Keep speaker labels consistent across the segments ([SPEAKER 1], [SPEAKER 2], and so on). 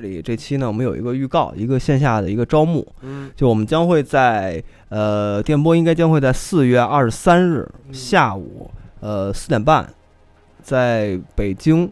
[SPEAKER 1] 里，这期呢我们有一个预告，一个线下的一个招募，
[SPEAKER 2] 嗯，
[SPEAKER 1] 就我们将会在呃电波应该将会在四月二十三日
[SPEAKER 2] 嗯
[SPEAKER 1] 下午呃四点半，在北京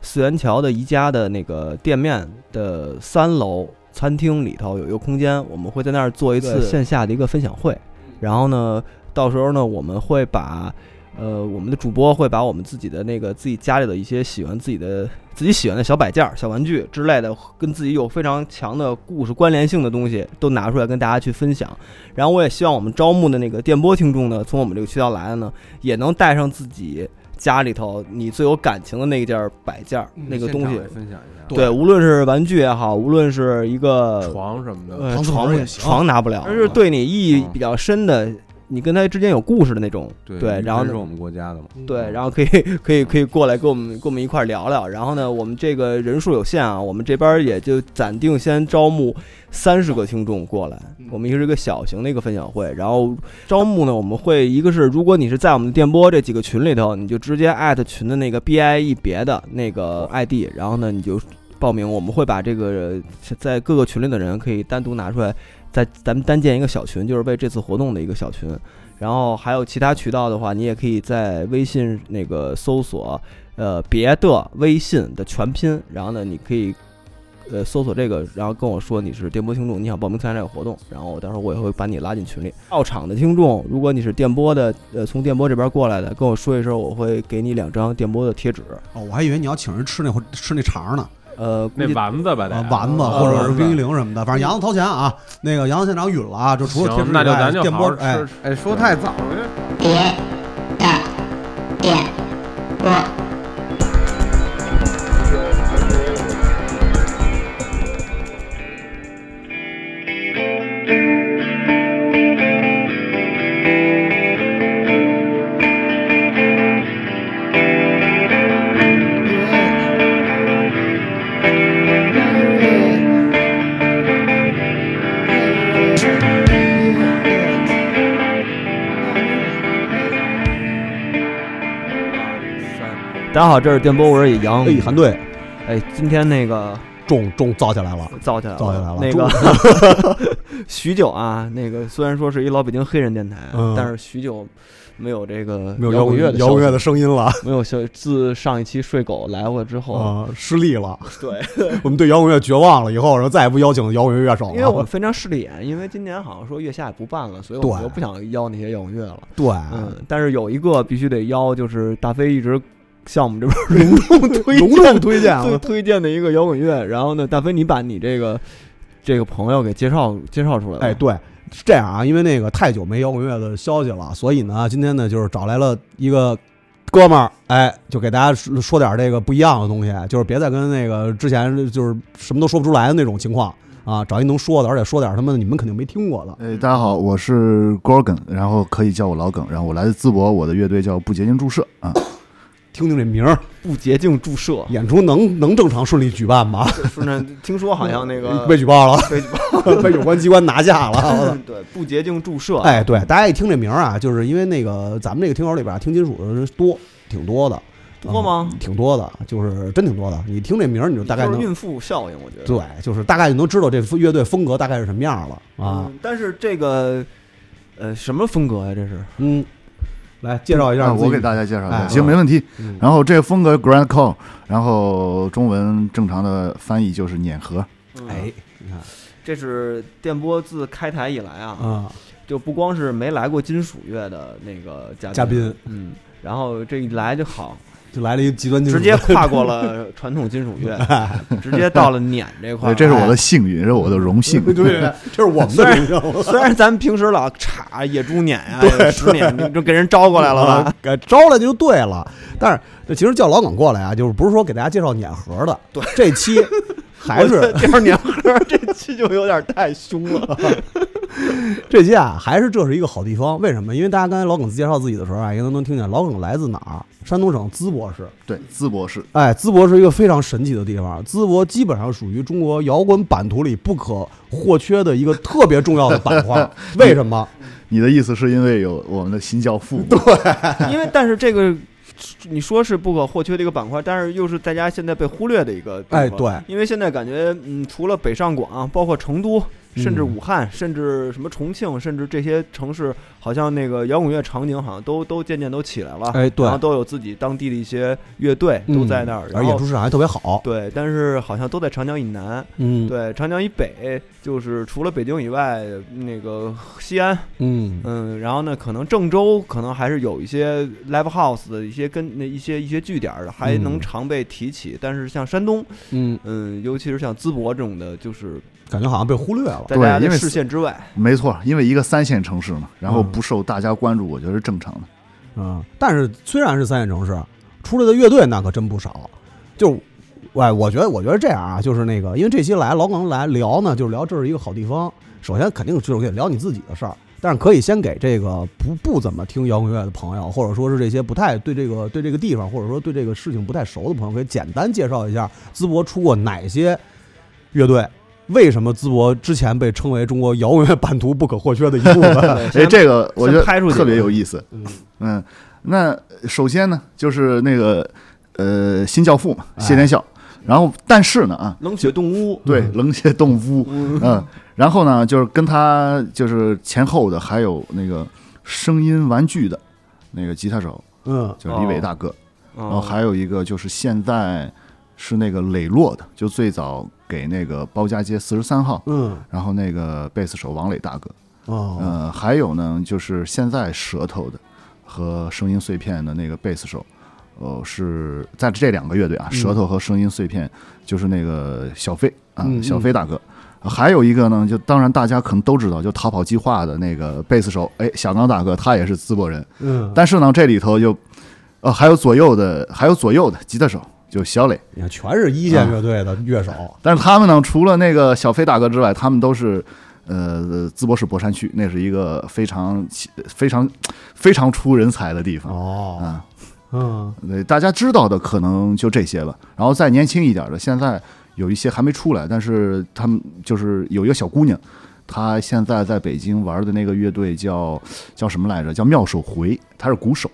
[SPEAKER 1] 四元桥的宜家的那个店面的三楼餐厅里头有一个空间，我们会在那儿做一次
[SPEAKER 2] 对
[SPEAKER 1] 线下的一个分享会，然后呢到时候呢我们会把。呃，我们的主播会把我们自己的那个自己家里的一些喜欢自己的自己喜欢的小摆件儿、小玩具之类的，跟自己有非常强的故事关联性的东西都拿出来跟大家去分享。然后我也希望我们招募的那个电波听众呢，从我们这个渠道来的呢，也能带上自己家里头你最有感情的那一件儿摆件儿、
[SPEAKER 3] 嗯
[SPEAKER 1] 那个东西。
[SPEAKER 2] 分享一下，
[SPEAKER 1] 对，无论是玩具也好，无论是一个
[SPEAKER 2] 床什么的，
[SPEAKER 1] 呃
[SPEAKER 3] 床头
[SPEAKER 1] 床
[SPEAKER 3] 也行
[SPEAKER 1] 床拿不了，啊嗯而是对你意义比较深的，你跟他之间有故事的那种。对，然后
[SPEAKER 2] 是
[SPEAKER 1] 呢，
[SPEAKER 2] 我们国家的嘛，
[SPEAKER 1] 对，然后可以可以可以过来跟我们跟我们一块儿聊聊。然后呢，我们这个人数有限啊，我们这边儿也就暂定先招募三十个听众过来
[SPEAKER 3] 嗯。
[SPEAKER 1] 我们也是一个小型的一个分享会，然后招募呢，我们会一个是如果你是在我们的电波这几个群里头，你就直接艾特群的那个 BIE 别的那个 ID，然后呢你就报名，我们会把这个呃在各个群里的人可以单独拿出来。在咱们单建一个小群，就是为这次活动的一个小群，然后还有其他渠道的话，你也可以在微信那个搜索，呃，别的微信的全拼，然后呢，你可以呃搜索这个，然后跟我说你是电波听众，你想报名参加这个活动，然后我到时候我也会把你拉进群里。到场的听众，如果你是电波的，呃，从电波这边过来的，跟我说一声，我会给你两张电波的贴纸，
[SPEAKER 3] 哦，我还以为你要请人吃那会吃那肠呢，
[SPEAKER 1] 呃，估
[SPEAKER 2] 那
[SPEAKER 1] 计
[SPEAKER 2] 丸子吧，得
[SPEAKER 3] 啊丸子
[SPEAKER 1] 啊
[SPEAKER 3] 或者是冰激凌什么的，反正杨子掏钱啊。那个杨子现场允了啊，就除了贴
[SPEAKER 2] 行
[SPEAKER 3] 纸
[SPEAKER 2] 那
[SPEAKER 3] 以
[SPEAKER 2] 就咱
[SPEAKER 3] 外，
[SPEAKER 2] 就
[SPEAKER 3] 电
[SPEAKER 2] 好
[SPEAKER 3] 波
[SPEAKER 2] 好
[SPEAKER 3] 哎，
[SPEAKER 2] 吃，嗯
[SPEAKER 4] 哎，说太早了。
[SPEAKER 5] 别的点播。
[SPEAKER 1] 大家好，这是电波，我是野羊。
[SPEAKER 3] 哎，韩队
[SPEAKER 1] 哎，今天那个
[SPEAKER 3] 中中造起来了，
[SPEAKER 1] 造起来了，
[SPEAKER 3] 造起来了
[SPEAKER 1] 那个 许久啊，那个虽然说是一老北京黑人电台，
[SPEAKER 3] 嗯
[SPEAKER 1] 但是许久没有这个
[SPEAKER 3] 没有
[SPEAKER 1] 摇滚乐的
[SPEAKER 3] 摇滚乐
[SPEAKER 1] 的
[SPEAKER 3] 的声音了
[SPEAKER 1] 没有消自上一期睡狗来过之后，
[SPEAKER 3] 啊，失利了。
[SPEAKER 1] 哦对，
[SPEAKER 3] 我们对摇滚乐绝望了，以后然后再也不邀请摇滚乐手
[SPEAKER 1] 因为我们
[SPEAKER 3] 了。
[SPEAKER 1] 非常势利眼，因为今年好像说月下也不办了，所以我们
[SPEAKER 3] 对啊
[SPEAKER 1] 就不想邀那些摇滚乐了。
[SPEAKER 3] 对，
[SPEAKER 1] 嗯，但是有一个必须得邀，就是大飞一直向我们这边隆重推
[SPEAKER 3] 隆
[SPEAKER 1] 荐
[SPEAKER 3] 重推荐啊
[SPEAKER 1] 最！推荐的一个摇滚乐。然后呢，大飞，你把你这个这个朋友给介绍介绍出来吧。
[SPEAKER 3] 哎，对，是这样啊，因为那个太久没摇滚乐的消息了，所以呢，今天呢就是找来了一个哥们儿，哎，就给大家说说点这个不一样的东西，就是别再跟那个之前就是什么都说不出来的那种情况啊，找一能说的，而且说点他们你们肯定没听过的。
[SPEAKER 6] 哎，大家好，我是 Gorgon，然后可以叫我老耿，然后我来自淄博，我的乐队叫不洁净注射啊。
[SPEAKER 3] 听听这名儿，
[SPEAKER 1] 不洁净注射，
[SPEAKER 3] 演出能能正常顺利举办吗？
[SPEAKER 1] 是呢，听说好像那个
[SPEAKER 3] 被举报了，
[SPEAKER 1] 被举
[SPEAKER 3] 被有关机关拿下了。我 操
[SPEAKER 1] 对不洁净注射，
[SPEAKER 3] 啊哎，对，大家一听这名儿啊，就是因为那个咱们这个听友里边儿啊听金属的人多，挺多的，
[SPEAKER 1] 多吗？
[SPEAKER 3] 嗯挺多的，就是真挺多的。你听这名儿，你就嗯大概
[SPEAKER 1] 就是
[SPEAKER 3] 能
[SPEAKER 1] 孕妇效应，我觉得
[SPEAKER 3] 对，就是大概就能知道这乐队风格大概是什么样了啊。
[SPEAKER 1] 嗯但是这个呃什么风格呀？这是
[SPEAKER 3] 嗯，来介绍一下
[SPEAKER 6] 啊
[SPEAKER 3] 自己，
[SPEAKER 6] 我给大家介绍一
[SPEAKER 3] 哎
[SPEAKER 6] 下，行，没问题。
[SPEAKER 3] 嗯
[SPEAKER 6] 然后这个风格 Grand Core，然后中文正常的翻译就是碾核。
[SPEAKER 3] 哎，，你看
[SPEAKER 1] 这是电波自开台以来啊，
[SPEAKER 3] 啊，
[SPEAKER 1] 就不光是没来过金属乐的那个嘉
[SPEAKER 3] 啊嘉宾，
[SPEAKER 1] 嗯，然后这一来就好，
[SPEAKER 3] 就来了一极端金属，。
[SPEAKER 1] 直接跨过了传统金属乐，直接到了碾这块
[SPEAKER 6] 对，
[SPEAKER 1] 儿。
[SPEAKER 6] 这是我的幸运，这是我的荣幸
[SPEAKER 3] 哎对对，对 这是我们的名声。
[SPEAKER 1] 哎虽然咱们平时老查野猪啊撵呀、石撵，你就给人招过来了吧？
[SPEAKER 3] 啊，给招来就对了。但是其实叫老耿过来啊，就是不是说给大家介绍碾 核的，对，这期还是
[SPEAKER 1] 第二年喝这期就有点太凶了。
[SPEAKER 3] 这期啊，还是这是一个好地方。为什么？因为大家刚才老耿介绍自己的时候啊，也都能听见老耿来自哪儿，山东省淄博市。
[SPEAKER 6] 对，淄博市，
[SPEAKER 3] 哎，淄博是一个非常神奇的地方，淄博基本上属于中国摇滚版图里不可或缺的一个特别重要的板 块。为什么？
[SPEAKER 6] 你的意思是因为有我们的新教父？
[SPEAKER 1] 因为但是这个你说是不可或缺的一个板块，但是又是大家现在被忽略的一个。
[SPEAKER 3] 哎，，对，
[SPEAKER 1] 因为现在感觉，嗯，除了北上广，包括成都，甚至
[SPEAKER 3] 嗯
[SPEAKER 1] 武汉，甚至什么重庆，甚至这些城市，好像那个摇滚乐场景好像都都渐渐都起来了，
[SPEAKER 3] 哎对嗯
[SPEAKER 1] 然后都有自己当地的一些乐队都在那儿，
[SPEAKER 3] 而
[SPEAKER 1] 然
[SPEAKER 3] 演
[SPEAKER 1] 后
[SPEAKER 3] 出市场还特别好。
[SPEAKER 1] 对，但是好像都在长江以南，
[SPEAKER 3] 嗯，，
[SPEAKER 1] 对，长江以北就是除了北京以外，那个西安，
[SPEAKER 3] 嗯，
[SPEAKER 1] 嗯，然后呢，可能郑州可能还是有一些 live house 的一些跟那一些一些据点儿还能
[SPEAKER 3] 嗯
[SPEAKER 1] 常被提起，但是像山东，
[SPEAKER 3] 嗯，
[SPEAKER 1] 嗯，尤其是像淄博这种的，就是
[SPEAKER 3] 感觉好像被忽略了。
[SPEAKER 1] 在大家
[SPEAKER 6] 对因
[SPEAKER 1] 的
[SPEAKER 6] 为
[SPEAKER 1] 视线之外。
[SPEAKER 6] 没错，因为一个三线城市嘛，然后
[SPEAKER 3] 嗯
[SPEAKER 6] 不受大家关注，我觉得是正常的。
[SPEAKER 3] 嗯，但是虽然是三线城市，出来的乐队那可真不少。就，哎，我觉得，我觉得这样啊，就是那个，因为这期来老耿来聊呢，就是聊这是一个好地方。首先肯定就是聊你自己的事儿，但是可以先给这个不不怎么听摇滚乐的朋友，或者说是这些不太对这个对这个地方，或者说对这个事情不太熟的朋友，可以简单介绍一下淄博出过哪些乐队。为什么淄博之前被称为中国摇滚乐版图不可或缺的一部分？
[SPEAKER 1] 对
[SPEAKER 6] 哎，这个我觉得
[SPEAKER 1] 先拍出去
[SPEAKER 6] 特别有意思。
[SPEAKER 3] 嗯
[SPEAKER 6] 嗯，那首先呢，就是那个呃新教父嘛，谢
[SPEAKER 1] 哎
[SPEAKER 6] 天笑。然后，但是呢啊，
[SPEAKER 1] 冷血动物，
[SPEAKER 6] 对冷血动物， 嗯，然后呢，就是跟他就是前后的还有那个声音玩具的那个吉他手，
[SPEAKER 3] 嗯
[SPEAKER 6] 就是李伟
[SPEAKER 1] 哦
[SPEAKER 6] 大哥。
[SPEAKER 1] 然
[SPEAKER 6] 然
[SPEAKER 3] 哦
[SPEAKER 6] 后还有一个就是现在是那个磊落的，就最早给那个包家街四十三号，
[SPEAKER 3] 嗯
[SPEAKER 6] 然后那个贝斯手王磊大哥。
[SPEAKER 3] 哦
[SPEAKER 6] 呃，还有呢，就是现在舌头的和声音碎片的那个贝斯手，哦、是在这两个乐队啊，
[SPEAKER 3] 嗯
[SPEAKER 6] 舌头和声音碎片就是那个小飞啊，
[SPEAKER 3] 嗯嗯
[SPEAKER 6] 小飞大哥。还有一个呢，就当然大家可能都知道，就逃跑计划的那个贝斯手，哎，小刚大哥，他也是淄博人。
[SPEAKER 3] 嗯，
[SPEAKER 6] 但是呢，这里头就，呃，还有左右的，还有左右的吉他手，就小磊。
[SPEAKER 3] 你看，全是一线乐队的乐手。
[SPEAKER 6] 但是他们呢，除了那个小飞大哥之外，他们都是呃淄博市博山区，那是一个非常起非常非常出人才的地方。
[SPEAKER 3] 哦，
[SPEAKER 6] 啊，
[SPEAKER 3] 嗯
[SPEAKER 6] 对，大家知道的可能就这些了。然后再年轻一点的，现在有一些还没出来，但是他们就是有一个小姑娘，她现在在北京玩的那个乐队叫叫什么来着？叫妙手回，她是鼓手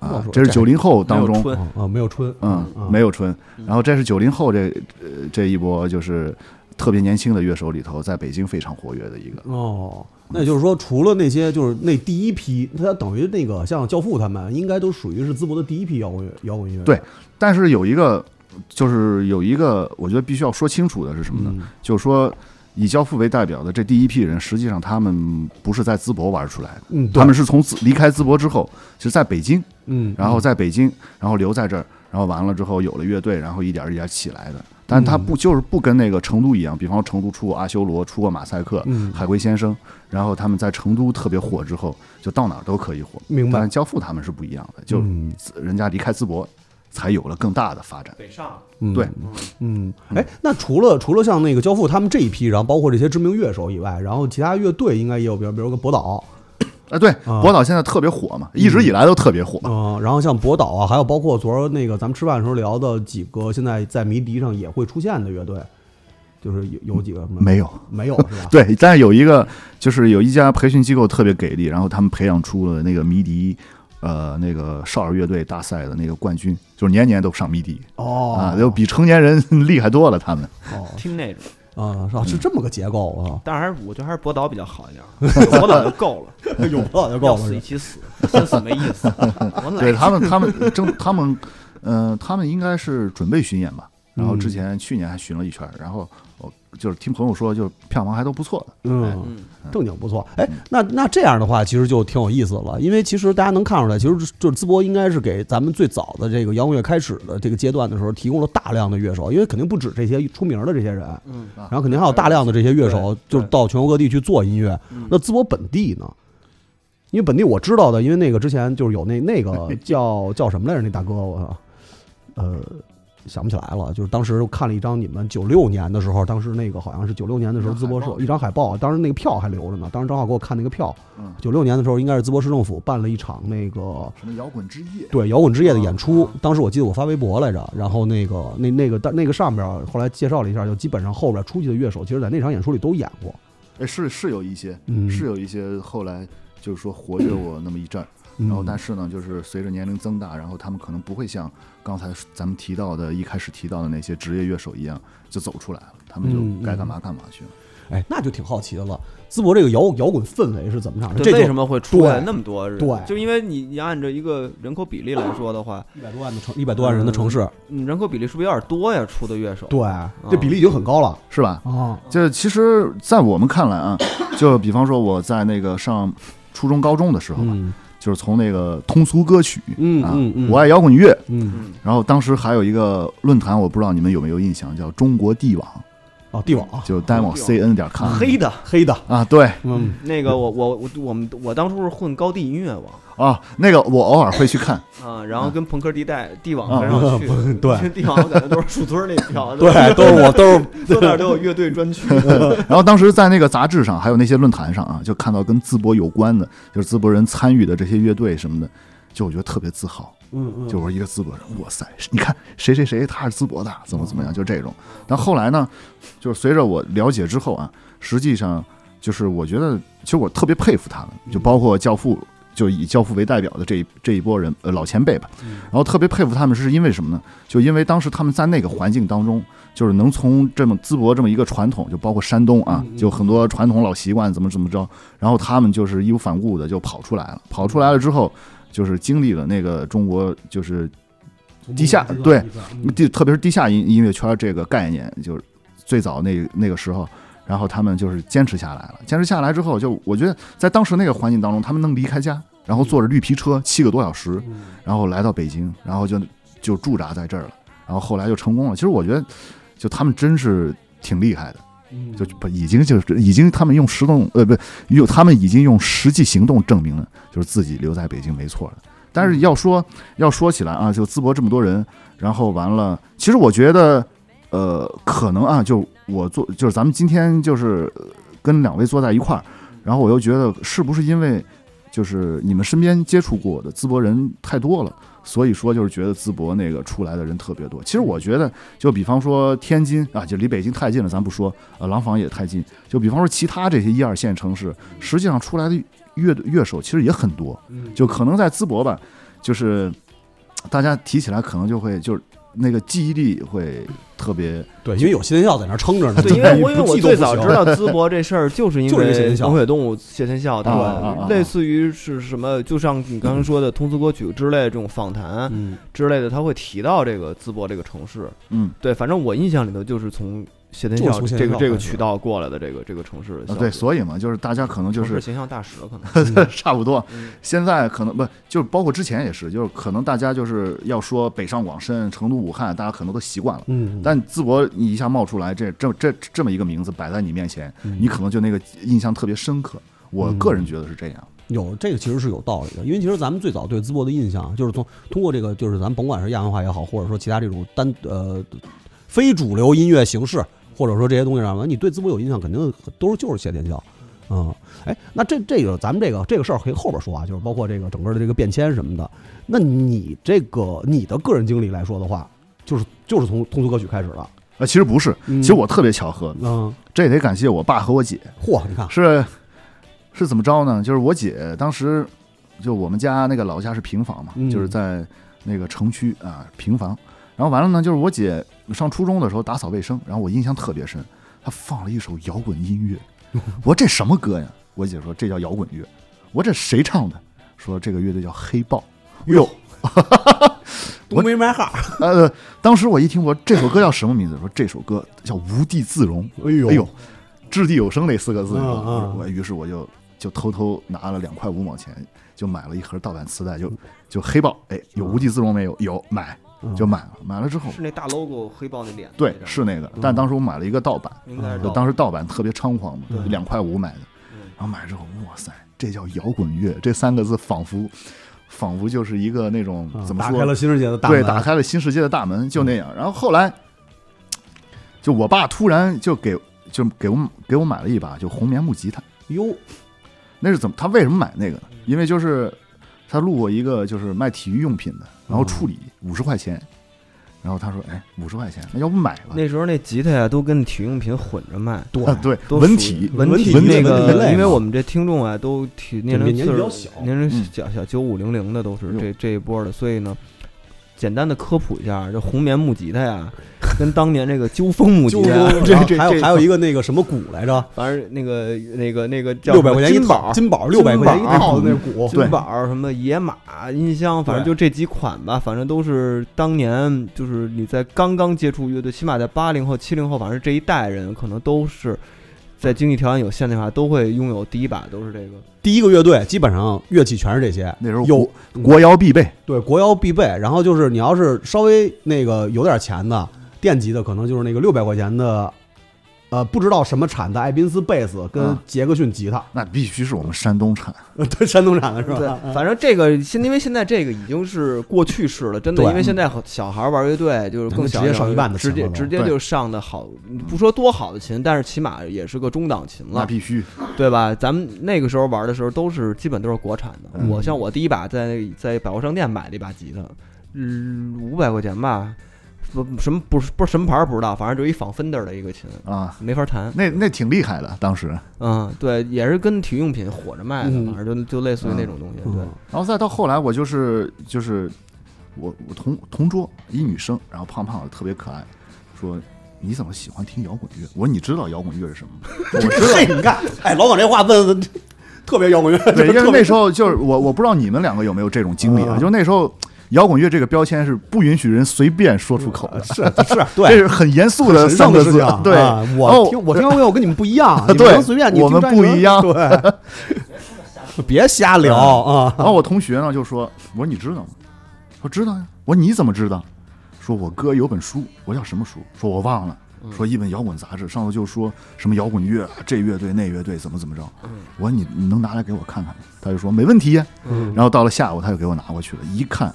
[SPEAKER 3] 妙
[SPEAKER 6] 啊
[SPEAKER 3] 手，
[SPEAKER 6] 这是
[SPEAKER 3] 这
[SPEAKER 6] 九零后
[SPEAKER 1] 没
[SPEAKER 6] 当
[SPEAKER 1] 有
[SPEAKER 6] 中
[SPEAKER 1] 春，
[SPEAKER 3] 啊，没有春，
[SPEAKER 6] 嗯，没有春。然后这是九零后这呃这一波就是特别年轻的乐手里头，在北京非常活跃的一个。
[SPEAKER 3] 哦。那就是说，除了那些，就是那第一批，他等于那个像教父他们，应该都属于是淄博的第一批摇滚乐摇滚乐。
[SPEAKER 6] 对，但是有一个就是有一个，我觉得必须要说清楚的是什么呢？
[SPEAKER 3] 嗯
[SPEAKER 6] 就是说以教父为代表的这第一批人，实际上他们不是在淄博玩出来的，
[SPEAKER 3] 嗯，对
[SPEAKER 6] 他们是从淄离开淄博之后，其实在北京，
[SPEAKER 3] 嗯，
[SPEAKER 6] 然后在北京，然后留在这儿，然后完了之后有了乐队，然后一点儿一点儿起来的。但
[SPEAKER 3] 嗯
[SPEAKER 6] 他不就是不跟那个成都一样，比方说成都出过阿修罗，出过马赛克，
[SPEAKER 3] 嗯
[SPEAKER 6] 海龟先生，然后他们在成都特别火之后，就到哪儿都可以火。
[SPEAKER 3] 明白
[SPEAKER 6] 但教父他们是不一样的，就
[SPEAKER 3] 嗯
[SPEAKER 6] 人家离开淄博，才有了更大的发展。
[SPEAKER 1] 北上，
[SPEAKER 3] 嗯
[SPEAKER 6] 对，
[SPEAKER 3] 嗯，哎，那除了除了像那个教父他们这一批，然后包括这些知名乐手以外，然后其他乐队应该也有，比如比如个博导，
[SPEAKER 6] 哎，对，
[SPEAKER 3] 啊
[SPEAKER 6] 博导现在特别火嘛，一直以来都特别火。
[SPEAKER 3] 嗯、然后像博导啊，还有包括昨儿那个咱们吃饭的时候聊的几个，现在在迷笛上也会出现的乐队，就是有有几个什么
[SPEAKER 6] 没有，
[SPEAKER 3] 没有是吧？
[SPEAKER 6] 对，但是有一个就是有一家培训机构特别给力，然后他们培养出了那个迷笛，呃，那个少儿乐队大赛的那个冠军，就是年年都上迷笛
[SPEAKER 3] 哦
[SPEAKER 6] 啊，就比成年人 厉害多了。他们
[SPEAKER 3] 哦
[SPEAKER 1] 听那种，
[SPEAKER 3] 啊是吧是这么个结构啊，
[SPEAKER 1] 但是还是我觉得还是博导比较好一点儿， 有博导就够了，
[SPEAKER 6] 嗯
[SPEAKER 3] 有不到 就
[SPEAKER 1] 要
[SPEAKER 3] 够了
[SPEAKER 1] 死
[SPEAKER 3] 是
[SPEAKER 1] 一
[SPEAKER 3] 吧。
[SPEAKER 1] 起死，先死没 意思。我
[SPEAKER 6] 对
[SPEAKER 1] 来
[SPEAKER 6] 他们，他们争，他们，呃，他们应该是准备巡演吧。然后之前去年还巡了一圈儿，然后我就是听朋友说，就是票房还都不错的。
[SPEAKER 1] 哎
[SPEAKER 3] 嗯，正经不错。哎，那那这样的话，其实就挺有意思了，因为其实大家能看出来，其实就是就是淄博应该是给咱们最早的这个摇滚乐开始的这个阶段的时候，提供了大量的乐手，因为肯定不止这些出名的这些人，
[SPEAKER 1] 嗯，
[SPEAKER 3] 然后肯定还有大量的这些乐手，
[SPEAKER 1] 对
[SPEAKER 3] 就是到全国各地去做音乐。那淄博本地呢？因为本地我知道的，因为那个之前就是有那那个叫叫什么来着？那大哥，我呃想不起来了。就是当时看了一张你们九六年的时候，当时那个好像是九六年的时候，
[SPEAKER 6] 一张
[SPEAKER 3] 淄博市
[SPEAKER 6] 海报
[SPEAKER 3] 有一张海报，当时那个票还留着呢。当时正好给我看那个票
[SPEAKER 6] 嗯，
[SPEAKER 3] 九六年的时候应该是淄博市政府办了一场那个
[SPEAKER 6] 什么摇滚之夜？
[SPEAKER 3] 对摇滚之夜的演出，
[SPEAKER 1] 啊
[SPEAKER 3] 当时我记得我发微博来着，然后那个那那个但那个上边儿后来介绍了一下，就基本上后边出去的乐手，其实在那场演出里都演
[SPEAKER 1] 哦
[SPEAKER 3] 过。
[SPEAKER 6] 哎，是是有一些，
[SPEAKER 3] 嗯
[SPEAKER 6] 是有一些后来就是说活跃过那么一阵儿，然
[SPEAKER 3] 嗯
[SPEAKER 6] 后但是呢，就是随着年龄增大，然后他们可能不会像刚才咱们提到的一开始提到的那些职业乐手一样就走出来了，他们
[SPEAKER 3] 嗯嗯
[SPEAKER 6] 就该干嘛干嘛去了。
[SPEAKER 3] 哎，那就挺好奇的了。淄博这个摇摇滚氛围是怎么样的？
[SPEAKER 1] 对
[SPEAKER 3] 这
[SPEAKER 1] 为什
[SPEAKER 3] 么
[SPEAKER 1] 么会出来
[SPEAKER 3] 对
[SPEAKER 1] 那么多人？
[SPEAKER 3] 对
[SPEAKER 1] 就因为你你按照一个人口比例来说的话，
[SPEAKER 3] 一百多万的城，一百多万人的城市，
[SPEAKER 1] 你人口比例是不是有点多呀？出的乐手，
[SPEAKER 3] 对，这比例已经很高了
[SPEAKER 6] 是吧？
[SPEAKER 1] 嗯
[SPEAKER 3] 啊。
[SPEAKER 6] 就是其实，在我们看来啊，就比方说我在那个上初中、高中的时候吧，
[SPEAKER 3] 嗯
[SPEAKER 6] 就是从那个通俗歌曲
[SPEAKER 3] 嗯
[SPEAKER 6] 啊
[SPEAKER 3] 嗯，嗯，
[SPEAKER 6] 我爱摇滚乐，
[SPEAKER 3] 嗯
[SPEAKER 1] 嗯，
[SPEAKER 6] 然后当时还有一个论坛，我不知道你们有没有印象，叫中国帝网，
[SPEAKER 3] 哦，帝王
[SPEAKER 6] 就 demo cn 点 com
[SPEAKER 1] 黑的
[SPEAKER 3] 嗯黑的，
[SPEAKER 6] 啊，对
[SPEAKER 3] 嗯
[SPEAKER 1] 那个我我我我们我当初是混高地音乐网
[SPEAKER 6] 啊，那个我偶尔会去看，
[SPEAKER 1] 啊，然后跟朋克地带地网
[SPEAKER 6] 啊
[SPEAKER 1] 跟上去，
[SPEAKER 3] 对
[SPEAKER 1] 地网感觉都是树墩儿那 条，
[SPEAKER 3] 对，都 是我都是
[SPEAKER 1] 都哪儿都有乐队专区，
[SPEAKER 6] 然后当时在那个杂志上，还有那些论坛上啊，就看到跟淄博有关的，就是淄博人参与的这些乐队什么的，就我觉得特别自豪。
[SPEAKER 3] 嗯嗯，
[SPEAKER 6] 就我是一个淄博人，哇塞，你看谁谁谁他是淄博的，怎么怎
[SPEAKER 3] 哦
[SPEAKER 6] 么样，就这种。但后来呢，就是随着我了解之后啊，实际上就是我觉得，其实我特别佩服他们，就包括教父，就以教父为代表的这一这一波人，呃，老前辈吧。然后特别佩服他们，是因为什么呢？就因为当时他们在那个环境当中，就是能从这么淄博这么一个传统，就包括山东啊，就很多传统老习惯怎么怎么着，然后他们就是义无反顾的就跑出来了，跑出来了之后。就是经历了那个中国，就是
[SPEAKER 1] 嗯
[SPEAKER 6] 地下对地，特别是地下音音乐圈这个概念，就是最早那那个时候，然后他们就是坚持下来了。坚持下来之后，就我觉得在当时那个环境当中，他们能离开家，然后坐着绿皮车七个多小时，
[SPEAKER 1] 嗯
[SPEAKER 6] 然后来到北京，然后就就驻扎在这儿了。然后后来就成功了。其实我觉得，就他们真是挺厉害的，
[SPEAKER 1] 嗯
[SPEAKER 6] 就不已经就是呃已经他们用实动呃不用他们已经用实际行动证明了，就是自己留在北京没错了。但是要说要说起来啊，就淄博这么多人，然后完了，其实我觉得，呃，可能啊，就我做就是咱们今天就是呃跟两位坐在一块儿，然后我又觉得是不是因为就是你们身边接触过的淄博人太多了，所以说就是觉得淄博那个出来的人特别多。其实我觉得，就比方说天津啊，就离北京太近了，咱不说，呃，廊坊也太近。就比方说其他这些一二线城市，实际上出来的乐乐手其实也很多，
[SPEAKER 1] 嗯
[SPEAKER 6] 就可能在淄博吧，就是大家提起来可能就会就是那个记忆力会特别
[SPEAKER 3] 对，因为有新天笑在那儿撑着呢，
[SPEAKER 1] 对，因 为我因为
[SPEAKER 3] 不
[SPEAKER 1] 我
[SPEAKER 3] 记都
[SPEAKER 1] 最
[SPEAKER 3] 不
[SPEAKER 1] 早
[SPEAKER 3] 行
[SPEAKER 1] 知道淄博这事儿，就是因
[SPEAKER 3] 就是因为谢
[SPEAKER 1] 为
[SPEAKER 3] 天笑
[SPEAKER 1] 冷血动物谢天笑他
[SPEAKER 6] 啊啊啊
[SPEAKER 1] 们，
[SPEAKER 6] 啊
[SPEAKER 1] 类似于是什么，就像你刚刚说的通俗歌曲之类这种访谈
[SPEAKER 3] 嗯
[SPEAKER 1] 之类的，他会提到这个淄博这个城市。
[SPEAKER 6] 嗯
[SPEAKER 1] 对，反正我印象里头就是从谢天
[SPEAKER 3] 就是
[SPEAKER 1] 笑
[SPEAKER 3] 从谢
[SPEAKER 1] 这
[SPEAKER 3] 天
[SPEAKER 1] 个
[SPEAKER 3] 笑
[SPEAKER 1] 这个
[SPEAKER 3] 开始啊
[SPEAKER 1] 渠道过来的这个这个城市的消
[SPEAKER 6] 呃
[SPEAKER 1] 息。
[SPEAKER 6] 对，所以嘛，就是大家可能就
[SPEAKER 1] 城市
[SPEAKER 6] 是
[SPEAKER 1] 形象大使可能
[SPEAKER 6] 差不多
[SPEAKER 1] 嗯。
[SPEAKER 6] 现在可能不就是包括之前也是，就是可能大家就是要说北上广深、成都、武汉，大家可能都习惯了。
[SPEAKER 3] 嗯，
[SPEAKER 6] 但淄博你一下冒出来这这这这么一个名字摆在你面前，
[SPEAKER 3] 嗯
[SPEAKER 6] 你可能就那个印象特别深刻。我个人觉得是这样。
[SPEAKER 3] 有这个其实是有道理的，因为其实咱们最早对淄博的印象啊就是从通过这个，就是咱们甭管是亚文化也好，或者说其他这种单呃非主流音乐形式，或者说这些东西上，你对淄博有印象，肯定都是就是谢天笑。嗯，哎，那这这个咱们这个这个事儿可以后边说啊，就是包括这个整个的这个变迁什么的。那你这个你的个人经历来说的话，就是就是从通俗歌曲开始了。
[SPEAKER 6] 呃，其实不是，
[SPEAKER 3] 嗯
[SPEAKER 6] 其实我特别巧合，
[SPEAKER 3] 嗯，
[SPEAKER 6] 这也得感谢我爸和我姐。
[SPEAKER 3] 嚯，你看，
[SPEAKER 6] 是是怎么着呢？就是我姐当时就我们家那个老家是平房嘛，
[SPEAKER 3] 嗯
[SPEAKER 6] 就是在那个城区啊平房。然后完了呢，就是我姐上初中的时候打扫卫生，然后我印象特别深，她放了一首摇滚 音乐。我说这什么歌呀？我姐说这叫摇滚乐。我说这谁唱的？说这个乐队叫黑豹。哟，
[SPEAKER 3] 东北麦哈，
[SPEAKER 6] 呃，当时我一听，我说这首歌叫什么名字？说这首歌叫《无地自容》。
[SPEAKER 3] 哎呦
[SPEAKER 6] 哎呦，掷地有声那四个字，
[SPEAKER 3] 嗯
[SPEAKER 6] 我
[SPEAKER 3] 嗯
[SPEAKER 6] 我于是我就就偷偷拿了两块五毛钱，就买了一盒盗版磁带，就就黑豹，哎，有无地自容没有？有，买
[SPEAKER 3] 嗯
[SPEAKER 6] 就买了，买了之后，
[SPEAKER 1] 是那大 logo 黑豹那脸那
[SPEAKER 6] 对
[SPEAKER 1] 张，
[SPEAKER 6] 是那
[SPEAKER 3] 嗯
[SPEAKER 6] 个，但当时我买了一个盗版，
[SPEAKER 1] 应该是
[SPEAKER 6] 就
[SPEAKER 1] 盗
[SPEAKER 6] 当时盗版特别猖狂嘛
[SPEAKER 3] 对，
[SPEAKER 6] 两块五买的，然后买了之后，哇塞，这叫摇滚乐，这三个字仿佛仿佛就是一个那种
[SPEAKER 3] 嗯
[SPEAKER 6] 怎么
[SPEAKER 3] 打
[SPEAKER 6] 说
[SPEAKER 3] 开了新世界的大
[SPEAKER 6] 对，
[SPEAKER 3] 门
[SPEAKER 6] 打开了新世界的大门，
[SPEAKER 1] 嗯
[SPEAKER 6] 就那样。然后后来，就我爸突然就给就给我给我买了一把就红棉木吉他。
[SPEAKER 3] 哟，
[SPEAKER 6] 那是怎么？他为什么买那个
[SPEAKER 1] 嗯
[SPEAKER 6] 呢？因为
[SPEAKER 1] 嗯
[SPEAKER 6] 就是他路过一个就是卖体育用品的，然后处理五十块钱，然后他说：“哎，五十块钱，那要不买吧？”
[SPEAKER 1] 那时候那吉他呀都跟体育用品混着卖，
[SPEAKER 3] 对
[SPEAKER 6] 啊，对，
[SPEAKER 1] 都
[SPEAKER 6] 文
[SPEAKER 1] 属
[SPEAKER 6] 体
[SPEAKER 1] 于文
[SPEAKER 3] 文体
[SPEAKER 1] 那
[SPEAKER 3] 文体类
[SPEAKER 1] 个，因为
[SPEAKER 3] 嘛
[SPEAKER 1] 我们这听众啊都体年龄
[SPEAKER 3] 年纪
[SPEAKER 1] 岁
[SPEAKER 3] 比
[SPEAKER 1] 数
[SPEAKER 3] 较小
[SPEAKER 1] 年龄
[SPEAKER 6] 嗯
[SPEAKER 1] 小小九五零零的都是
[SPEAKER 6] 哎呦
[SPEAKER 1] 这这一波的，所以呢，简单的科普一下，这红棉木吉他呀，跟当年这个鸠峰木吉
[SPEAKER 3] 就
[SPEAKER 1] 他，
[SPEAKER 6] 这
[SPEAKER 3] 然后还有
[SPEAKER 6] 这这
[SPEAKER 3] 还有一个那个什么鼓来着，
[SPEAKER 1] 反正那个那个那个叫
[SPEAKER 3] 六百块钱一
[SPEAKER 1] 金
[SPEAKER 3] 套
[SPEAKER 1] 宝。
[SPEAKER 3] 金宝六百块钱一套的那鼓，
[SPEAKER 1] 金
[SPEAKER 6] 对
[SPEAKER 1] 宝什么野马音箱，反正就这几款吧，反正都是当年就是你在刚刚接触乐队，起码在八零后、七零后，反正这一代人可能都是在经济条件有限的话，都会拥有第一把都是这个。
[SPEAKER 3] 第一个乐队基本上乐器全是这些，
[SPEAKER 6] 那时候
[SPEAKER 3] 有
[SPEAKER 1] 嗯
[SPEAKER 6] 国国窑必备，
[SPEAKER 3] 对国窑必备。然后就是你要是稍微那个有点钱的，电吉的可能就是那个六百块钱的，呃，不知道什么产的艾宾斯贝斯跟
[SPEAKER 6] 嗯
[SPEAKER 3] 杰克逊吉他，
[SPEAKER 6] 那必须是我们山东
[SPEAKER 1] 啊
[SPEAKER 6] 产。
[SPEAKER 3] 对，山东产的是
[SPEAKER 1] 对
[SPEAKER 3] 吧？，
[SPEAKER 1] 反正这个现因为现在这个已经是过去式了，真的，
[SPEAKER 3] 对
[SPEAKER 1] 因为现在好小孩玩乐队就是更
[SPEAKER 3] 直
[SPEAKER 1] 小
[SPEAKER 3] 接上一万的
[SPEAKER 1] 直
[SPEAKER 3] 琴
[SPEAKER 1] 接
[SPEAKER 3] 了都
[SPEAKER 1] 直接
[SPEAKER 6] 对
[SPEAKER 1] 就上的好，不说多好的琴，但是起码也是个中档琴
[SPEAKER 6] 那
[SPEAKER 1] 了，
[SPEAKER 6] 必须，
[SPEAKER 1] 对吧？咱们那个时候玩的时候都是基本都是国产的。
[SPEAKER 6] 嗯
[SPEAKER 1] 我像我第一把在在百货商店买的一把吉他，嗯，五百块钱吧，不什么不是不是什么牌儿不知道，反正就一仿 Fender 的一个琴，
[SPEAKER 6] 啊，
[SPEAKER 1] 没法弹。
[SPEAKER 6] 那那挺厉害的，当时。
[SPEAKER 1] 嗯，对，也是跟体育用品火着卖的，
[SPEAKER 3] 嗯
[SPEAKER 1] 反正就就类似于那种东西，对。
[SPEAKER 6] 然后再到后来，我就是就是我我同同桌一女生，然后胖胖的，特别可爱，说。你怎么喜欢听摇滚乐？我说你知道摇滚乐是什么吗？ 我知道，
[SPEAKER 3] 嘿，你看，哎，老管这话问问，特别摇滚乐，
[SPEAKER 6] 对，因
[SPEAKER 3] 特
[SPEAKER 6] 为
[SPEAKER 3] 别
[SPEAKER 6] 那时候 就是我，我不知道你们两个有没有这种经历啊，
[SPEAKER 3] 嗯
[SPEAKER 6] 就是那时候摇滚乐这个标签是不允许人随便说出口的，
[SPEAKER 3] 是是，
[SPEAKER 6] 这
[SPEAKER 3] 对，
[SPEAKER 6] 嗯是很严肃
[SPEAKER 3] 很
[SPEAKER 6] 的
[SPEAKER 3] 神
[SPEAKER 6] 三
[SPEAKER 3] 圣
[SPEAKER 6] 个
[SPEAKER 3] 的事
[SPEAKER 6] 字
[SPEAKER 3] 情啊。。
[SPEAKER 6] 对，
[SPEAKER 3] 啊
[SPEAKER 6] 哦
[SPEAKER 3] 我听我听摇滚乐，我跟你们不一 样，你们
[SPEAKER 6] 对
[SPEAKER 3] 能随便，你
[SPEAKER 6] 我
[SPEAKER 3] 听
[SPEAKER 6] 们
[SPEAKER 3] 张
[SPEAKER 6] 不
[SPEAKER 3] 学
[SPEAKER 6] 一样
[SPEAKER 3] 对， 别瞎聊啊。
[SPEAKER 6] 然后我同学呢就说：“我说你知道吗？”我说：“知道呀。”我说：“你怎么知道？”说：“我哥有本书。”我叫什么书？说：“我忘了。”说一本摇滚杂志，上头就说什么摇滚乐，这乐队那乐队怎么怎么着。我说你你能拿来给我看看吗？他就说没问题呀。
[SPEAKER 3] 嗯
[SPEAKER 6] 然后到了下午，他就给我拿过去了，一看，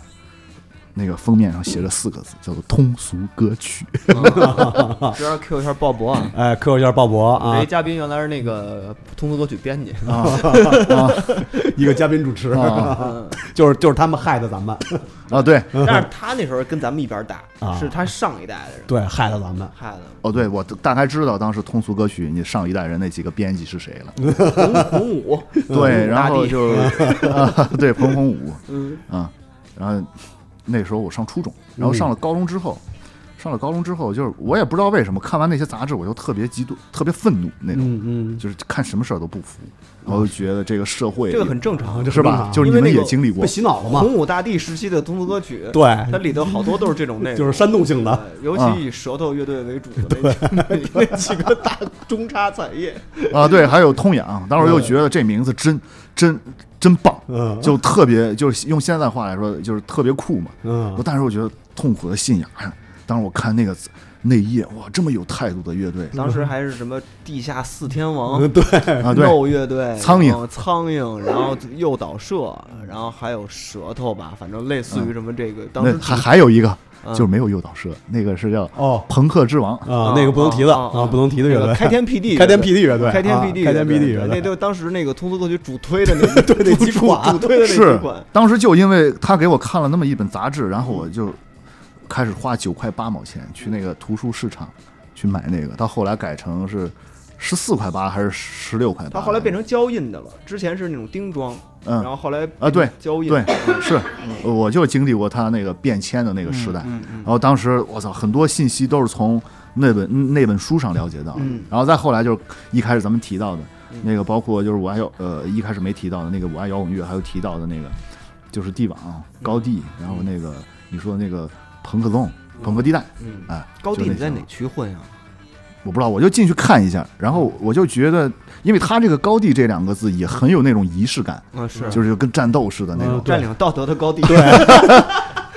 [SPEAKER 6] 那个封面上写着四个字，叫做通俗歌曲。
[SPEAKER 1] 这边 Q 一下鲍勃啊，
[SPEAKER 3] 哎，Q 一下鲍勃
[SPEAKER 1] 这
[SPEAKER 3] 啊
[SPEAKER 1] 一，嘉宾原来是那个通俗歌曲编辑，
[SPEAKER 6] 啊
[SPEAKER 3] 一个嘉宾主持，
[SPEAKER 6] 啊
[SPEAKER 3] 就是就是他们害的咱们，
[SPEAKER 6] 啊！对，
[SPEAKER 1] 但是他那时候跟咱们一边大
[SPEAKER 3] 啊，
[SPEAKER 1] 是他上一代的人
[SPEAKER 3] 对，害了咱们。
[SPEAKER 1] 害的。
[SPEAKER 6] 哦对，我大概知道当时通俗歌曲你上一代人那几个编辑是谁了。
[SPEAKER 1] 洪洪武，
[SPEAKER 6] 对，
[SPEAKER 1] 嗯
[SPEAKER 6] 然
[SPEAKER 1] 大
[SPEAKER 6] 后
[SPEAKER 1] 地
[SPEAKER 6] 就啊，对彭洪武，
[SPEAKER 1] 嗯
[SPEAKER 6] 啊，然后那时候我上初中，然后上了高中之后，上了高中之后，就是我也不知道为什么看完那些杂志，我就特别激动，特别愤怒那种，
[SPEAKER 3] 嗯嗯，
[SPEAKER 6] 就是看什么事儿都不服，然后就觉得这个社会
[SPEAKER 1] 哦这个很
[SPEAKER 3] 啊
[SPEAKER 1] 正常。
[SPEAKER 6] 是吧？就是
[SPEAKER 1] 因
[SPEAKER 6] 你
[SPEAKER 1] 为
[SPEAKER 6] 们
[SPEAKER 1] 那
[SPEAKER 6] 也
[SPEAKER 1] 个
[SPEAKER 6] 经历过
[SPEAKER 3] 被，洗脑了嘛？
[SPEAKER 1] 洪武大帝时期的通俗歌曲，它
[SPEAKER 3] 对，
[SPEAKER 1] 里头好多都是这种内容，
[SPEAKER 3] 就是煽动性的。
[SPEAKER 1] 呃尤其以舌头乐队为主的那那几个大中插产业，
[SPEAKER 6] 啊，对，还有痛痒，当时又觉得这名字真真真棒，
[SPEAKER 3] 嗯
[SPEAKER 6] 就特别就是用现在话来说就是特别酷嘛。
[SPEAKER 3] 嗯
[SPEAKER 6] 我，但是我觉得痛苦的信仰，当时我看那个内页，哇，这么有态度的乐队
[SPEAKER 1] 当时还是什么地下四天王。
[SPEAKER 3] 对，
[SPEAKER 6] 啊，对，
[SPEAKER 1] 肉乐队、
[SPEAKER 6] 苍蝇
[SPEAKER 1] 然后苍蝇，然后诱导社，然后还有舌头吧，反正类似于什么这个，当时
[SPEAKER 6] 那还还有一个
[SPEAKER 1] 嗯
[SPEAKER 6] 就是没有诱导社，那个是叫
[SPEAKER 3] 哦
[SPEAKER 6] 朋克之王。
[SPEAKER 3] 啊，那个不能提的
[SPEAKER 1] 啊啊
[SPEAKER 3] 啊，不能提的乐
[SPEAKER 1] 那个
[SPEAKER 3] 队，
[SPEAKER 1] 开天辟 地，
[SPEAKER 3] 开天辟地乐队，
[SPEAKER 1] 开天
[SPEAKER 3] 啊
[SPEAKER 1] 辟地乐队，
[SPEAKER 3] 开天辟地乐
[SPEAKER 1] 对
[SPEAKER 3] 队
[SPEAKER 1] 那，就当时那个通俗歌曲主推的那对
[SPEAKER 3] 那几款
[SPEAKER 1] 主推的那
[SPEAKER 6] 是
[SPEAKER 1] 几款，
[SPEAKER 6] 当时就因为他给我看了那么一本杂志，然后我就开始花九块八毛钱去那个图书市场去买那个，到后来改成是十四块八还是十六块八？
[SPEAKER 1] 它后来变成胶印的了，之前是那种钉装，
[SPEAKER 6] 嗯
[SPEAKER 1] 然后后来
[SPEAKER 6] 啊对
[SPEAKER 1] 胶印
[SPEAKER 6] 对，是，呃我就经历过他那个变迁的那个时代。
[SPEAKER 1] 嗯嗯
[SPEAKER 6] 然后当时我操，很多信息都是从那本那本书上了解到的。
[SPEAKER 1] 嗯
[SPEAKER 6] 然后再后来就是一开始咱们提到的、那个，包括就是我爱摇呃一开始没提到的那个我爱摇滚乐，还有提到的那个就是帝
[SPEAKER 1] 嗯
[SPEAKER 6] 王高地，然后那个你说那个朋克 zone 朋克地带，
[SPEAKER 1] 嗯
[SPEAKER 6] 哎，
[SPEAKER 1] 高
[SPEAKER 6] 就
[SPEAKER 1] 地
[SPEAKER 6] 那
[SPEAKER 1] 你在
[SPEAKER 6] 些
[SPEAKER 1] 哪区混啊？
[SPEAKER 6] 我不知道，我就进去看一下，然
[SPEAKER 1] 嗯
[SPEAKER 6] 后我就觉得，因为他这个高地这两个字也很有那种仪式感，
[SPEAKER 1] 啊是
[SPEAKER 6] 就是跟战斗似的那种。
[SPEAKER 1] 占领道德的高地，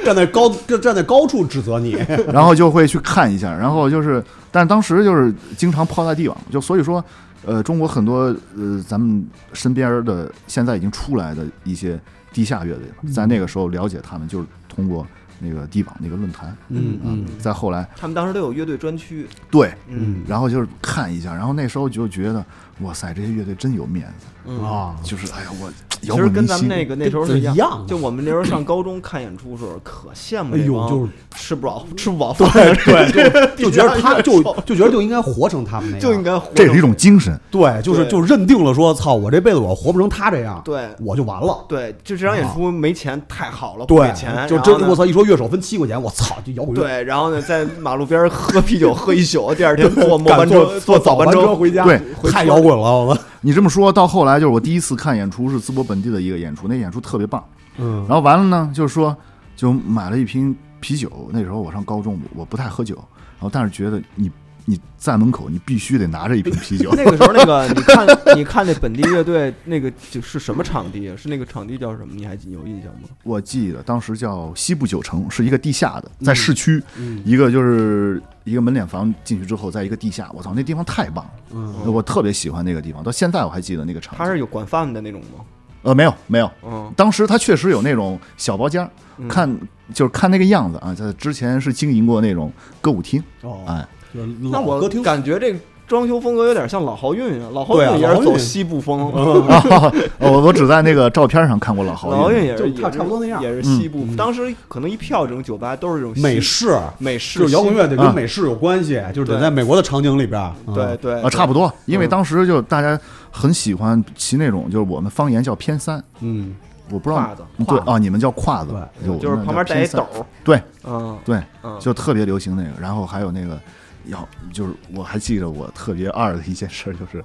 [SPEAKER 3] 站在高站在高处指责你，
[SPEAKER 6] 然后就会去看一下，然后就是，但当时就是经常泡在地网，就所以说，呃，中国很多呃咱们身边的现在已经出来的一些地下乐队
[SPEAKER 2] 嗯
[SPEAKER 6] 吧，在那个时候了解他们，就是通过那个地网那个论坛，
[SPEAKER 3] 嗯
[SPEAKER 6] 啊
[SPEAKER 3] 嗯，
[SPEAKER 6] 再后来
[SPEAKER 1] 他们当时都有乐队专区，
[SPEAKER 6] 对，
[SPEAKER 1] 嗯
[SPEAKER 6] 然后就是看一下，然后那时候就觉得，哇塞，这些乐队真有面子，
[SPEAKER 1] 嗯
[SPEAKER 3] 啊，
[SPEAKER 6] 就是哎呀我
[SPEAKER 2] 其
[SPEAKER 6] 摇
[SPEAKER 2] 实
[SPEAKER 6] 滚
[SPEAKER 2] 跟
[SPEAKER 6] 明
[SPEAKER 2] 咱们
[SPEAKER 6] 星
[SPEAKER 2] 那个那时候
[SPEAKER 3] 这
[SPEAKER 2] 是
[SPEAKER 3] 一
[SPEAKER 2] 样。
[SPEAKER 3] 样的
[SPEAKER 2] 就我们那时候上高中看演出的时候，可羡慕
[SPEAKER 3] 哎
[SPEAKER 2] 这
[SPEAKER 3] 呦
[SPEAKER 2] 帮
[SPEAKER 3] 就是
[SPEAKER 2] 吃不饱吃不饱饭的 人， 对
[SPEAKER 3] 就觉得他就就觉得就应该活成他们那样，
[SPEAKER 2] 就应该活
[SPEAKER 6] 这是一种精神。
[SPEAKER 3] 对，就是
[SPEAKER 2] 对
[SPEAKER 3] 就认定了说，操，我这辈子我活不成他这样，
[SPEAKER 2] 对
[SPEAKER 3] 我就完了。
[SPEAKER 2] 对，就这场演出没钱太好了，不
[SPEAKER 3] 啊对
[SPEAKER 2] 给，钱
[SPEAKER 3] 就
[SPEAKER 2] 然后
[SPEAKER 3] 真
[SPEAKER 2] 呢
[SPEAKER 3] 我操，一说乐手分七块钱，我操，就摇滚乐，
[SPEAKER 2] 对，然后呢，在马路边儿喝啤酒喝一宿，第二天坐末
[SPEAKER 3] 敢
[SPEAKER 2] 班
[SPEAKER 3] 坐
[SPEAKER 2] 车，
[SPEAKER 3] 坐
[SPEAKER 2] 坐早
[SPEAKER 3] 班
[SPEAKER 2] 班
[SPEAKER 3] 车
[SPEAKER 2] 车。
[SPEAKER 3] 回家，
[SPEAKER 6] 对
[SPEAKER 3] 太摇滚 了，我操，
[SPEAKER 6] 你这么说到后来，就是我第一次看演出是淄博本地的一个演出，那演出特别棒。
[SPEAKER 3] 嗯
[SPEAKER 6] 然后完了呢，就是说就买了一瓶啤酒，那时候我上高中，我不太喝酒，然后但是觉得你你在门口，你必须得拿着一瓶啤酒
[SPEAKER 2] 。那个时候，那个你看，你看那本地乐队，那个就是什么场地啊？是那个场地叫什么？你还有印象吗？
[SPEAKER 6] 我记得当时叫西部九城，是一个地下的，在市区，
[SPEAKER 3] 嗯
[SPEAKER 6] 一个就是一个门脸房进去之后，在一个地下，我操，那地方太棒了，
[SPEAKER 3] 嗯，
[SPEAKER 2] 嗯
[SPEAKER 6] 我特别喜欢那个地方，到现在我还记得那个场景。
[SPEAKER 2] 他是有管饭的那种吗？
[SPEAKER 6] 呃没有没有，
[SPEAKER 2] 嗯，
[SPEAKER 6] 当时他确实有那种小包间儿，
[SPEAKER 2] 嗯
[SPEAKER 6] 看就是看那个样子啊，他之前是经营过那种歌舞厅，
[SPEAKER 3] 哦，
[SPEAKER 6] 哎，
[SPEAKER 3] 就是
[SPEAKER 2] 那
[SPEAKER 3] 老
[SPEAKER 2] 我
[SPEAKER 3] 歌厅
[SPEAKER 2] 感觉这个装修风格有点像老豪运啊，老豪
[SPEAKER 3] 对啊
[SPEAKER 2] 运也
[SPEAKER 3] 老
[SPEAKER 2] 是
[SPEAKER 3] 豪
[SPEAKER 2] 走
[SPEAKER 3] 运嗯
[SPEAKER 2] 西部风，
[SPEAKER 6] 啊我我只在那个照片上看过老
[SPEAKER 2] 老豪
[SPEAKER 6] 豪
[SPEAKER 2] 运
[SPEAKER 6] 运，
[SPEAKER 2] 也
[SPEAKER 3] 就是差差不多那样
[SPEAKER 2] 也是西
[SPEAKER 6] 嗯
[SPEAKER 2] 部。当时可能一票这种酒吧都是这种西
[SPEAKER 3] 美式，
[SPEAKER 2] 美式
[SPEAKER 3] 就是摇滚
[SPEAKER 2] 西
[SPEAKER 3] 乐得
[SPEAKER 6] 啊
[SPEAKER 3] 跟美式有关系，就是得
[SPEAKER 2] 对
[SPEAKER 3] 在美国的场景里边，
[SPEAKER 2] 部，
[SPEAKER 3] 嗯
[SPEAKER 2] 对，对
[SPEAKER 6] 啊，差不多，因为
[SPEAKER 2] 嗯
[SPEAKER 6] 当时就大家很喜欢骑那种，就是我们方言叫偏三，
[SPEAKER 3] 嗯，
[SPEAKER 6] 我不知道
[SPEAKER 2] 胯子
[SPEAKER 6] 你
[SPEAKER 3] 胯
[SPEAKER 6] 对
[SPEAKER 3] 子
[SPEAKER 6] 啊，你们叫胯子，
[SPEAKER 3] 对
[SPEAKER 6] 我们
[SPEAKER 2] 就是
[SPEAKER 6] 叫
[SPEAKER 2] 旁边带一
[SPEAKER 6] 偏
[SPEAKER 2] 斗
[SPEAKER 6] 三
[SPEAKER 2] 儿，
[SPEAKER 6] 对
[SPEAKER 2] 嗯
[SPEAKER 6] 对，
[SPEAKER 2] 嗯，
[SPEAKER 6] 就特别流行那个，然后还有那个要就是我还记得我特别二的一件事儿就是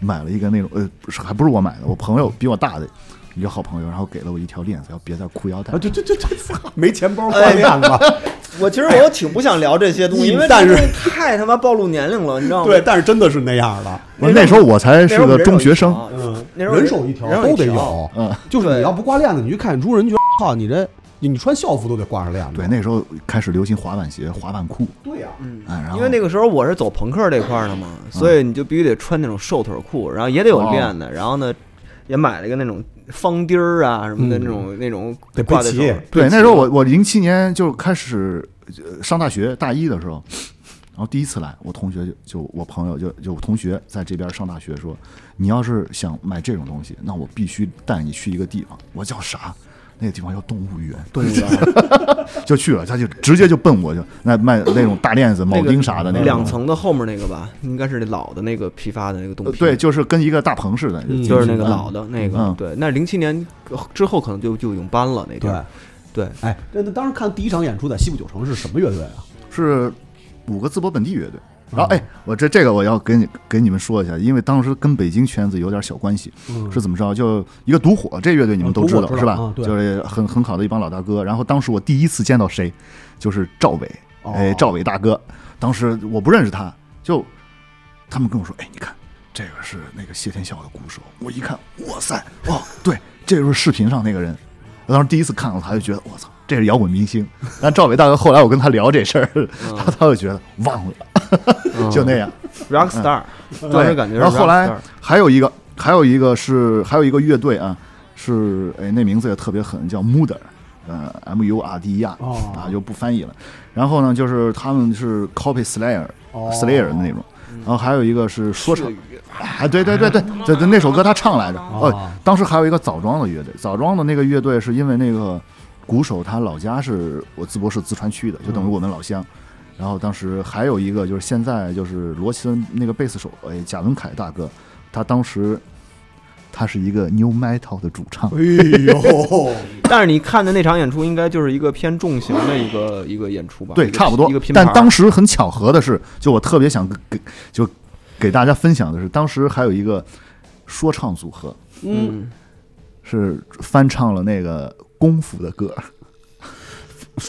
[SPEAKER 6] 买了一个那种呃不是还不是我买的，我朋友比我大的一个好朋友，然后给了我一条链子，要别在裤腰带
[SPEAKER 3] 啊，。就就就就没钱包
[SPEAKER 2] 哎
[SPEAKER 3] 挂 链子，
[SPEAKER 2] 我其实我挺不想聊这些 东西，因为
[SPEAKER 3] 但是
[SPEAKER 2] 这东西太他妈暴露年龄了，你知道吗？
[SPEAKER 3] 对，，但是真的是那样的，
[SPEAKER 6] 我那时候我才是个中学生，
[SPEAKER 3] 嗯，
[SPEAKER 2] 啊那时候
[SPEAKER 3] 人手一条
[SPEAKER 2] 人手一
[SPEAKER 3] 都得
[SPEAKER 2] 条
[SPEAKER 3] 有，
[SPEAKER 6] 嗯，
[SPEAKER 3] 就是
[SPEAKER 2] 对
[SPEAKER 3] 你要不挂链子，你去看演出，人觉得操，你这你你穿校服都得挂上链子，
[SPEAKER 6] 对，那时候开始流行滑板鞋、滑板裤，
[SPEAKER 3] 对呀，
[SPEAKER 2] 嗯
[SPEAKER 6] 哎，然后
[SPEAKER 2] 因为那个时候我是走朋克这块儿的嘛，所以你就必须得穿那种瘦腿裤，然后也得
[SPEAKER 6] 哦
[SPEAKER 2] 有链子，然后呢，也买了一个那种方钉儿啊什么的
[SPEAKER 3] 嗯
[SPEAKER 2] 那种那种
[SPEAKER 3] 得
[SPEAKER 2] 挂
[SPEAKER 3] 背
[SPEAKER 2] 在
[SPEAKER 3] 齐
[SPEAKER 2] 手上。
[SPEAKER 6] 对那时候我我零七年就开始呃上大学，大一的时候，然后第一次来，我同学就就我朋友就就我同学在这边上大学说，你要是想买这种东西，那我必须带你去一个地方，我叫啥？那个地方叫动物园，
[SPEAKER 2] 动物园
[SPEAKER 6] 就去了，他就直接就奔我就那卖那种大链子、铆钉啥的那
[SPEAKER 2] 嗯
[SPEAKER 6] 种，
[SPEAKER 2] 两层的后面那个吧，应该是那老的那个批发的那个东
[SPEAKER 6] 呃
[SPEAKER 2] 西，
[SPEAKER 6] 对，，就是跟一个大棚似的，
[SPEAKER 3] 嗯
[SPEAKER 2] 就是那个老的那个
[SPEAKER 6] 嗯，
[SPEAKER 2] 对，那零七年之后可能就就已经搬了那地
[SPEAKER 3] 对，
[SPEAKER 2] 儿，对，
[SPEAKER 3] 哎，那那当时看第一场演出在西部九城是什么乐队啊？
[SPEAKER 6] 是五个淄博本地乐队。
[SPEAKER 3] 嗯
[SPEAKER 6] 然后，哎，我这这个我要给你给你们说一下，因为当时跟北京圈子有点小关系，
[SPEAKER 3] 嗯
[SPEAKER 6] 是怎么着？就一个独火这乐队你们都
[SPEAKER 3] 嗯
[SPEAKER 6] 知
[SPEAKER 3] 独火
[SPEAKER 6] 道
[SPEAKER 3] 知道
[SPEAKER 6] 是吧
[SPEAKER 3] 啊？对
[SPEAKER 6] 就是很很好的一帮老大哥。然后当时我第一次见到谁，就是赵伟，
[SPEAKER 3] 哦
[SPEAKER 6] 哎，赵伟大哥。当时我不认识他，就他们跟我说，哎，你看这个是那个谢天笑的鼓手。我一看，哇塞，哦，对，这就是视频上那个人。我当时第一次看到他，就觉得我操，这是摇滚明星。但赵伟大哥后来我跟他聊这事儿，
[SPEAKER 2] 嗯
[SPEAKER 6] 他他就觉得忘了， 就那样。
[SPEAKER 2] rock star，当时
[SPEAKER 6] 嗯对，
[SPEAKER 2] 感觉是 rock star。
[SPEAKER 6] 然后后来还有一个，还有一个是还有一个乐队啊，是哎那名字也特别狠，叫 Murder，呃 M U R D E R
[SPEAKER 3] 哦
[SPEAKER 6] 啊就不翻译了。然后呢，就是他们是 copy Slayer
[SPEAKER 3] 哦
[SPEAKER 6] Slayer 的那种。
[SPEAKER 2] 嗯
[SPEAKER 6] 然后还有一个是说唱
[SPEAKER 2] 日，语
[SPEAKER 6] 哎，对对对对，对对，那首歌他唱来着。
[SPEAKER 3] 哦
[SPEAKER 6] 哦，当时还有一个枣庄的乐队，枣庄的那个乐队是因为那个鼓手他老家是我淄博市淄川区的，就等于我们老乡。然后当时还有一个就是现在就是罗奇的那个贝斯手，哎，贾文凯大哥，他当时他是一个 new metal 的主唱，
[SPEAKER 3] 哎呦，
[SPEAKER 2] 但是你看的那场演出，应该就是一个偏重型的一个一个演出吧？
[SPEAKER 6] 对，
[SPEAKER 2] 一个
[SPEAKER 6] 差不多
[SPEAKER 2] 一个拼。
[SPEAKER 6] 但
[SPEAKER 2] 盘儿
[SPEAKER 6] 当时很巧合的是，就我特别想给给就给大家分享的是，当时还有一个说唱组合，
[SPEAKER 2] 嗯，
[SPEAKER 6] 是翻唱了那个功夫的歌，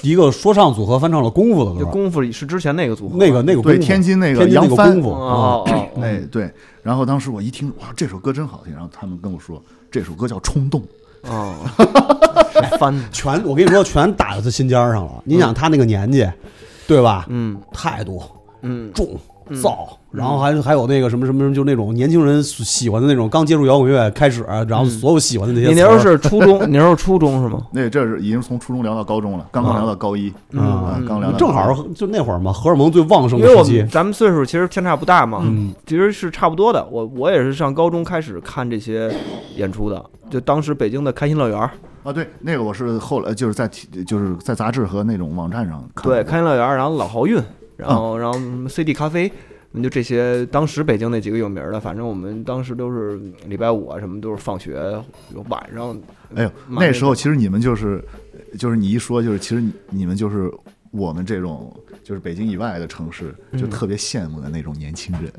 [SPEAKER 3] 一个说唱组合翻唱了功夫的
[SPEAKER 2] 就
[SPEAKER 3] 歌，
[SPEAKER 2] 功夫是之前那个组合，
[SPEAKER 3] 那个那个功夫
[SPEAKER 6] 对天津那个
[SPEAKER 3] 天津那个
[SPEAKER 6] 杨帆
[SPEAKER 3] 功夫啊，
[SPEAKER 2] 哦哦哦
[SPEAKER 6] 哎，对。然后当时我一听，哇，这首歌真好听。然后他们跟我说，这首歌叫《冲动》。
[SPEAKER 2] 哦， 是哦翻的
[SPEAKER 3] 全我跟你说全打在他心尖儿上了。你想他那个年纪，对吧？
[SPEAKER 2] 嗯
[SPEAKER 3] 态度
[SPEAKER 2] 嗯
[SPEAKER 3] 重，燥，然后还还有那个什么什么什么，就那种年轻人喜欢的那种，刚接触摇滚乐开始，然后所有喜欢的那些
[SPEAKER 2] 嗯你
[SPEAKER 3] 词
[SPEAKER 2] 那
[SPEAKER 3] 儿，
[SPEAKER 2] 时候是初 中，你那时候初中是吗？
[SPEAKER 6] 那这是已经从初中聊到高中了，刚刚聊到高一，啊，刚聊到
[SPEAKER 3] 正好就那会儿嘛，荷尔蒙最旺盛
[SPEAKER 2] 因
[SPEAKER 3] 的
[SPEAKER 2] 为我
[SPEAKER 3] 时期
[SPEAKER 2] 们。咱们岁数其实相差不大嘛，
[SPEAKER 3] 嗯
[SPEAKER 2] 其实是差不多的。我我也是上高中开始看这些演出的，就当时北京的开心乐园，
[SPEAKER 6] 啊，对，那个我是后来就是在体就是在杂志和那种网站上看
[SPEAKER 2] 对，
[SPEAKER 6] 的，
[SPEAKER 2] 开心乐园，嗯然后老豪运，然后然后什么 CD 咖啡。那就这些，当时北京那几个有名儿的，反正我们当时都是礼拜五啊，什么都是放学晚上。
[SPEAKER 6] 哎呦，
[SPEAKER 2] 买那
[SPEAKER 6] 那时候其实你们就是，就是你一说就是，其实你你们就是我们这种就是北京以外的城市
[SPEAKER 3] 嗯
[SPEAKER 6] 就特别羡慕的那种年轻人。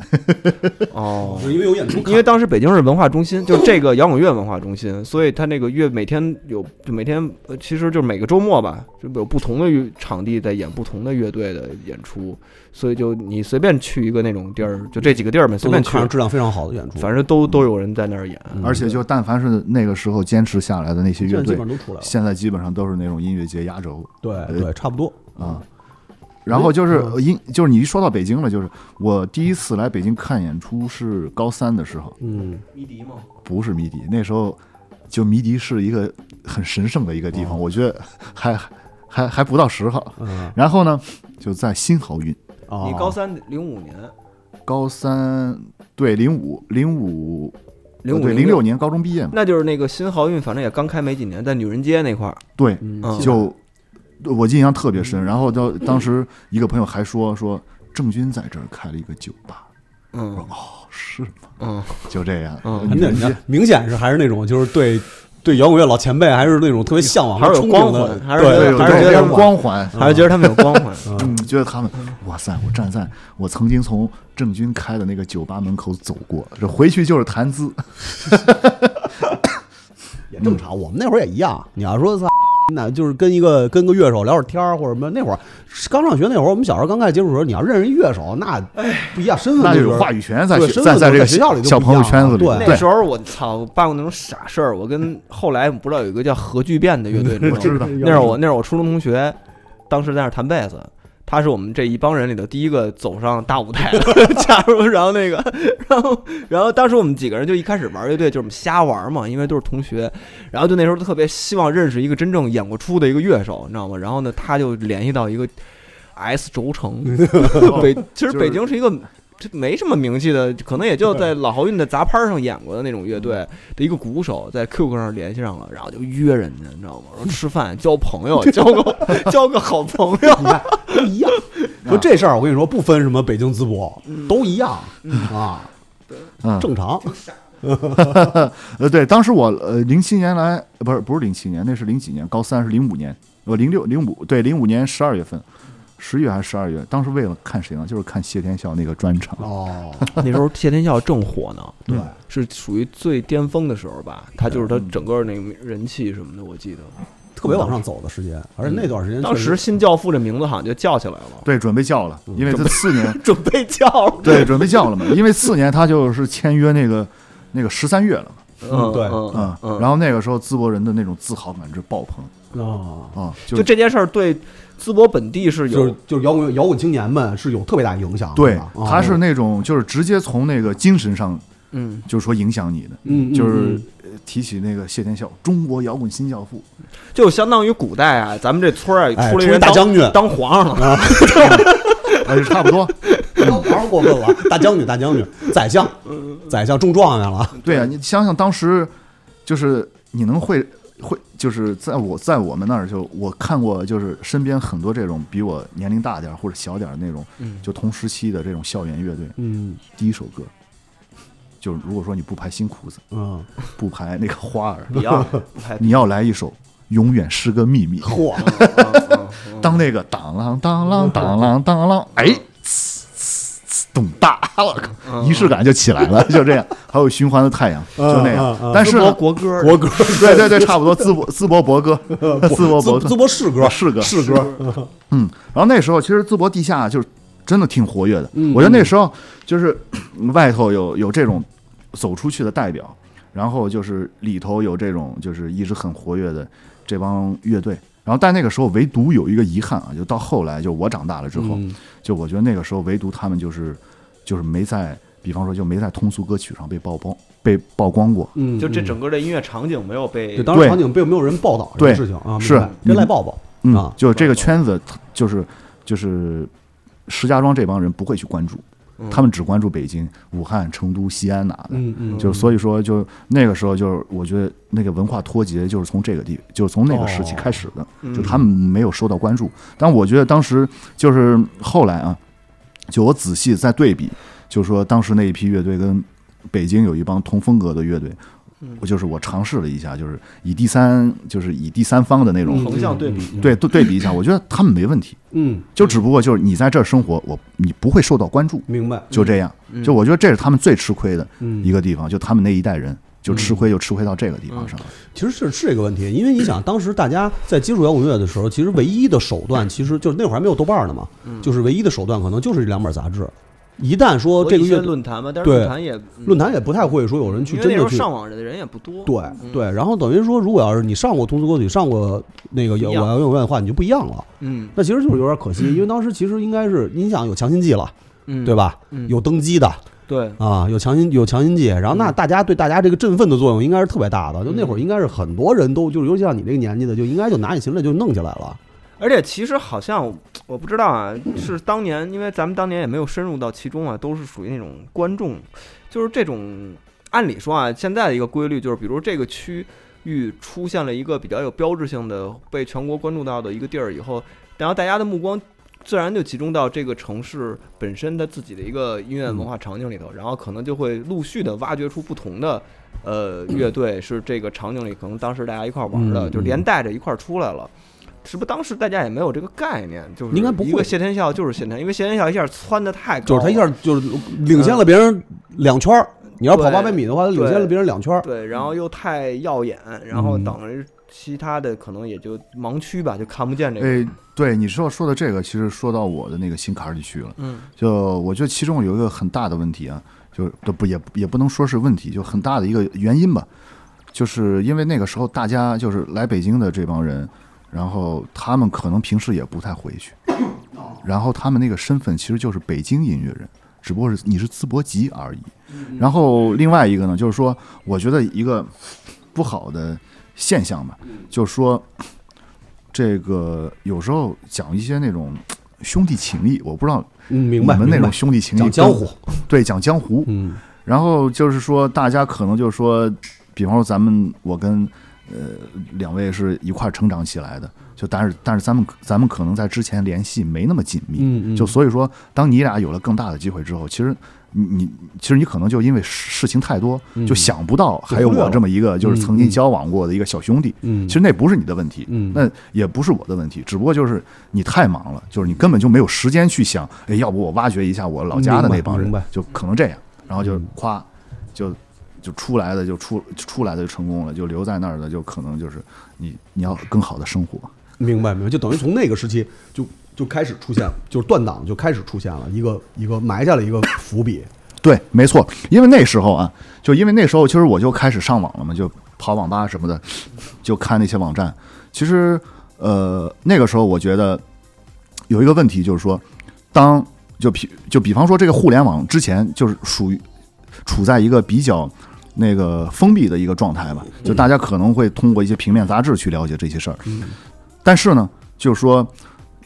[SPEAKER 2] 哦，
[SPEAKER 3] 因为有演出
[SPEAKER 2] 因为当时北京是文化中心， 就是这个摇滚乐文化中心，所以它那个呃乐每天有，就每天呃其实就是每个周末吧，就有不同的乐场地在演不同的乐队的演出，所以就你随便去一个那种地儿，就这几个地儿嘛，随
[SPEAKER 3] 都
[SPEAKER 2] 便
[SPEAKER 3] 能
[SPEAKER 2] 去，
[SPEAKER 3] 看着质量非常好的演出，
[SPEAKER 2] 反正都都有人在那儿演。
[SPEAKER 3] 嗯
[SPEAKER 6] 而且就但凡是那个时候坚持下来的那些
[SPEAKER 3] 现在基
[SPEAKER 6] 乐队
[SPEAKER 3] 本上，都出来了。
[SPEAKER 6] 现在基本上都是那种音乐节压轴
[SPEAKER 2] 哎
[SPEAKER 3] 对对，差不多。
[SPEAKER 6] 啊。然后就是
[SPEAKER 3] 嗯
[SPEAKER 6] 呃音，就是你一说到北京了，就是我第一次来北京看演出是高三的时候，
[SPEAKER 3] 嗯，
[SPEAKER 2] 迷笛吗？
[SPEAKER 6] 不是迷笛，那时候就迷笛是一个很神圣的一个地
[SPEAKER 3] 哦
[SPEAKER 6] 方，我觉得还还还不到十号。
[SPEAKER 3] 嗯
[SPEAKER 6] 然后呢，就在新好运，
[SPEAKER 3] 哦
[SPEAKER 2] 你高三零五年，
[SPEAKER 6] 高三对零五零五
[SPEAKER 2] 05
[SPEAKER 6] 对零
[SPEAKER 2] 06
[SPEAKER 6] 六年高中毕业嘛，
[SPEAKER 2] 那就是那个新豪运，反正也刚开没几年，在女人街那块儿，
[SPEAKER 6] 对，
[SPEAKER 3] 嗯
[SPEAKER 2] 嗯
[SPEAKER 6] 就我印象特别深。然后到当时一个朋友还说说郑钧在这儿开了一个酒吧，我
[SPEAKER 2] 嗯
[SPEAKER 6] 说哦是吗？
[SPEAKER 2] 嗯，
[SPEAKER 6] 就这样，
[SPEAKER 2] 嗯
[SPEAKER 6] 你
[SPEAKER 3] 那
[SPEAKER 6] 们
[SPEAKER 3] 那明显是还是那种就是对对摇滚乐老前辈还是那种特别向往
[SPEAKER 2] 还是有
[SPEAKER 3] 憧
[SPEAKER 2] 光
[SPEAKER 3] 憬的，
[SPEAKER 2] 环还是
[SPEAKER 3] 对
[SPEAKER 2] 觉
[SPEAKER 6] 对
[SPEAKER 2] 得
[SPEAKER 6] 有
[SPEAKER 2] 还是觉
[SPEAKER 6] 这
[SPEAKER 2] 得
[SPEAKER 6] 种光环。
[SPEAKER 2] 还是觉得他们有光环。
[SPEAKER 6] 嗯，觉得他们，哇塞！我站在我曾经从郑钧开的那个酒吧门口走过，这回去就是谈资。
[SPEAKER 3] 也正常。我们那会儿也一样。你要说操，那就是跟一个跟个乐手聊会儿天儿或者什么。那会儿刚上学那会儿，我们小时候刚开始接触的时候，你要认识一乐手，那
[SPEAKER 2] 哎
[SPEAKER 3] 不一样，身份
[SPEAKER 6] 那就
[SPEAKER 3] 就
[SPEAKER 6] 有
[SPEAKER 3] 是
[SPEAKER 6] 话语权在
[SPEAKER 3] 对
[SPEAKER 6] 学
[SPEAKER 3] 身份
[SPEAKER 6] 在
[SPEAKER 3] 就在
[SPEAKER 6] 在这个
[SPEAKER 3] 学校里就
[SPEAKER 6] 小
[SPEAKER 3] 不一
[SPEAKER 6] 朋友
[SPEAKER 3] 样
[SPEAKER 6] 圈
[SPEAKER 3] 了
[SPEAKER 6] 子里，
[SPEAKER 3] 对
[SPEAKER 2] 那时候我操，办过那种傻事儿。我跟后来不知道有一个叫核聚变的乐队，你
[SPEAKER 6] 我
[SPEAKER 2] 知道吗
[SPEAKER 6] 知道。
[SPEAKER 2] 那是我那是我初中同学，当时在那儿弹贝斯，他是我们这一帮人里头第一个走上大舞台的 加入，然后那个， 然后然后当时我们几个人就一开始玩乐队，就是我们瞎玩嘛，因为都是同学，然后就那时候特别希望认识一个真正演过出的一个乐手，你知道吗？然后呢，他就联系到一个 S 轴承，北其实
[SPEAKER 6] 就是
[SPEAKER 2] 北京是一个。这没什么名气的，可能也就在老豪运的杂牌上演过的那种乐队的一个鼓手，在 QQ 上联系上了，然后就约人家，你知 道吗？说吃饭、交朋 友、交个交个好朋友。
[SPEAKER 3] 你看都一样。说这事儿，我跟你说，不分什么北京、淄博，都一样啊，
[SPEAKER 6] 嗯，
[SPEAKER 3] 正常。
[SPEAKER 6] 呃，对，当时我呃零七年来，呃不是不是零七年，那是零几年，高三是零五年，我零六零五对零五年十二月份，十月还是十二月，当时为了看谁呢？就是看谢天笑那个专场，
[SPEAKER 3] 哦，
[SPEAKER 2] 那时候谢天笑正火呢，嗯
[SPEAKER 3] 对，
[SPEAKER 2] 是属于最巅峰的时候吧？他就是他整个那个人气什么的，我记得。
[SPEAKER 3] 特别往上走的时间，而且那段时间
[SPEAKER 2] 当
[SPEAKER 3] 确实
[SPEAKER 2] 时新教父这名字好像就叫起来了，
[SPEAKER 6] 对，准备叫了，因为他次年
[SPEAKER 2] 准备叫了。
[SPEAKER 6] 对准备叫了嘛，因为次年他就是签约那个那个十三月了
[SPEAKER 2] 嗯，
[SPEAKER 3] 对
[SPEAKER 6] 嘛，嗯，
[SPEAKER 2] 嗯，
[SPEAKER 6] 然后那个时候淄博人的那种自豪感就爆棚
[SPEAKER 3] 啊，
[SPEAKER 6] 啊，
[SPEAKER 2] 就这件事儿对淄博本地是
[SPEAKER 3] 就是
[SPEAKER 2] 有
[SPEAKER 3] 就是摇滚摇滚青年们是有特别大影响的。
[SPEAKER 6] 对
[SPEAKER 3] 啊，
[SPEAKER 6] 他是那种就是直接从那个精神上
[SPEAKER 2] 嗯
[SPEAKER 6] 就是说影响你的，
[SPEAKER 3] 嗯，嗯
[SPEAKER 6] 就是
[SPEAKER 3] 嗯
[SPEAKER 6] 呃提起那个谢天笑，中国摇滚新教父，
[SPEAKER 2] 就相当于古代啊，咱们这村儿啊
[SPEAKER 3] 哎
[SPEAKER 2] 出来
[SPEAKER 3] 出一
[SPEAKER 2] 人
[SPEAKER 3] 大
[SPEAKER 2] 当
[SPEAKER 3] 将军
[SPEAKER 2] 当皇
[SPEAKER 3] 嗯
[SPEAKER 2] 上了，
[SPEAKER 6] 呃，差不多。
[SPEAKER 3] 啊玩儿过分了，大将军，大将军，宰相，宰相中状元了，
[SPEAKER 6] 对啊，你想想当时，就是你能会会，就是在我在我们那儿就我看过，就是身边很多这种比我年龄大点儿或者小点儿的那种，
[SPEAKER 2] 嗯
[SPEAKER 6] 就同时期的这种校园乐队，
[SPEAKER 3] 嗯
[SPEAKER 6] 第一首歌。就是如果说你不排新裤子，
[SPEAKER 3] 嗯，
[SPEAKER 6] 不排那个花儿，
[SPEAKER 2] 一 样，哎还
[SPEAKER 6] 你要来一首《永远是个秘密》，
[SPEAKER 3] 嚯，
[SPEAKER 6] 当那个当啷当啷当啷当啷，哎，呲呲呲咚大，我靠，
[SPEAKER 3] 嗯
[SPEAKER 6] 仪式感就起来了，就这样。还有循环的太阳，就那
[SPEAKER 3] 嗯嗯嗯
[SPEAKER 6] 样。但是
[SPEAKER 2] 淄
[SPEAKER 6] 呢
[SPEAKER 2] 博国歌，
[SPEAKER 3] 国 歌，
[SPEAKER 6] 对对对，差不多，淄博淄博博哥，淄博
[SPEAKER 3] 淄
[SPEAKER 6] 博 哥啊
[SPEAKER 3] 淄，博是歌，
[SPEAKER 6] 是歌
[SPEAKER 3] 是歌，
[SPEAKER 6] 嗯。然后那时候其实淄博地下就是真的挺活跃的，
[SPEAKER 3] 嗯
[SPEAKER 6] 我觉得那时候就是 嗯外头有有这种走出去的代表，然后就是里头有这种就是一直很活跃的这帮乐队。然后但那个时候唯独有一个遗憾啊，就到后来就我长大了之后，
[SPEAKER 3] 嗯
[SPEAKER 6] 就我觉得那个时候唯独他们就是就是没在，比方说就没在通俗歌曲上被曝光被曝光过。
[SPEAKER 3] 嗯，
[SPEAKER 1] 就这
[SPEAKER 3] 嗯
[SPEAKER 1] 整个的音乐场景没有被
[SPEAKER 3] 对，当时
[SPEAKER 6] 对
[SPEAKER 3] 场景并没有人报道这个
[SPEAKER 6] 对
[SPEAKER 3] 事情啊，
[SPEAKER 6] 是
[SPEAKER 3] 明白
[SPEAKER 6] 你
[SPEAKER 3] 跟赖抱抱，啊
[SPEAKER 6] 嗯，就这个圈子，就是就是石家庄这帮人不会去关注，
[SPEAKER 1] 嗯
[SPEAKER 6] 他们只关注北京、武汉、成都、西安哪的。
[SPEAKER 3] 嗯嗯，
[SPEAKER 6] 就所以说，就那个时候，就是我觉得那个文化脱节，就是从这个地，就是从那个时期
[SPEAKER 1] 哦
[SPEAKER 6] 开始的，
[SPEAKER 1] 嗯
[SPEAKER 6] 就他们没有受到关注。但我觉得当时就是后来啊，就我仔细再对比，就是说当时那一批乐队跟北京有一帮同风格的乐队，
[SPEAKER 1] 嗯
[SPEAKER 6] 我就是我尝试了一下，就是以第三，就是以第三方的那种
[SPEAKER 3] 嗯
[SPEAKER 1] 横向对比，
[SPEAKER 3] 嗯嗯
[SPEAKER 6] 对对对比一下，我觉得他们没问题，
[SPEAKER 3] 嗯，
[SPEAKER 6] 就只不过就是你在这儿生活，我你不会受到关注，
[SPEAKER 3] 明白，
[SPEAKER 6] 就这样。
[SPEAKER 1] 嗯
[SPEAKER 6] 就我觉得这是他们最吃亏的
[SPEAKER 3] 嗯，
[SPEAKER 6] 一个地方，就他们那一代人就吃
[SPEAKER 1] 嗯
[SPEAKER 6] 亏，就吃亏到这个地方上了。
[SPEAKER 3] 其实是是这个问题，因为你想，当时大家在接触摇滚乐的时候，其实唯一的手段，其实就是那会儿还没有豆瓣呢嘛，
[SPEAKER 1] 嗯
[SPEAKER 3] 就是唯一的手段可能就是这两本杂志。一旦说
[SPEAKER 1] 和
[SPEAKER 3] 这个
[SPEAKER 1] 一些
[SPEAKER 3] 乐队
[SPEAKER 1] 论坛嘛，但是
[SPEAKER 3] 对
[SPEAKER 1] 论坛也嗯
[SPEAKER 3] 论坛也不太会说有人去
[SPEAKER 1] 因为那
[SPEAKER 3] 真
[SPEAKER 1] 时
[SPEAKER 3] 的
[SPEAKER 1] 候
[SPEAKER 3] 去
[SPEAKER 1] 上网的人也不多，
[SPEAKER 3] 对
[SPEAKER 1] 嗯
[SPEAKER 3] 对，，然后等于说，如果要是你上过通俗歌曲，上过那个摇
[SPEAKER 1] 一
[SPEAKER 3] 滚
[SPEAKER 1] 样
[SPEAKER 3] 摇滚乐的话，你就不一样了。
[SPEAKER 1] 嗯
[SPEAKER 3] 那其实就是有点可惜，因为当时其实应该是你想有强心剂了，
[SPEAKER 1] 嗯，
[SPEAKER 3] 对？吧？
[SPEAKER 1] 嗯
[SPEAKER 3] 有登基的
[SPEAKER 1] 对，
[SPEAKER 3] 啊，有强心有强心剂，然后
[SPEAKER 6] 嗯
[SPEAKER 3] 那大家对大家这个振奋的作用应该是特别大的。就那会儿应该是很多人都就是，尤其像你这个年纪的，就应该就拿起琴来就弄起来了。
[SPEAKER 1] 而且其实好像我不知道啊，是当年因为咱们当年也没有深入到其中啊，都是属于那种观众，就是这种按理说啊，现在的一个规律就是，比如这个区域出现了一个比较有标志性的被全国关注到的一个地儿以后，然后大家的目光。自然就集中到这个城市本身它自己的一个音乐文化场景里头，然后可能就会陆续的挖掘出不同的呃乐队是这个场景里可能当时大家一块儿玩的，
[SPEAKER 3] 嗯
[SPEAKER 1] 就连带着一块儿出来了。是不是当时大家也没有这个概念，就是
[SPEAKER 3] 应该不会
[SPEAKER 1] 一个谢天笑就是谢天，因为谢天笑一下窜的太高
[SPEAKER 3] 就
[SPEAKER 1] 了，
[SPEAKER 3] 是他一
[SPEAKER 6] 哦
[SPEAKER 3] 下就是领先了别人两圈儿。你要跑八百米的话，他领先了别人两圈儿。
[SPEAKER 1] 对，然后又太耀眼，然
[SPEAKER 3] 嗯
[SPEAKER 1] 后等于其他的可能也就盲区吧，就看不见这个。
[SPEAKER 6] 哎，对你说说的这个，其实说到我的那个心坎儿里去了。
[SPEAKER 1] 嗯，
[SPEAKER 6] 就我觉得其中有一个很大的问题啊，就是都不也也不能说是问题，就很大的一个原因吧，就是因为那个时候大家就是来北京的这帮人，然后他们可能平时也不太回去，
[SPEAKER 1] 哦
[SPEAKER 6] 然后他们那个身份其实就是北京音乐人，只不过是你是淄博籍而已。
[SPEAKER 1] 嗯
[SPEAKER 6] 然后另外一个呢，就是说，我觉得一个不好的现象
[SPEAKER 1] 嗯
[SPEAKER 6] 吧，就是说，这个有时候讲一些那种兄弟情谊，我不知道
[SPEAKER 3] 嗯，明
[SPEAKER 6] 我
[SPEAKER 3] 白。
[SPEAKER 6] 们那
[SPEAKER 3] 明白
[SPEAKER 6] 种兄弟情谊
[SPEAKER 3] 讲江
[SPEAKER 6] 跟，
[SPEAKER 3] 湖，
[SPEAKER 6] 对讲江湖。
[SPEAKER 3] 嗯
[SPEAKER 6] 然后就是说，大家可能就是说，比方说咱们我跟呃两位是一块儿成长起来的，就但是但是咱们咱们可能在之前联系没那么紧密，
[SPEAKER 3] 嗯嗯，
[SPEAKER 6] 就所以说，当你俩有了更大的机会之后，其实你你其实你可能就因为事事情太多，
[SPEAKER 3] 嗯
[SPEAKER 6] 就想不到还
[SPEAKER 3] 就
[SPEAKER 6] 有
[SPEAKER 3] 忽略
[SPEAKER 6] 我
[SPEAKER 3] 了
[SPEAKER 6] 这么一个就
[SPEAKER 3] 嗯
[SPEAKER 6] 是曾经
[SPEAKER 3] 嗯
[SPEAKER 6] 交往过的一个小兄弟。
[SPEAKER 3] 嗯，
[SPEAKER 6] 其实那不是你的问题，
[SPEAKER 3] 嗯
[SPEAKER 6] 那也不是我的问题，只不过就是你太忙了，就是你根本就没有时间去想，哎，要不我挖掘一下我老家的那帮人
[SPEAKER 3] 明白明白，
[SPEAKER 6] 就可能这样，然后就
[SPEAKER 3] 嗯
[SPEAKER 6] 夸，就就出来的就出出来的就成功了，就留在那儿的就可能就是你你要更好的生活，
[SPEAKER 3] 明白明白，就等于从那个时期就就开始出现，就是断档就开始出现了一个一个埋下了一个伏笔。
[SPEAKER 6] 对，没错，因为那时候啊，就因为那时候，其实我就开始上网了嘛，就跑网吧什么的，就看那些网站。其实，呃，那个时候我觉得有一个问题，就是说，当就比就比方说这个互联网之前，就是属于处在一个比较那个封闭的一个状态吧，就大家可能会通过一些平面杂志去了解这些事儿。但是呢，就是说，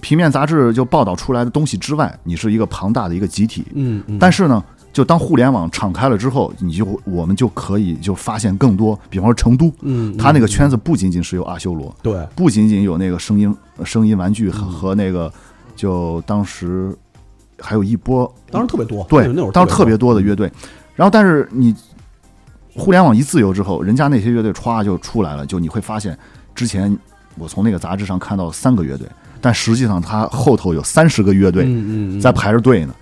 [SPEAKER 6] 平面杂志就报道出来的东西之外，你是一个庞大的一个集体，
[SPEAKER 3] 嗯嗯，
[SPEAKER 6] 但是呢，就当互联网敞开了之后，你就我们就可以就发现更多，比方说成都，
[SPEAKER 3] 嗯，
[SPEAKER 6] 它那个圈子不仅仅是有阿修罗，
[SPEAKER 3] 对，
[SPEAKER 6] 不仅仅有那个声音声音玩具
[SPEAKER 3] 嗯
[SPEAKER 6] 和和那个，就当时还有一波，
[SPEAKER 3] 当时特别嗯多，
[SPEAKER 6] 对
[SPEAKER 3] 那会儿，
[SPEAKER 6] 当时特别多的乐队，然后但是你互联网一自由之后，人家那些乐队歘就出来了，就你会发现之前我从那个杂志上看到三个乐队，但实际上它后头有三十个乐队，
[SPEAKER 3] 嗯嗯嗯，
[SPEAKER 6] 在排着队呢。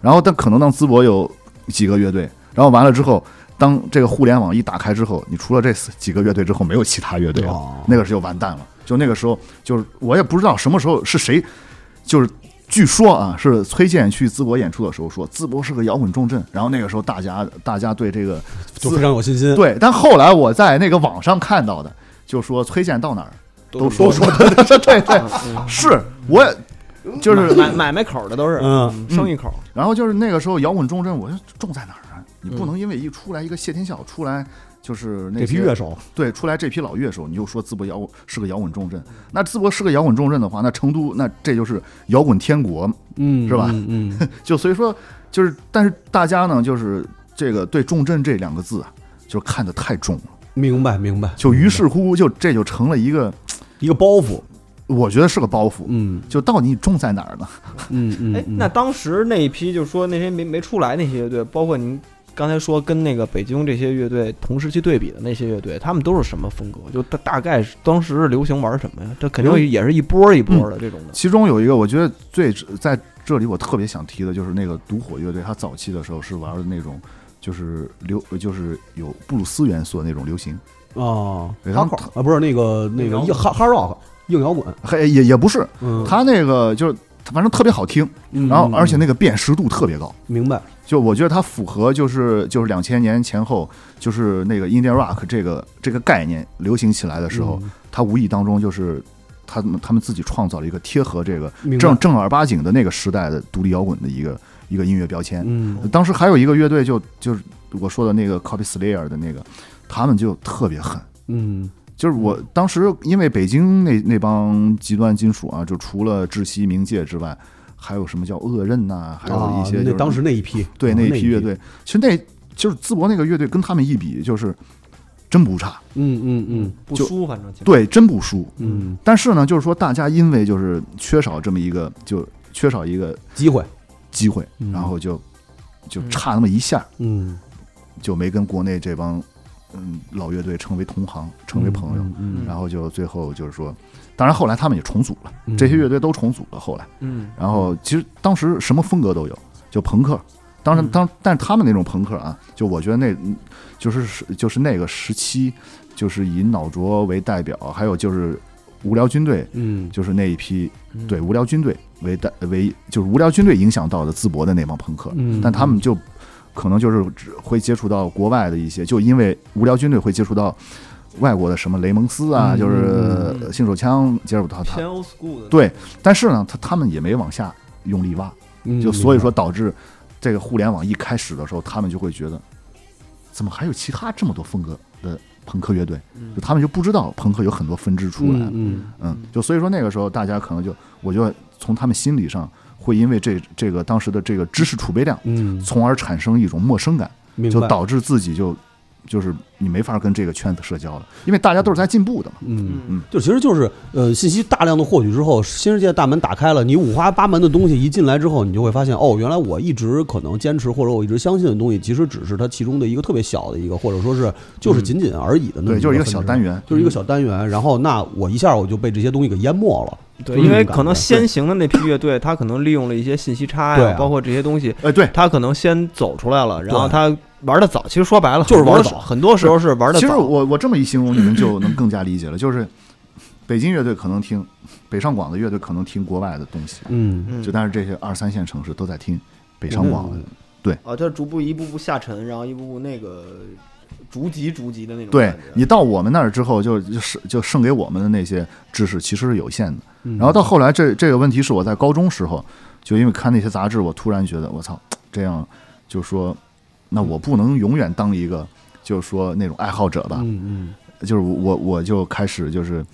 [SPEAKER 6] 然后但可能当淄博有几个乐队，然后完了之后，当这个互联网一打开之后，你除了这四几个乐队之后，没有其他乐队了，
[SPEAKER 3] 哦
[SPEAKER 6] 那个时候就完蛋了。就那个时候，就是我也不知道什么时候是谁，就是据说啊，是崔健去淄博演出的时候说，淄博是个摇滚重镇。然后那个时候大家 大家对这个
[SPEAKER 3] 就非常有信心，
[SPEAKER 6] 对，但后来我在那个网上看到的，就说崔健到哪儿。
[SPEAKER 1] 都
[SPEAKER 6] 都说对对对对，是我也就是
[SPEAKER 1] 买买卖口的都是，
[SPEAKER 3] 嗯
[SPEAKER 1] 生意口。
[SPEAKER 6] 然后就是那个时候摇滚重镇，我说重在哪儿啊？你不能因为一出来一个谢天笑出来就是那
[SPEAKER 3] 这批
[SPEAKER 6] 些
[SPEAKER 3] 乐手，
[SPEAKER 6] 对出来这批老乐手，你就说淄博摇滚是个摇滚重镇。那淄博是个摇滚重镇的话，那成都那这就是摇滚天国。
[SPEAKER 3] 嗯
[SPEAKER 6] 是吧
[SPEAKER 3] 嗯，嗯
[SPEAKER 6] 就所以说就是，但是大家呢就是这个对重镇这两个字啊，就是看得太重了，
[SPEAKER 3] 明白明白，
[SPEAKER 6] 就于是乎就这就成了一个，
[SPEAKER 3] 一个包袱，
[SPEAKER 6] 我觉得是个包袱。
[SPEAKER 3] 嗯
[SPEAKER 6] 就到底重在哪儿呢？
[SPEAKER 3] 嗯嗯，
[SPEAKER 1] 哎，
[SPEAKER 3] 嗯
[SPEAKER 1] 那当时那一批就说那些没没出来那些乐队，包括您刚才说跟那个北京这些乐队同时期对比的那些乐队，他们都是什么风格？就大大概是当时是流行玩什么呀？这肯定也是一波一波的
[SPEAKER 3] 嗯
[SPEAKER 1] 这种的。
[SPEAKER 6] 其中有一个，我觉得最在这里我特别想提的就是那个独火乐队，它早期的时候是玩的那种，就是流呃就是有布鲁斯元素的那种流行，
[SPEAKER 3] 哦，
[SPEAKER 6] 对
[SPEAKER 3] 哈
[SPEAKER 6] 他们
[SPEAKER 3] 口啊，不是那个那个
[SPEAKER 1] 硬摇滚
[SPEAKER 3] 硬哈哈 rock 硬摇滚，
[SPEAKER 6] 还也也不是，
[SPEAKER 3] 嗯，
[SPEAKER 6] 它那个就是反正特别好听，
[SPEAKER 3] 嗯
[SPEAKER 6] 然后而且
[SPEAKER 3] 嗯
[SPEAKER 6] 那个辨识度特别高，
[SPEAKER 3] 明白，
[SPEAKER 6] 就我觉得它符合就是就是两千年前后就是那个 indie rock 这个这个概念流行起来的时候，
[SPEAKER 3] 嗯
[SPEAKER 6] 它无意当中就是他们他们自己创造了一个贴合这个
[SPEAKER 3] 明白
[SPEAKER 6] 正正儿八经的那个时代的独立摇滚的一个一个音乐标签。
[SPEAKER 3] 嗯
[SPEAKER 6] 当时还有一个乐队就就是我说的那个 Copy Slayer 的那个，他们就特别狠。
[SPEAKER 3] 嗯
[SPEAKER 6] 就是我当时因为北京那那帮极端金属啊，就除了窒息、冥界之外，还有什么叫恶刃呐、还有
[SPEAKER 3] 啊
[SPEAKER 6] 一些就是、
[SPEAKER 3] 那当时那一批，
[SPEAKER 6] 对
[SPEAKER 3] 啊
[SPEAKER 6] 那
[SPEAKER 3] 那
[SPEAKER 6] 一批乐队，其实那就是淄博那个乐队跟他们一比，就是真不差，
[SPEAKER 3] 嗯嗯嗯
[SPEAKER 1] 不
[SPEAKER 6] 就
[SPEAKER 1] 输，反正其实
[SPEAKER 6] 对，真不输。
[SPEAKER 3] 嗯，
[SPEAKER 6] 但是呢，就是说大家因为就是缺少这么一个，就缺少一个
[SPEAKER 3] 机会，
[SPEAKER 6] 机会，
[SPEAKER 3] 嗯
[SPEAKER 6] 然后就就差那么一下，
[SPEAKER 3] 嗯，
[SPEAKER 6] 就没跟国内这帮嗯老乐队成为同行，成为朋友。
[SPEAKER 3] 嗯，
[SPEAKER 6] 然后就最后就是说，当然后来他们也重组了，
[SPEAKER 3] 嗯
[SPEAKER 6] 这些乐队都重组了。后来，
[SPEAKER 1] 嗯，
[SPEAKER 6] 然后其实当时什么风格都有，就朋克。当然，
[SPEAKER 1] 嗯
[SPEAKER 6] 当但是他们那种朋克啊，就我觉得那，就是就是那个时期，就是以脑浊为代表，还有就是无聊军队，
[SPEAKER 3] 嗯，
[SPEAKER 6] 就是那一批
[SPEAKER 1] 嗯
[SPEAKER 6] 对无聊军队为代为就是无聊军队影响到的淄博的那帮朋克，
[SPEAKER 3] 嗯
[SPEAKER 6] 但他们就可能就是只会接触到国外的一些，就因为无聊军队会接触到外国的什么雷蒙斯啊，
[SPEAKER 3] 嗯
[SPEAKER 6] 就
[SPEAKER 1] 嗯
[SPEAKER 6] 是呃
[SPEAKER 1] 嗯
[SPEAKER 6] 新手枪接触到他
[SPEAKER 1] 偏，old school 的。
[SPEAKER 6] 对，但是呢，他他们也没往下用力挖，
[SPEAKER 3] 嗯
[SPEAKER 6] 就所以说，导致这个互联网一开始的时候，他们就会觉得，怎么还有其他这么多风格的朋克乐队？
[SPEAKER 1] 嗯
[SPEAKER 6] 就他们就不知道朋克有很多分支出来了。
[SPEAKER 3] 嗯
[SPEAKER 6] 嗯，就所以说那个时候大家可能就，我就从他们心理上会因为这这个当时的这个知识储备量，
[SPEAKER 3] 嗯，
[SPEAKER 6] 从而产生一种陌生感，
[SPEAKER 3] 明
[SPEAKER 6] 就
[SPEAKER 3] 白，
[SPEAKER 6] 导致自己就就是你没法跟这个圈子社交了，因为大家都是在进步的嘛。
[SPEAKER 3] 嗯。
[SPEAKER 1] 嗯
[SPEAKER 3] 就其实就是，呃，信息大量的获取之后，新世界大门打开了，你五花八门的东西一进来之后，你就会发现，哦，原来我一直可能坚持或者我一直相信的东西，其实只是它其中的一个特别小的一个，或者说是就是仅仅而已的那么
[SPEAKER 6] 嗯对，就是一个小
[SPEAKER 3] 分支
[SPEAKER 6] 单元。嗯
[SPEAKER 3] 就是一个小单元，然后那我一下我就被这些东西给淹没了。
[SPEAKER 1] 对，
[SPEAKER 3] 就是
[SPEAKER 1] 因为
[SPEAKER 3] 那种
[SPEAKER 1] 可能
[SPEAKER 3] 感觉
[SPEAKER 1] 先行的那批乐队，他可能利用了一些信息差
[SPEAKER 3] 对
[SPEAKER 1] 呀
[SPEAKER 3] 啊，
[SPEAKER 1] 包括这些东西，
[SPEAKER 6] 哎，对，
[SPEAKER 1] 他可能先走出来了，然后
[SPEAKER 3] 对
[SPEAKER 1] 他玩的早。其实说白了，
[SPEAKER 3] 就是玩得
[SPEAKER 1] 很多时
[SPEAKER 3] 早
[SPEAKER 1] 很多时候是玩的
[SPEAKER 6] 其
[SPEAKER 1] 早。
[SPEAKER 6] 实我我这么一形容，你们就能更加理解了。就是北京乐队可能听北上广的乐队可能听国外的东西，
[SPEAKER 3] 嗯，
[SPEAKER 1] 嗯
[SPEAKER 6] 就但是这些二三线城市都在听北上广的。
[SPEAKER 1] 啊，它逐步一步步下沉，然后一步步那个逐级逐级的那种
[SPEAKER 6] 对你到我们那儿之后就，就是就剩给我们的那些知识其实是有限的。然后到后来这，这个问题是我在高中时候，就因为看那些杂志，我突然觉得我操，这样就说，那我不能永远当一个就是说那种爱好者吧，
[SPEAKER 3] 嗯
[SPEAKER 6] 就是我我就开始就是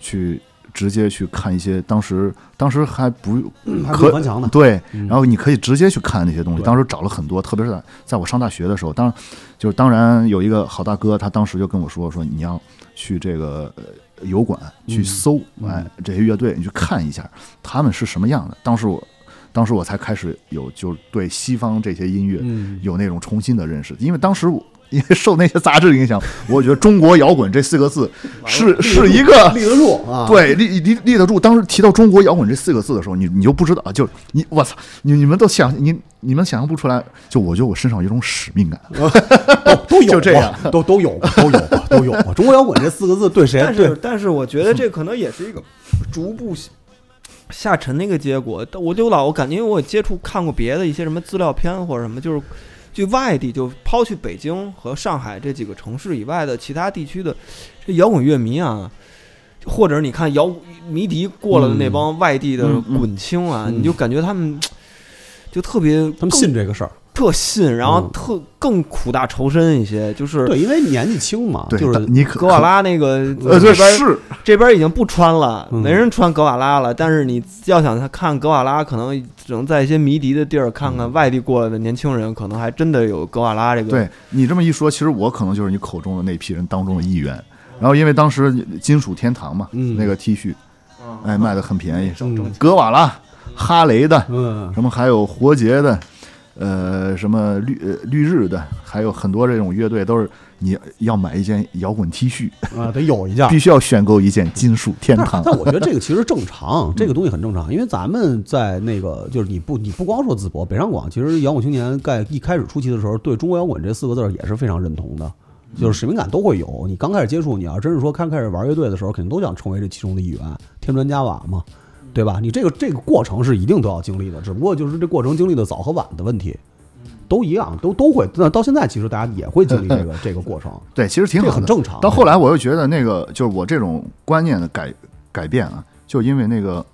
[SPEAKER 6] 去直接去看一些当时当时还不
[SPEAKER 3] 嗯，还
[SPEAKER 6] 可
[SPEAKER 3] 蛮强的。
[SPEAKER 6] 对，
[SPEAKER 3] 然
[SPEAKER 6] 然后你可以直接去看那些东西。
[SPEAKER 3] 对
[SPEAKER 6] 当时找了很多，特别是在在我上大学的时候，当就是当然有一个好大哥，他当时就跟我说说你要去这个呃油管去
[SPEAKER 3] 嗯
[SPEAKER 6] 搜，
[SPEAKER 3] 嗯
[SPEAKER 6] 哎，这些乐队你去看一下他们是什么样的。当时我当时我才开始有就对西方这些音乐
[SPEAKER 3] 嗯
[SPEAKER 6] 有那种重新的认识，因为当时我。因为受那些杂志影响，我觉得“中国摇滚”这四个字是是一个
[SPEAKER 3] 立得住啊，，
[SPEAKER 6] 对，立立立得住。当时提到中国摇滚这四个字的时候，你你就不知道，啊，就是你我操，你你们都想你你们想象不出来。就我觉得我身上有一种使命感，
[SPEAKER 3] 哦都有
[SPEAKER 6] 就这
[SPEAKER 3] 过
[SPEAKER 6] 样，
[SPEAKER 3] 都都有过，都有过，都有过。中国摇滚这四个字对谁
[SPEAKER 1] 但
[SPEAKER 3] 哎对嗯
[SPEAKER 1] 是，但是我觉得这可能也是一个逐步下下沉的一个结果。但我就老我感觉，因为我接触看过别的一些什么资料片或者什么，就是就外地，就抛去北京和上海这几个城市以外的其他地区的这摇滚乐迷啊，
[SPEAKER 2] 或者你看摇迷笛过了的那帮外地的
[SPEAKER 6] 嗯嗯嗯
[SPEAKER 2] 滚青啊，
[SPEAKER 3] 嗯
[SPEAKER 2] 你就感觉他们就特别
[SPEAKER 3] 他
[SPEAKER 2] 更
[SPEAKER 3] 们信这个事儿，
[SPEAKER 2] 特信，然后
[SPEAKER 3] 嗯
[SPEAKER 2] 特更苦大仇深一些，就是
[SPEAKER 3] 对，因为年纪轻嘛，
[SPEAKER 6] 对，
[SPEAKER 3] 啊就是嗯
[SPEAKER 6] 但你可
[SPEAKER 2] 格瓦，拉那个
[SPEAKER 6] 可呃，对，
[SPEAKER 2] 这边
[SPEAKER 6] 是，
[SPEAKER 2] 这边已经不穿了，
[SPEAKER 3] 嗯
[SPEAKER 2] 没人穿格瓦拉了。但是你要想他看格瓦拉，可能只能在一些迷笛的地儿看看外地过来的年轻人，可能还真的有格瓦拉这个。
[SPEAKER 6] 嗯对你这么一说，其实我可能就是你口中的那批人当中的一员。然后因为当时金属天堂嘛，
[SPEAKER 3] 嗯
[SPEAKER 6] 那个 T 恤，哎，卖的很便宜，
[SPEAKER 3] 嗯
[SPEAKER 6] 格瓦拉、哈雷的，
[SPEAKER 3] 嗯，
[SPEAKER 6] 什么还有活结的，呃，什么绿呃绿日的，还有很多这种乐队都是你要买一件摇滚 T 恤，
[SPEAKER 3] 啊，得有一件儿。
[SPEAKER 6] 必须要选购一件金属天
[SPEAKER 3] 但
[SPEAKER 6] 堂。
[SPEAKER 3] 但我觉得这个其实正常，这个东西很正常，因为咱们在那个就是你不你不光说淄博，北上广其实摇滚青年在一开始初期的时候，对中国摇滚这四个字儿也是非常认同的，就是使命感都会有。你刚开始接触，你要真是说刚开始玩乐队的时候，肯定都想成为这其中的一员，添砖加瓦嘛，
[SPEAKER 6] 嗯
[SPEAKER 3] 对吧？你这个这个过程是一定都要经历的，只不过就是这过程经历的早和晚的问题。
[SPEAKER 6] 嗯
[SPEAKER 3] 都一样，都都会。那到现在，其实大家也会经历 这个这个过程，
[SPEAKER 6] 对，其实挺
[SPEAKER 3] 这个
[SPEAKER 6] 好的，
[SPEAKER 3] 很正常。啊
[SPEAKER 6] 到后来，我又觉得那个就是我这种观念的改改变啊，就因为那个《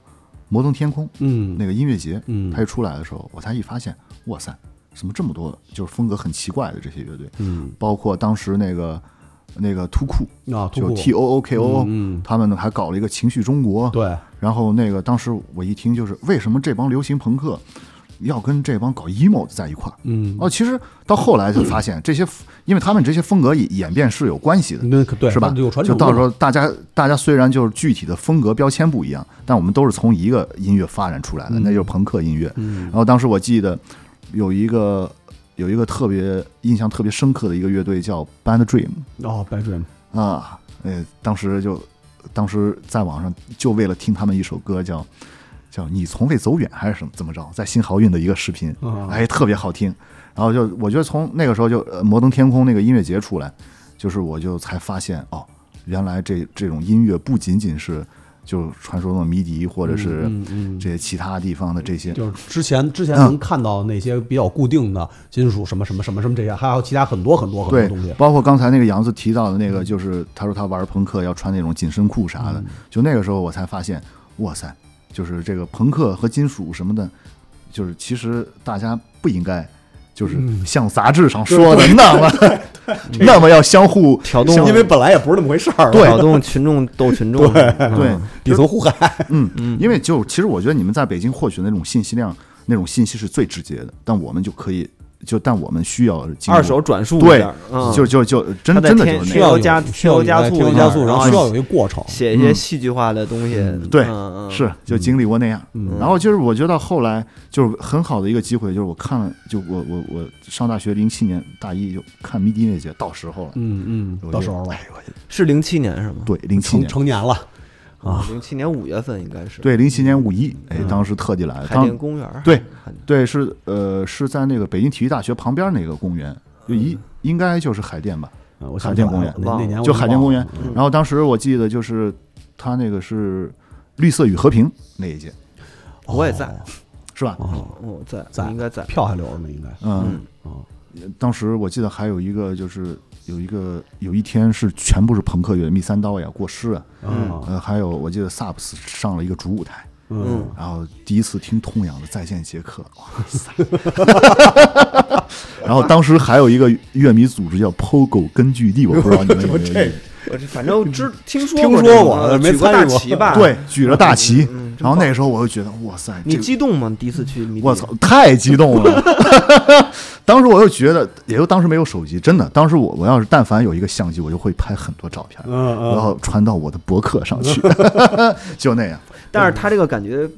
[SPEAKER 6] 摩登天空》
[SPEAKER 3] 嗯，
[SPEAKER 6] 那个音乐节，
[SPEAKER 3] 嗯
[SPEAKER 6] 它一出来的时候，我才一发现，哇塞，怎么这么多就是风格很奇怪的这些乐队，
[SPEAKER 3] 嗯
[SPEAKER 6] 包括当时那个那个突库，
[SPEAKER 3] 啊，
[SPEAKER 6] 就
[SPEAKER 3] 突破
[SPEAKER 6] T O O K O，
[SPEAKER 3] 嗯，嗯
[SPEAKER 6] 他们还搞了一个情绪中国，
[SPEAKER 3] 对，
[SPEAKER 6] 然后那个当时我一听就是为什么这帮流行朋克要跟这帮搞 emo 的在一块儿？
[SPEAKER 3] 嗯，
[SPEAKER 6] 哦，其实到后来才发现这些，因为他们这些风格也演变是有关系的，
[SPEAKER 3] 那可对
[SPEAKER 6] 是吧
[SPEAKER 3] 那？有传
[SPEAKER 6] 就
[SPEAKER 3] 承，
[SPEAKER 6] 到时候大家大家虽然就是具体的风格标签不一样，但我们都是从一个音乐发展出来的，
[SPEAKER 3] 嗯
[SPEAKER 6] 那就是朋克音乐。
[SPEAKER 3] 嗯
[SPEAKER 6] 然后当时我记得有一个有一个特别印象特别深刻的一个乐队叫 Band Dream
[SPEAKER 3] 哦，白 dream，
[SPEAKER 6] 啊，呃，当时就当时在网上就为了听他们一首歌叫叫你从未走远还是什么怎么着，在新豪运的一个视频，
[SPEAKER 3] 啊
[SPEAKER 6] 哎，特别好听。然后就我觉得从那个时候就呃摩登天空那个音乐节出来，就是我就才发现哦，原来这这种音乐不仅仅是就传说中的迷笛或者是
[SPEAKER 3] 嗯嗯，
[SPEAKER 6] 这些嗯其他地方的这些，
[SPEAKER 3] 就是之前之前能看到那些比较固定的金属什么什么什么什么这些，还有其他很多很多很嗯多
[SPEAKER 6] 对
[SPEAKER 3] 东西，，
[SPEAKER 6] 包括刚才那个杨子提到的那个，就是他说他玩朋克要穿那种紧身裤啥
[SPEAKER 3] 嗯
[SPEAKER 6] 的，就那个时候我才发现，哇塞，就是这个朋克和金属什么的，就是其实大家不应该。就是
[SPEAKER 3] 嗯
[SPEAKER 6] 像杂志上说的那 么 那么要相互
[SPEAKER 2] 挑动
[SPEAKER 3] 因为本来也不是那么回事儿，
[SPEAKER 2] 挑动群众斗群众，嗯
[SPEAKER 6] 对，
[SPEAKER 3] 底层互害，
[SPEAKER 6] 嗯，因为就其实我觉得你们在北京获取的那种信息量，那种信息是最直接的，但我们就可以就但我们需要经 过
[SPEAKER 2] 二手转述一
[SPEAKER 6] 对
[SPEAKER 2] 下，嗯，
[SPEAKER 6] 就就就
[SPEAKER 2] 他
[SPEAKER 6] 真
[SPEAKER 2] 在
[SPEAKER 6] 真的
[SPEAKER 2] 天
[SPEAKER 6] 就是
[SPEAKER 2] 需
[SPEAKER 6] 那样
[SPEAKER 2] 要
[SPEAKER 3] 有
[SPEAKER 2] 加
[SPEAKER 3] 需要有
[SPEAKER 2] 需要加速
[SPEAKER 3] 需要
[SPEAKER 2] 一下
[SPEAKER 3] 加速，
[SPEAKER 2] 然
[SPEAKER 3] 然
[SPEAKER 2] 后
[SPEAKER 3] 后需要有一个过 程，
[SPEAKER 2] 写一些戏剧化的东西。
[SPEAKER 6] 嗯对
[SPEAKER 2] 嗯嗯
[SPEAKER 6] 是就经历过那样。
[SPEAKER 3] 嗯
[SPEAKER 6] 然后就是我觉得后来就是很好的一个机会，就是我看了，就我我我上大学零七年大一就看迷笛那届，到时候了，
[SPEAKER 3] 嗯嗯，
[SPEAKER 6] 我就
[SPEAKER 3] 到时候了，
[SPEAKER 2] 是零七年是吗？
[SPEAKER 6] 对，零七
[SPEAKER 3] 成
[SPEAKER 6] 哎年，
[SPEAKER 3] 成年了，啊
[SPEAKER 2] 零七年五月份应该是。，
[SPEAKER 6] 对，零七年五一，哎，当时特地来的，
[SPEAKER 2] 嗯海淀
[SPEAKER 6] 当
[SPEAKER 2] 公园。
[SPEAKER 6] 对，对是呃是在那个北京体育大学旁边那个公园，就
[SPEAKER 2] 嗯
[SPEAKER 6] 一应该就是海淀吧。
[SPEAKER 3] 啊我想
[SPEAKER 6] 海
[SPEAKER 3] 起
[SPEAKER 6] 淀
[SPEAKER 3] 来
[SPEAKER 6] 公
[SPEAKER 3] 了
[SPEAKER 6] 园
[SPEAKER 3] 那那年我
[SPEAKER 6] 就海淀
[SPEAKER 3] 忘
[SPEAKER 6] 公
[SPEAKER 3] 了
[SPEAKER 6] 园。
[SPEAKER 2] 嗯
[SPEAKER 6] 然后当时我记得就是他那个是绿色与和平那一届，
[SPEAKER 2] 我也在
[SPEAKER 3] 哦
[SPEAKER 6] 是吧？
[SPEAKER 3] 哦，
[SPEAKER 2] 我在，
[SPEAKER 3] 在
[SPEAKER 2] 应该在。
[SPEAKER 3] 票还留着呢，应该
[SPEAKER 6] 嗯
[SPEAKER 2] 嗯，
[SPEAKER 3] 啊，
[SPEAKER 6] 当时我记得还有一个就是有一个有一天是全部是朋克乐，密三刀呀、过失啊，
[SPEAKER 3] 嗯
[SPEAKER 6] 呃，还有我记得萨普斯上了一个主舞台，
[SPEAKER 3] 嗯，
[SPEAKER 6] 然后第一次听痛仰的《再见杰克》，哇塞！ 然后当时还有一个乐迷组织叫 POGO 根据地，我不知道你们 有没有印象
[SPEAKER 2] 我这反正
[SPEAKER 6] 嗯
[SPEAKER 2] 知听说
[SPEAKER 3] 听
[SPEAKER 2] 过
[SPEAKER 3] 说
[SPEAKER 2] 这
[SPEAKER 3] 过
[SPEAKER 2] 个
[SPEAKER 3] 没
[SPEAKER 2] 举过
[SPEAKER 3] 参
[SPEAKER 2] 大
[SPEAKER 3] 与过
[SPEAKER 2] 旗吧？
[SPEAKER 6] 对，，举着大旗
[SPEAKER 2] 嗯嗯，真
[SPEAKER 6] 然后那时候我就觉得哇塞，
[SPEAKER 2] 你
[SPEAKER 6] 这个
[SPEAKER 2] 激动吗？第一次去迷笛
[SPEAKER 6] 我操，，太激动了！ 当时我就觉得，也就当时没有手机，真的，当时我我要是但凡有一个相机，我就会拍很多照片，
[SPEAKER 3] 嗯嗯
[SPEAKER 6] 然后传到我的博客 上去，就那样。
[SPEAKER 2] 但是他这个感觉，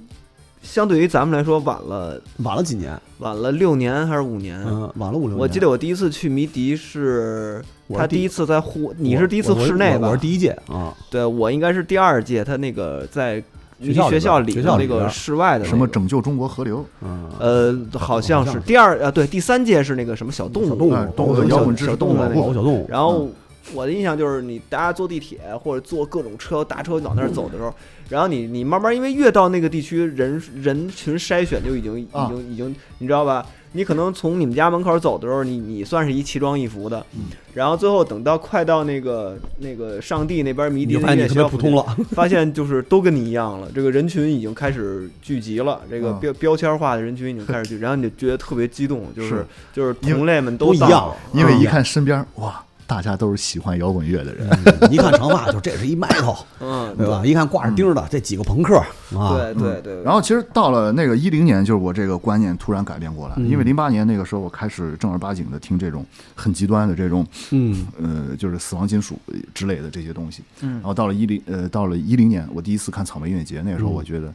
[SPEAKER 2] 相对于咱们来说晚了，
[SPEAKER 3] 嗯晚了几年，
[SPEAKER 2] 晚了六年还是五年？
[SPEAKER 3] 嗯，晚了五六年，
[SPEAKER 2] 我记得我第一次去迷笛是
[SPEAKER 3] 我是
[SPEAKER 2] 他
[SPEAKER 3] 第
[SPEAKER 2] 第一次在户，你
[SPEAKER 3] 我
[SPEAKER 2] 是第一次
[SPEAKER 3] 我
[SPEAKER 2] 室内吧？
[SPEAKER 3] 我我是第一届啊，
[SPEAKER 2] 对我应该是第二届，他那个在
[SPEAKER 3] 学校里边
[SPEAKER 2] 学校里
[SPEAKER 3] 学校里
[SPEAKER 2] 那
[SPEAKER 3] 边啊
[SPEAKER 2] 个室外的那个
[SPEAKER 6] 什么拯救中国河流，
[SPEAKER 3] 嗯，
[SPEAKER 2] 呃，好像
[SPEAKER 3] 好
[SPEAKER 2] 是啊
[SPEAKER 3] 像是
[SPEAKER 2] 第二呃，对，第三届是那个什么小动
[SPEAKER 3] 小
[SPEAKER 2] 物，
[SPEAKER 3] 动
[SPEAKER 6] 哎
[SPEAKER 3] 物，
[SPEAKER 6] 动物
[SPEAKER 3] 小
[SPEAKER 6] 摇滚知识
[SPEAKER 3] 小动
[SPEAKER 2] 动物
[SPEAKER 3] 物，小动物，
[SPEAKER 2] 然后我的印象就是，你大家坐地铁或者坐各种车、搭车往那儿走的时候，然后你你慢慢，因为越到那个地区，人人群筛选就已经已
[SPEAKER 6] 啊
[SPEAKER 2] 经已经，你知道吧？你可能从你们家门口走的时候，你你算是一奇装异服的，
[SPEAKER 3] 嗯
[SPEAKER 2] 然后最后等到快到那个那个上帝那边迷
[SPEAKER 3] 你
[SPEAKER 2] 笛
[SPEAKER 3] 就
[SPEAKER 2] 那
[SPEAKER 3] 发现
[SPEAKER 2] 个
[SPEAKER 3] 你特
[SPEAKER 2] 学
[SPEAKER 3] 别
[SPEAKER 2] 校
[SPEAKER 3] 普
[SPEAKER 2] 附近
[SPEAKER 3] 通，了，
[SPEAKER 2] 发现就是都跟你一样了，这个人群已经开始聚集了，这个
[SPEAKER 6] 嗯
[SPEAKER 2] 标标签化的人群已经开始聚，然后你就觉得特别激动，就是
[SPEAKER 6] 是
[SPEAKER 2] 就是
[SPEAKER 6] 因为
[SPEAKER 2] 同类们
[SPEAKER 3] 都一
[SPEAKER 2] 到
[SPEAKER 3] 样
[SPEAKER 2] 了。，
[SPEAKER 6] 因为一看身边哇，大家都是喜欢摇滚乐的人，
[SPEAKER 3] 嗯一看长发就这是一麦头，
[SPEAKER 2] 嗯，
[SPEAKER 3] 对吧？一看挂着钉儿的这几个朋克啊，
[SPEAKER 2] 对？对对对。
[SPEAKER 6] 嗯然后其实到了那个一零年，就是我这个观念突然改变过来，
[SPEAKER 2] 嗯
[SPEAKER 6] 因为零八年那个时候我开始正儿八经的听这种很极端的这种，
[SPEAKER 3] 嗯，
[SPEAKER 6] 呃，就是死亡金属之类的这些东西。嗯，然后到了一零呃，到了一零年，我第一次看草莓音乐节，那个时候我觉得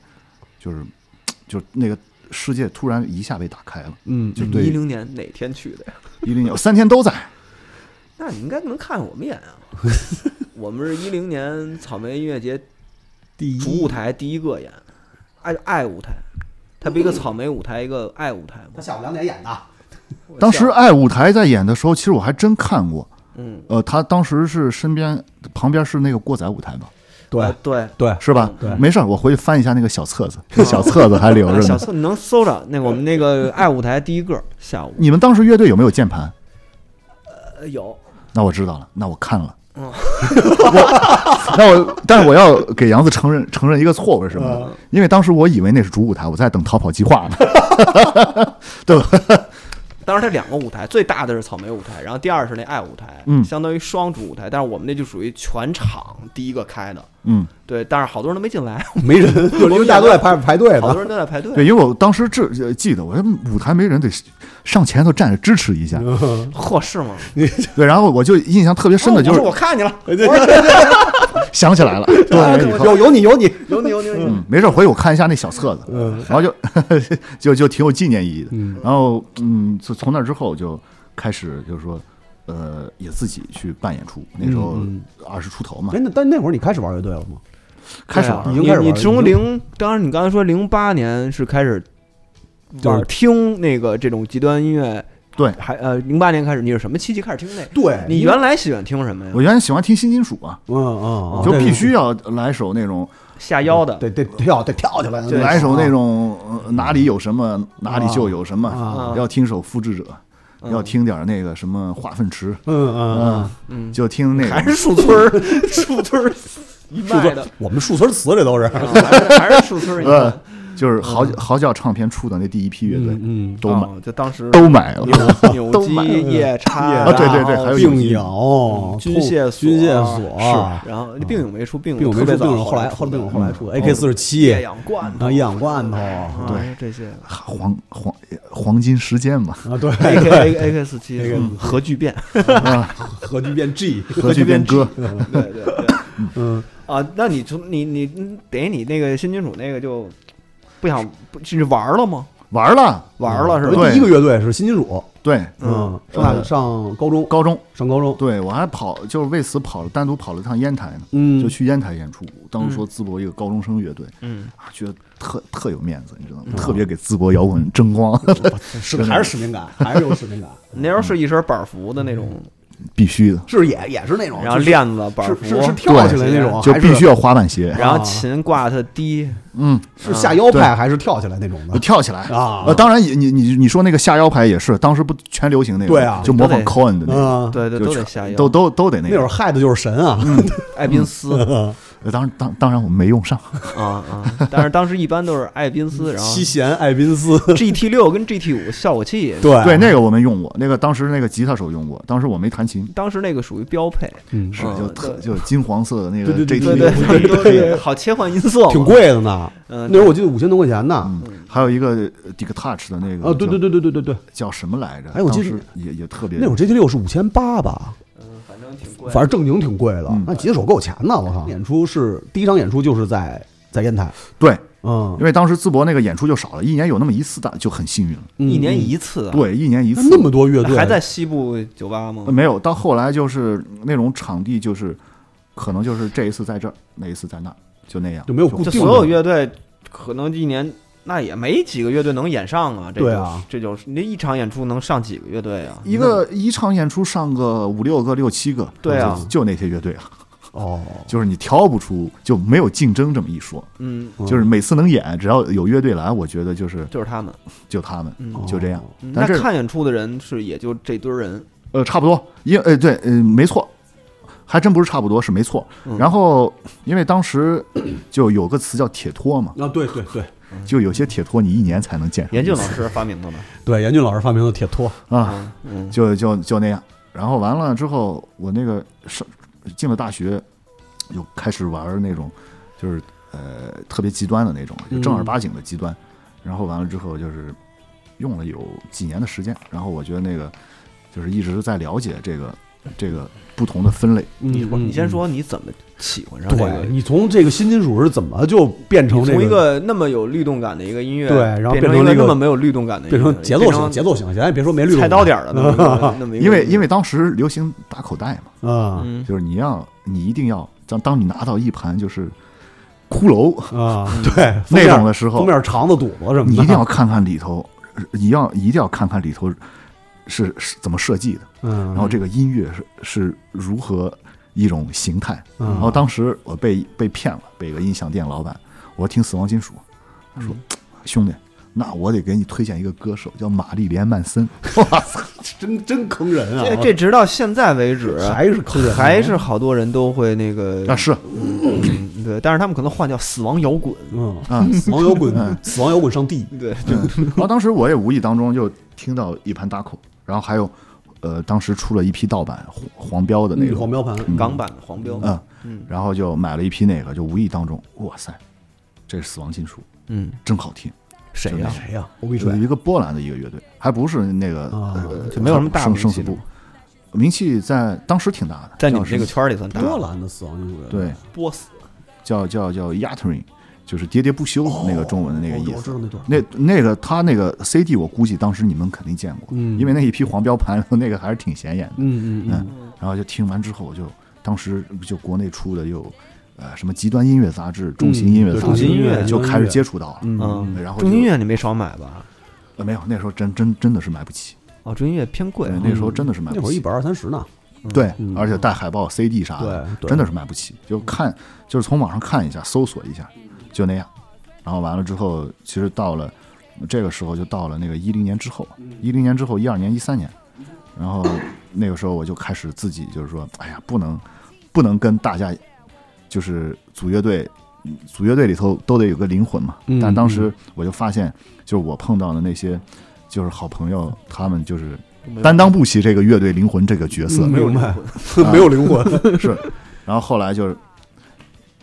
[SPEAKER 6] 就是、就那个世界突然一下被打开了。
[SPEAKER 3] 嗯，
[SPEAKER 6] 就
[SPEAKER 2] 一
[SPEAKER 6] 对
[SPEAKER 2] 零年哪天去的呀？
[SPEAKER 6] 一零年，我三天都在。
[SPEAKER 2] 那你应该能看我们演 啊。我们是一零年草莓音乐节
[SPEAKER 3] 第
[SPEAKER 2] 主舞台第一个演，爱爱舞台，它不一个草莓舞台，一个爱舞台吗？
[SPEAKER 3] 下午两点演的，
[SPEAKER 6] 当时爱舞台在演的时候，其实我还真看过。
[SPEAKER 2] 嗯，
[SPEAKER 6] 呃，他当时是身边旁边是那个过载舞台吧，
[SPEAKER 3] 对
[SPEAKER 2] 啊对，
[SPEAKER 3] 对，
[SPEAKER 6] 是吧？
[SPEAKER 3] 对
[SPEAKER 6] 没事儿，我回去翻一下那个小册子，小册子还留
[SPEAKER 2] 啊
[SPEAKER 6] 着
[SPEAKER 2] 小
[SPEAKER 6] 呢。
[SPEAKER 2] 策你能搜着那我们那个爱舞台第一个下午
[SPEAKER 6] 你们当时乐队有没有键盘？
[SPEAKER 2] 呃有，
[SPEAKER 6] 那我知道了，那我看了。
[SPEAKER 2] 嗯
[SPEAKER 6] 我 那我，但是我要给杨子承认承认一个错误是什么
[SPEAKER 2] 嗯
[SPEAKER 6] 呢？因为当时我以为那是主舞台，我在等逃跑计划呢。 对吧？
[SPEAKER 2] 当时它两个舞台，最大的是草莓舞台，然后第二是那爱舞台，
[SPEAKER 6] 嗯
[SPEAKER 2] 相当于双主舞台，但是我们那就属于全场第一个开的，
[SPEAKER 6] 嗯，
[SPEAKER 2] 对，但是好多人都没进来，
[SPEAKER 3] 没人，就是因为大家都在排排队
[SPEAKER 2] 好多
[SPEAKER 3] 呢。
[SPEAKER 2] 人都在排队，
[SPEAKER 6] 对，因为我当时这呃记得，我说舞台没人得上前头站着支持一下。
[SPEAKER 2] 嗯嚯是吗？
[SPEAKER 6] 对，然后我就印象特别深的就
[SPEAKER 2] 哦
[SPEAKER 6] 是
[SPEAKER 2] 我说我看见了，
[SPEAKER 6] 想起来了，对，以后
[SPEAKER 3] 有有你有你，
[SPEAKER 2] 有你有 你有你，
[SPEAKER 6] 嗯，没事儿，回去我看一下那小册子，然后就 就就挺有纪念意义的。然后嗯，从从那之后就开始就是说，呃，也自己去办演出。那时候
[SPEAKER 3] 嗯
[SPEAKER 6] 二十出头嘛
[SPEAKER 3] 哎，，那但那会儿你开始玩乐队了吗？
[SPEAKER 6] 开始
[SPEAKER 2] 对啊
[SPEAKER 6] 玩
[SPEAKER 3] 已经开始玩
[SPEAKER 2] 你
[SPEAKER 3] 了
[SPEAKER 2] 你从
[SPEAKER 3] 已经
[SPEAKER 2] 零，当然你刚才说零八年是开始，
[SPEAKER 3] 就是
[SPEAKER 2] 听那个这种极端音乐，
[SPEAKER 6] 对
[SPEAKER 2] 还呃零八年开始，你是什么契机开始听那个？
[SPEAKER 3] 对
[SPEAKER 2] 你原来喜欢听什么呀
[SPEAKER 6] 我？原来喜欢听新金属啊，
[SPEAKER 3] 嗯嗯，嗯
[SPEAKER 6] 就
[SPEAKER 3] 对
[SPEAKER 6] 必须要来首那种，
[SPEAKER 2] 下腰的，
[SPEAKER 3] 得得跳得跳起来，
[SPEAKER 2] 对啊
[SPEAKER 6] 来首那种呃哪里有什么哪里就有什
[SPEAKER 3] 啊
[SPEAKER 6] 么
[SPEAKER 2] 啊，
[SPEAKER 6] 要听首《复制者》，
[SPEAKER 2] 嗯
[SPEAKER 6] 要听点儿那个什么化粪池，
[SPEAKER 3] 嗯嗯
[SPEAKER 2] 嗯，
[SPEAKER 6] 就听那
[SPEAKER 2] 还
[SPEAKER 6] 个
[SPEAKER 2] 是树村儿，树村儿一
[SPEAKER 3] 嗯，树
[SPEAKER 2] 脉的
[SPEAKER 3] 村，，我们树村词这都是，
[SPEAKER 2] 啊还是还是树村儿一脉
[SPEAKER 6] 呃。，就是嚎嚎叫唱片出的那第一批乐队，
[SPEAKER 3] 嗯，
[SPEAKER 6] 都买
[SPEAKER 2] 哦就当时
[SPEAKER 6] 都买了。
[SPEAKER 2] 扭
[SPEAKER 6] 都
[SPEAKER 2] 扭
[SPEAKER 6] 买
[SPEAKER 2] 机、夜叉
[SPEAKER 3] 夜
[SPEAKER 6] 啊对对对还有
[SPEAKER 3] 病友、
[SPEAKER 2] 嗯军械所
[SPEAKER 3] 哦军械啊所
[SPEAKER 2] 是，然后病友没出，病
[SPEAKER 3] 病友没
[SPEAKER 2] 特别
[SPEAKER 3] 说
[SPEAKER 2] 早
[SPEAKER 3] 病友后来
[SPEAKER 2] 出
[SPEAKER 3] 后
[SPEAKER 2] 的
[SPEAKER 3] 病友后来出的
[SPEAKER 6] 嗯
[SPEAKER 3] AK 四十七
[SPEAKER 2] 液
[SPEAKER 3] 哦啊，
[SPEAKER 2] 氧罐头，
[SPEAKER 3] 一氧罐头，哦
[SPEAKER 2] 啊
[SPEAKER 6] 对
[SPEAKER 2] 这 些。
[SPEAKER 6] 黄黄黄金时间嘛，
[SPEAKER 3] 啊，对
[SPEAKER 2] A K A A K 四七嗯
[SPEAKER 3] 那个嗯
[SPEAKER 2] 核聚变，
[SPEAKER 3] 核聚变 G，
[SPEAKER 6] 何惧变歌，
[SPEAKER 2] 对对对，
[SPEAKER 3] 嗯，
[SPEAKER 2] 啊，那你从你你嗯等于你那个新金属那个就不想不甚至玩了吗？
[SPEAKER 6] 玩了，
[SPEAKER 2] 玩
[SPEAKER 3] 嗯
[SPEAKER 2] 了是吧？
[SPEAKER 6] 对
[SPEAKER 3] 第一个乐队是新金属，
[SPEAKER 6] 对，
[SPEAKER 2] 嗯
[SPEAKER 3] 嗯，上大上高中
[SPEAKER 6] 高中，
[SPEAKER 3] 上高中，
[SPEAKER 6] 对我还跑，就是为此跑了单独跑了趟烟台呢，
[SPEAKER 3] 嗯
[SPEAKER 6] 就去烟台演出，当时说淄博一个高中生乐队，
[SPEAKER 2] 嗯，
[SPEAKER 6] 啊，觉得特特有面子，你知道吗？
[SPEAKER 3] 嗯
[SPEAKER 6] 特别给淄博摇滚争光，
[SPEAKER 3] 是还是使命感，还是有使 命感，
[SPEAKER 2] 你那时候是一身板服的那种，
[SPEAKER 6] 必须的，
[SPEAKER 3] 是也也是那种，
[SPEAKER 2] 然后
[SPEAKER 3] 嗯哦就是
[SPEAKER 2] 链子板
[SPEAKER 3] 是
[SPEAKER 2] 服，
[SPEAKER 3] 是是啊跳起来那种，
[SPEAKER 6] 就
[SPEAKER 3] 哦还是
[SPEAKER 6] 必须要滑板鞋，
[SPEAKER 2] 然后琴挂特低，
[SPEAKER 6] 嗯，
[SPEAKER 3] 是下腰派还是跳起来那种
[SPEAKER 6] 我
[SPEAKER 3] 的
[SPEAKER 6] 跳起来。
[SPEAKER 3] 啊
[SPEAKER 6] 呃，？当然你，你你你说那个下腰牌也是，当时不全流行那个，
[SPEAKER 3] 对啊
[SPEAKER 6] 就模仿
[SPEAKER 2] 都得
[SPEAKER 6] Cohen 的那个，
[SPEAKER 3] 嗯，
[SPEAKER 2] 对对，嗯都
[SPEAKER 6] 就
[SPEAKER 2] 得
[SPEAKER 6] 全
[SPEAKER 2] 下
[SPEAKER 6] 都
[SPEAKER 2] 腰，
[SPEAKER 6] 都都得那
[SPEAKER 3] 那会儿
[SPEAKER 6] 个。
[SPEAKER 3] 害的就是神啊，
[SPEAKER 2] 艾宾 斯
[SPEAKER 6] 呃当当当然我们没用上，
[SPEAKER 2] 啊 啊！但是当时一般都是艾宾斯，然后
[SPEAKER 3] 嗯七弦艾宾斯，
[SPEAKER 2] G T 六跟 G T 五效果器，
[SPEAKER 3] 对
[SPEAKER 6] 对，那个我们用过，那个当时那个吉他手用过，当时我没弹琴，
[SPEAKER 2] 当时那个属于标配，
[SPEAKER 3] 嗯
[SPEAKER 6] 是
[SPEAKER 2] 嗯
[SPEAKER 6] 就特
[SPEAKER 2] 对
[SPEAKER 6] 就金黄色的那个
[SPEAKER 3] 对对
[SPEAKER 2] 对
[SPEAKER 6] JT，
[SPEAKER 3] 对
[SPEAKER 2] 对
[SPEAKER 3] 对
[SPEAKER 2] 对对，好切换音
[SPEAKER 1] 啊
[SPEAKER 2] 色，
[SPEAKER 3] 挺，贵的呢，
[SPEAKER 2] 嗯，
[SPEAKER 3] 那时候我记得五千多块钱呢。
[SPEAKER 6] 嗯，还有一个 Dick Touch 的那个
[SPEAKER 2] 嗯
[SPEAKER 3] 啊，对对对
[SPEAKER 6] 叫
[SPEAKER 3] 对对对对，
[SPEAKER 6] 叫什么来着？
[SPEAKER 3] 哎我记
[SPEAKER 6] 当
[SPEAKER 3] 得
[SPEAKER 6] 时也也特别
[SPEAKER 3] 那会儿 GT 六是五千八吧，
[SPEAKER 2] 嗯，反正挺贵，
[SPEAKER 3] 反正正经挺贵的
[SPEAKER 6] 嗯。
[SPEAKER 3] 那吉他手够有钱的，我靠！演出是第一场演出就是在在烟台，
[SPEAKER 6] 对，
[SPEAKER 3] 嗯
[SPEAKER 6] 因，为当时淄博那个演出就少了，一年有那么一次大就很幸运了。
[SPEAKER 3] 嗯
[SPEAKER 2] 一年一次啊，
[SPEAKER 6] 对，一年一
[SPEAKER 3] 那
[SPEAKER 6] 次。
[SPEAKER 3] 那么多乐
[SPEAKER 2] 那
[SPEAKER 3] 队
[SPEAKER 2] 还在西部酒吧吗
[SPEAKER 6] 呃？
[SPEAKER 3] 嗯
[SPEAKER 6] 没有，到后来就是那种场地就是，可能就是这一次在这儿，那一次在那儿，就那样
[SPEAKER 3] 就没有
[SPEAKER 6] 就
[SPEAKER 3] 固
[SPEAKER 2] 就
[SPEAKER 3] 定
[SPEAKER 2] 所有
[SPEAKER 3] 的
[SPEAKER 2] 乐队可能一年
[SPEAKER 1] 那也没几个乐队能演上啊。这
[SPEAKER 3] 对
[SPEAKER 1] 就
[SPEAKER 3] 啊
[SPEAKER 1] 是这就是你一场演出能上几个乐队啊？
[SPEAKER 6] 一个一场演出上个五六个、六七个，
[SPEAKER 1] 对啊
[SPEAKER 6] 就就那些乐队啊，
[SPEAKER 3] 哦，
[SPEAKER 6] 就是你挑不出，就没有竞争这么一说。
[SPEAKER 1] 嗯，
[SPEAKER 3] 嗯
[SPEAKER 6] 就是每次能演，只要有乐队来，我觉得就是
[SPEAKER 1] 就是他们。
[SPEAKER 6] 就他们，
[SPEAKER 1] 嗯，
[SPEAKER 3] 哦
[SPEAKER 6] 就这样。
[SPEAKER 1] 嗯那
[SPEAKER 6] 但是
[SPEAKER 1] 看演出的人是也就这堆人。
[SPEAKER 6] 呃，差不多，因呃对，嗯、没错，还真不是差不多，是没错。
[SPEAKER 1] 嗯
[SPEAKER 6] 然后因为当时就有个词叫铁托嘛，
[SPEAKER 3] 啊，对对对
[SPEAKER 6] 就有些铁托你一年才能见上一
[SPEAKER 1] 严
[SPEAKER 6] 次，
[SPEAKER 1] 俊老师发明的嘛。
[SPEAKER 3] 对，严俊老师发明的铁托，
[SPEAKER 6] 啊，
[SPEAKER 1] 嗯嗯
[SPEAKER 6] 就就就那样。然后完了之后，我那个上进了大学，又开始玩那种，就是呃特别极端的那种，就正儿八经的极端。然后完了之后，就是用了有几年的时间。然后我觉得那个就是一直在了解这个这个不同的分类。
[SPEAKER 1] 你
[SPEAKER 3] 嗯
[SPEAKER 1] 你先。说你怎么喜欢上这
[SPEAKER 3] 对
[SPEAKER 1] 个？
[SPEAKER 3] 你从这个新金属是怎么就变成
[SPEAKER 1] 你
[SPEAKER 3] 这
[SPEAKER 1] 从一个那么有律动感的一个音乐，
[SPEAKER 3] 对然后
[SPEAKER 1] 变成
[SPEAKER 3] 变成
[SPEAKER 1] 一个
[SPEAKER 3] 那个
[SPEAKER 1] 那么没有律动感的音乐，
[SPEAKER 3] 变成节奏型
[SPEAKER 1] 变
[SPEAKER 3] 节奏型？现在别说没律动
[SPEAKER 1] 菜刀点儿的那么一 个那么一个，
[SPEAKER 6] 因为因为当时流行打口袋嘛，
[SPEAKER 3] 啊
[SPEAKER 1] 嗯
[SPEAKER 6] 就是你要你一定要当当你拿到一盘就是骷髅
[SPEAKER 1] 嗯
[SPEAKER 3] 啊，对封
[SPEAKER 6] 那
[SPEAKER 3] 面
[SPEAKER 6] 种的时候
[SPEAKER 3] 封，面肠子肚子什么的，
[SPEAKER 6] 你一定要看看里头，你要一定要看看里头是是怎么设计的，
[SPEAKER 3] 嗯，
[SPEAKER 6] 然后这个音乐是是如何一种形态。
[SPEAKER 3] 嗯
[SPEAKER 6] 然后当时我被被骗了，被一个音响店老板，我听死亡金属，
[SPEAKER 3] 嗯
[SPEAKER 6] 他说：“兄弟，那我得给你推荐一个歌手，叫玛丽莲·曼森。
[SPEAKER 3] 真真坑人
[SPEAKER 1] 这
[SPEAKER 3] 啊！
[SPEAKER 1] 这直到现在为止，
[SPEAKER 3] 还是坑人啊，
[SPEAKER 1] 还是好多人都会那个”
[SPEAKER 6] 啊，，是
[SPEAKER 1] 嗯对，但是他们可能换叫死亡摇滚，
[SPEAKER 3] 嗯，
[SPEAKER 6] 啊，
[SPEAKER 3] 死亡摇滚
[SPEAKER 6] 嗯，
[SPEAKER 3] 死亡摇滚上帝，
[SPEAKER 1] 对，
[SPEAKER 6] 嗯然后当时我也无意当中就听到一盘打口，然后还有，呃，当时出了一批盗版黄黄标的那
[SPEAKER 3] 嗯
[SPEAKER 6] 种
[SPEAKER 3] 黄，标盘，
[SPEAKER 6] 嗯
[SPEAKER 1] 港版的黄标，
[SPEAKER 6] 嗯，
[SPEAKER 1] 嗯
[SPEAKER 6] 然后就买了一批那个，就无意当中，哇塞，这是死亡金属，
[SPEAKER 1] 嗯，
[SPEAKER 6] 真好听。
[SPEAKER 1] 谁
[SPEAKER 6] 呀
[SPEAKER 1] 呀？
[SPEAKER 3] 谁呀？欧比
[SPEAKER 6] 有
[SPEAKER 3] 水
[SPEAKER 6] 一个波兰的一个乐队，还不是那个、
[SPEAKER 3] 啊
[SPEAKER 6] 呃，
[SPEAKER 1] 就没有什么大
[SPEAKER 6] 生
[SPEAKER 1] 名气
[SPEAKER 6] 生死
[SPEAKER 1] 的
[SPEAKER 6] 簿，名气在当时挺大的，
[SPEAKER 1] 在你
[SPEAKER 6] 叫
[SPEAKER 1] 们这个
[SPEAKER 6] 什么
[SPEAKER 1] 圈儿里算大
[SPEAKER 3] 波兰的死亡金属乐队
[SPEAKER 6] 对，
[SPEAKER 1] 波斯，
[SPEAKER 6] 叫叫叫 Yattering，就是喋喋不休
[SPEAKER 1] 哦
[SPEAKER 6] 那个中文的那个
[SPEAKER 3] 我哦
[SPEAKER 6] 意
[SPEAKER 3] 我知
[SPEAKER 6] 思。
[SPEAKER 3] 道那段，
[SPEAKER 6] 那那个他那个 CD，我估计当时你们肯定见过，
[SPEAKER 3] 嗯
[SPEAKER 6] 因为那一批黄标盘那个还是挺显眼的。
[SPEAKER 3] 嗯嗯嗯，
[SPEAKER 6] 然后就听完之后，我就当时就国内出的有呃什么极端音乐杂志、重型音乐
[SPEAKER 3] 对
[SPEAKER 6] 杂
[SPEAKER 1] 重
[SPEAKER 6] 志，
[SPEAKER 1] 嗯型音乐
[SPEAKER 6] 就开始接触到了。
[SPEAKER 3] 嗯
[SPEAKER 1] 嗯，
[SPEAKER 6] 然后就
[SPEAKER 1] 重音乐你没少买吧？
[SPEAKER 6] 呃没有，那时候真真真的是买不起，
[SPEAKER 1] 哦，重音乐偏贵啊，
[SPEAKER 6] 对那时候真的是买不起
[SPEAKER 3] 那会儿一百二三十呢，
[SPEAKER 6] 对
[SPEAKER 3] 嗯，
[SPEAKER 6] 而且带海报、CD 啥的，
[SPEAKER 3] 对，
[SPEAKER 6] 啊真的是买不起。就看，就是从网上看一下，搜索一下，就那样。然后完了之后，其实到了这个时候，就到了那个一零年之后，
[SPEAKER 1] 嗯
[SPEAKER 6] 一零年之后，一二年、一三年，然后那个时候我就开始自己就是说，哎呀，不能不能跟大家就是组乐队，组乐队里头都得有个灵魂嘛
[SPEAKER 3] 嗯。
[SPEAKER 6] 但当时我就发现，就是我碰到的那些就是好朋友，他们就是担当不起这个乐队灵魂这个角色。
[SPEAKER 3] 嗯
[SPEAKER 1] 没有
[SPEAKER 3] 明白
[SPEAKER 1] 灵魂
[SPEAKER 3] 没有灵魂，
[SPEAKER 6] 是，然后后来就是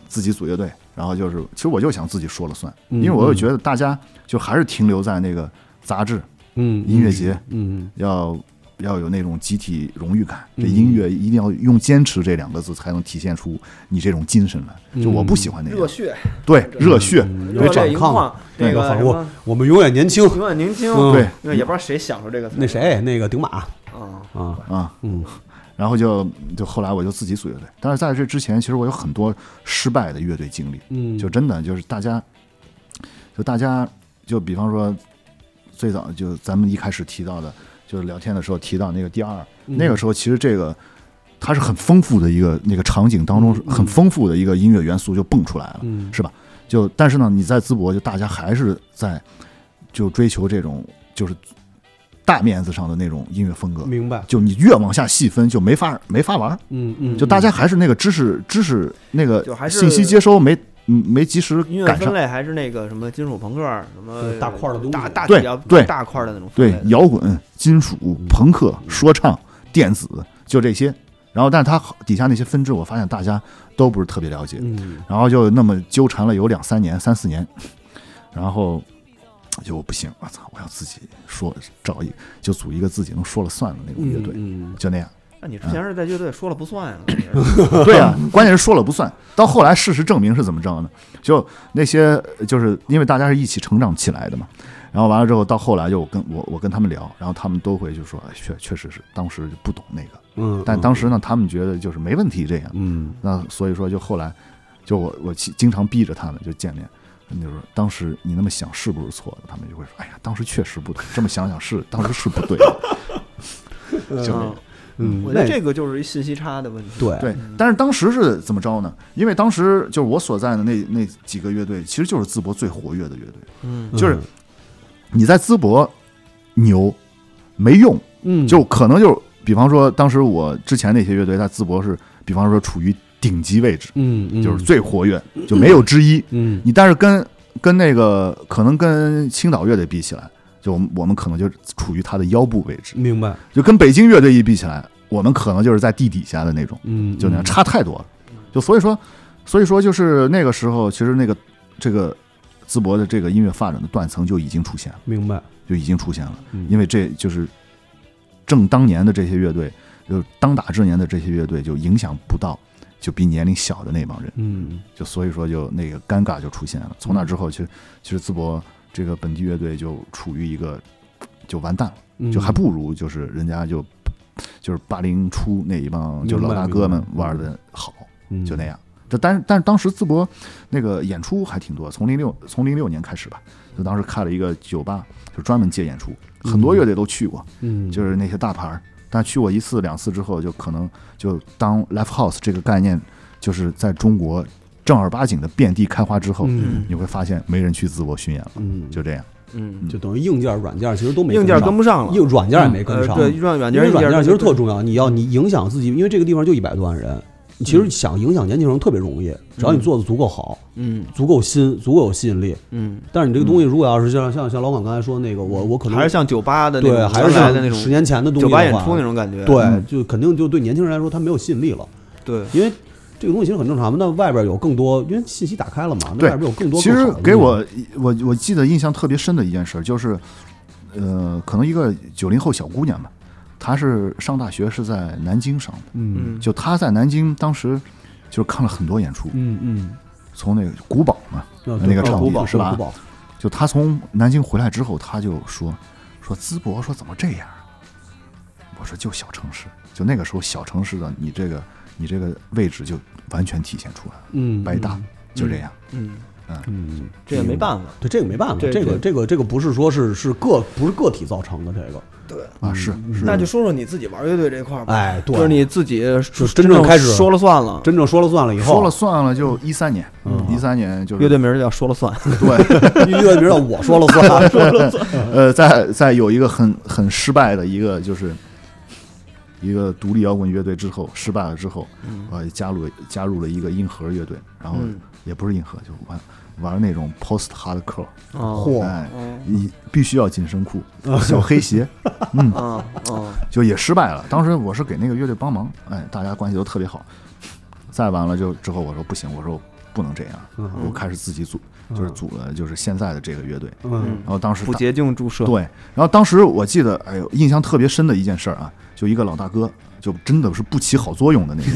[SPEAKER 6] 自己组乐队，然后就是其实我就想自己说了算，
[SPEAKER 3] 嗯
[SPEAKER 6] 因为我又觉得大家就还是停留在那个杂志
[SPEAKER 3] 嗯，
[SPEAKER 6] 音乐节
[SPEAKER 3] 嗯，
[SPEAKER 6] 要。要有那种集体荣誉感，这
[SPEAKER 3] 嗯
[SPEAKER 6] 音乐一定要用“坚持”这两个字才能体现出你这种精神来。就我不喜欢那
[SPEAKER 1] 热
[SPEAKER 6] 样，
[SPEAKER 1] 血，
[SPEAKER 6] 对热血，
[SPEAKER 3] 嗯
[SPEAKER 1] 热
[SPEAKER 3] 要
[SPEAKER 1] 泪
[SPEAKER 3] 反
[SPEAKER 1] 盈
[SPEAKER 3] 抗
[SPEAKER 1] 眶，，
[SPEAKER 3] 那
[SPEAKER 1] 哎那
[SPEAKER 3] 个
[SPEAKER 1] 个
[SPEAKER 3] 反
[SPEAKER 1] 什
[SPEAKER 3] 我
[SPEAKER 1] 么
[SPEAKER 3] 我们永远年轻，
[SPEAKER 1] 永远年轻，
[SPEAKER 3] 嗯
[SPEAKER 6] 对
[SPEAKER 1] 那也不知道谁想出这个词儿
[SPEAKER 3] 那谁那个顶马
[SPEAKER 1] 啊，
[SPEAKER 3] 啊，
[SPEAKER 6] 啊，
[SPEAKER 3] 嗯
[SPEAKER 6] 然后就就后来我就自己组乐队，但是在这之前，其实我有很多失败的乐队经历，
[SPEAKER 3] 嗯，
[SPEAKER 6] 就真的就是大家，就大家就比方说，最早就咱们一开始提到的，就是聊天的时候提到那个第二，
[SPEAKER 1] 嗯
[SPEAKER 6] 那个时候其实这个它是很丰富的一个那个场景当中是
[SPEAKER 3] 嗯
[SPEAKER 6] 很丰富的一个音乐元素就蹦出来了，
[SPEAKER 3] 嗯
[SPEAKER 6] 是吧？就但是呢，你在淄博就大家还是在就追求这种就是大面子上的那种音乐风格，
[SPEAKER 1] 嗯
[SPEAKER 3] 明白，
[SPEAKER 6] 就你越往下细分就没法没法玩儿，
[SPEAKER 3] 嗯嗯，
[SPEAKER 6] 就大家还是那个知识知识那个
[SPEAKER 1] 就还是
[SPEAKER 6] 信息接收没嗯没及时
[SPEAKER 1] 音乐
[SPEAKER 6] 赶
[SPEAKER 1] 分
[SPEAKER 6] 上。
[SPEAKER 1] 类还是那个什么金属朋克儿，什么
[SPEAKER 3] 对大块儿的东西
[SPEAKER 1] 大大
[SPEAKER 6] 对
[SPEAKER 1] 比较
[SPEAKER 6] 对
[SPEAKER 1] 大块儿的那种分
[SPEAKER 6] 对
[SPEAKER 1] 类的，
[SPEAKER 6] 摇滚、金属、
[SPEAKER 3] 嗯
[SPEAKER 6] 朋克、说唱、电子，就这些。然后，但是它底下那些分支，我发现大家都不是特别了解，
[SPEAKER 3] 嗯
[SPEAKER 6] 然后就那么纠缠了有两三年、三四年，然后就不行，我操，我要自己说找一就组一个自己能说了算的那种乐队，
[SPEAKER 3] 嗯
[SPEAKER 6] 就那样。
[SPEAKER 1] 那你之前是在乐队说了不算 呀？
[SPEAKER 6] 对啊，关键是说了不算。到后来，事实证明是怎么着呢？就那些，呃就是因为大家是一起成长起来的嘛。然后完了之后，到后来就我跟我我跟他们聊，然后他们都会就说，哎确确实是当时就不懂那个，
[SPEAKER 3] 嗯，
[SPEAKER 6] 但当时呢，他们觉得就是没问题这样。
[SPEAKER 3] 嗯
[SPEAKER 6] 那所以说，就后来就我我其经常逼着他们就见面，就是当时你那么想是不是错的？他们就会说，哎呀，当时确实不对，这么想想是，当时是不对的。就
[SPEAKER 1] 嗯
[SPEAKER 3] 嗯，
[SPEAKER 1] 我觉
[SPEAKER 3] 那
[SPEAKER 1] 得这个就是一信息差的问题。
[SPEAKER 3] 对
[SPEAKER 6] 对，但是当时是怎么着呢？因为当时就是我所在的那那几个乐队，其实就是淄博最活跃的乐队。
[SPEAKER 1] 嗯，
[SPEAKER 6] 就是你在淄博牛没用，
[SPEAKER 3] 嗯，
[SPEAKER 6] 就可能就比方说，当时我之前那些乐队在淄博是，比方说处于顶级位置，
[SPEAKER 3] 嗯嗯，
[SPEAKER 6] 就是最活跃，就没有之一。
[SPEAKER 3] 嗯
[SPEAKER 6] 你但是跟跟那个可能跟青岛乐队比起来，就我们我们可能就处于它的腰部位置，
[SPEAKER 3] 明白，
[SPEAKER 6] 就跟北京乐队一比起来，我们可能就是在地底下的那种。
[SPEAKER 3] 嗯，
[SPEAKER 6] 就那样
[SPEAKER 3] 嗯
[SPEAKER 6] 差太多了。就所以说，所以说就是那个时候，其实那个这个淄博的这个音乐发展的断层就已经出现了，
[SPEAKER 3] 明白，
[SPEAKER 6] 就已经出现了。
[SPEAKER 3] 嗯
[SPEAKER 6] 因为这就是正当年的这些乐队，就是当打之年的这些乐队，就影响不到就比年龄小的那帮人，
[SPEAKER 3] 嗯
[SPEAKER 6] 就所以说就那个尴尬就出现了。从那之后，其实其实淄博这个本地乐队就处于一个就完蛋了。
[SPEAKER 3] 嗯
[SPEAKER 6] 就还不如就是人家就就是八零初那一帮就老大哥们玩的好，
[SPEAKER 3] 嗯
[SPEAKER 6] 就那样。这但但是当时淄博那个演出还挺多，从零六从零六年开始吧，就当时开了一个酒吧，就专门接演出，很多乐队都去过，
[SPEAKER 3] 嗯
[SPEAKER 6] 就是那些大牌儿。但去过一次两次之后，就可能就当 live house 这个概念就是在中国正儿八经的遍地开花之后，
[SPEAKER 3] 嗯
[SPEAKER 6] 你会发现没人去淄博巡演了，
[SPEAKER 3] 嗯
[SPEAKER 6] 就这样。
[SPEAKER 1] 嗯，
[SPEAKER 3] 就等于硬件、软件其实都没
[SPEAKER 1] 硬件跟
[SPEAKER 3] 不
[SPEAKER 1] 不上了，
[SPEAKER 3] 硬软件也
[SPEAKER 2] 嗯
[SPEAKER 3] 没跟
[SPEAKER 1] 呃
[SPEAKER 3] 上，
[SPEAKER 1] 对，让软
[SPEAKER 3] 因
[SPEAKER 1] 件
[SPEAKER 3] 为软
[SPEAKER 1] 件
[SPEAKER 3] 件
[SPEAKER 1] 儿
[SPEAKER 3] 其实特重要，你要你影响自己，因为这个地方就一百多万人，你其实想影响年轻人特别容易，只要你做的足够好、
[SPEAKER 1] 嗯
[SPEAKER 3] 足够新、足够有吸引力。
[SPEAKER 1] 嗯，
[SPEAKER 3] 但是你这个东西如果要是像像像老广刚才说的那个，我我可能
[SPEAKER 1] 还是像酒吧的那
[SPEAKER 3] 对
[SPEAKER 1] 种
[SPEAKER 3] 还是
[SPEAKER 1] 原来的那
[SPEAKER 3] 像十
[SPEAKER 1] 种
[SPEAKER 3] 年前的东西
[SPEAKER 1] 酒
[SPEAKER 3] 的
[SPEAKER 1] 吧演
[SPEAKER 3] 话
[SPEAKER 1] 出那种感觉。
[SPEAKER 3] 对
[SPEAKER 6] 嗯，
[SPEAKER 3] 就肯定就对年轻人来说它没有吸引力了，
[SPEAKER 1] 对，
[SPEAKER 3] 因为。这个东西其实很正常嘛，那外边有更多，因为信息打开了嘛，那
[SPEAKER 6] 对
[SPEAKER 3] 外边有更多
[SPEAKER 6] 其
[SPEAKER 3] 更好
[SPEAKER 6] 实
[SPEAKER 3] 的东西。
[SPEAKER 6] 给我我我记得印象特别深的一件事儿就是，呃，可能一个九零后小姑娘吧，她是上大学是在南京上的，
[SPEAKER 3] 嗯，
[SPEAKER 1] 嗯，
[SPEAKER 6] 就她在南京当时就是看了很多演出，
[SPEAKER 3] 嗯嗯
[SPEAKER 6] 从那个古堡嘛，
[SPEAKER 3] 嗯，
[SPEAKER 6] 那个
[SPEAKER 3] 对
[SPEAKER 6] 场
[SPEAKER 3] 古
[SPEAKER 6] 地
[SPEAKER 3] 堡
[SPEAKER 6] 是吧
[SPEAKER 3] 古堡
[SPEAKER 6] 就她从南京回来之后，她就说说淄博说怎么这样啊？我说就小城市，就那个时候小城市的你这个你这个位置就完全体现出来了，
[SPEAKER 3] 嗯，
[SPEAKER 6] 白搭
[SPEAKER 3] 嗯，
[SPEAKER 6] 就这样，
[SPEAKER 1] 嗯，
[SPEAKER 3] 嗯，
[SPEAKER 1] 这也没办法。
[SPEAKER 3] 对，这个没办法，
[SPEAKER 1] 对
[SPEAKER 3] 这个
[SPEAKER 1] 对
[SPEAKER 3] 这个这个不是说是是个不是个体造成的这个，
[SPEAKER 1] 对，
[SPEAKER 3] 嗯
[SPEAKER 6] 啊是是，
[SPEAKER 1] 那就说说你自己玩乐队这块儿吧，
[SPEAKER 3] 哎，对，
[SPEAKER 1] 就是你自己
[SPEAKER 3] 就真
[SPEAKER 1] 真
[SPEAKER 3] 正开始
[SPEAKER 1] 说了算了。
[SPEAKER 3] 真正说了算了以后，
[SPEAKER 6] 说了算了，就一三年
[SPEAKER 3] 嗯，
[SPEAKER 6] 一三年就是
[SPEAKER 1] 乐队名儿叫说了算，
[SPEAKER 6] 对，
[SPEAKER 3] 乐队名叫我说了 算，啊
[SPEAKER 6] 呃，在在有一个很很失败的一个就是一个独立摇滚乐队之后失败了之后，
[SPEAKER 3] 嗯
[SPEAKER 6] 呃，加入加入了一个硬核乐队，然后
[SPEAKER 1] 嗯
[SPEAKER 6] 也不是硬核，就玩玩那种 post hardcore，
[SPEAKER 1] 哦
[SPEAKER 3] 嚯，
[SPEAKER 6] 哎，你必须要紧身 裤、
[SPEAKER 3] 哦
[SPEAKER 6] 小黑鞋，
[SPEAKER 3] 嗯
[SPEAKER 1] 啊啊，
[SPEAKER 6] 就也失败了。当时我是给那个乐队帮忙，哎，大家关系都特别好。再完了就之后，我说不行，我说我不能这样，
[SPEAKER 3] 嗯
[SPEAKER 6] 我开始自己组，就是组了就是现在的这个乐队。
[SPEAKER 3] 嗯
[SPEAKER 6] 然后当时
[SPEAKER 1] 不
[SPEAKER 6] 大
[SPEAKER 1] 洁净注射，
[SPEAKER 6] 对，然后当时我记得，哎呦，印象特别深的一件事儿啊，就一个老大哥，就真的是不起好作用 的那种，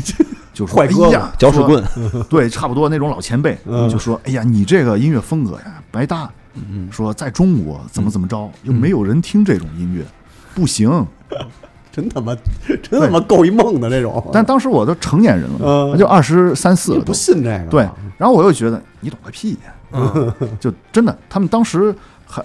[SPEAKER 6] 就说
[SPEAKER 3] 坏哥
[SPEAKER 6] 哎呀，
[SPEAKER 1] 搅屎棍，
[SPEAKER 6] 说， 对，差不多那种老前辈，
[SPEAKER 3] 嗯
[SPEAKER 6] 就说，哎呀，你这个音乐风格呀，白搭，说在中国怎么怎么
[SPEAKER 3] 嗯
[SPEAKER 6] 着，又没有人听这种音乐，不行。
[SPEAKER 3] 真他妈真他妈够一梦的这种，
[SPEAKER 6] 但当时我都成年人了，
[SPEAKER 3] 嗯
[SPEAKER 6] 就二十三四
[SPEAKER 3] 你
[SPEAKER 6] 了
[SPEAKER 3] 不
[SPEAKER 6] 都，
[SPEAKER 3] 信这个，啊
[SPEAKER 6] 对，然后我又觉得你懂个屁呀，
[SPEAKER 1] 嗯
[SPEAKER 6] 就真的，他们当时还。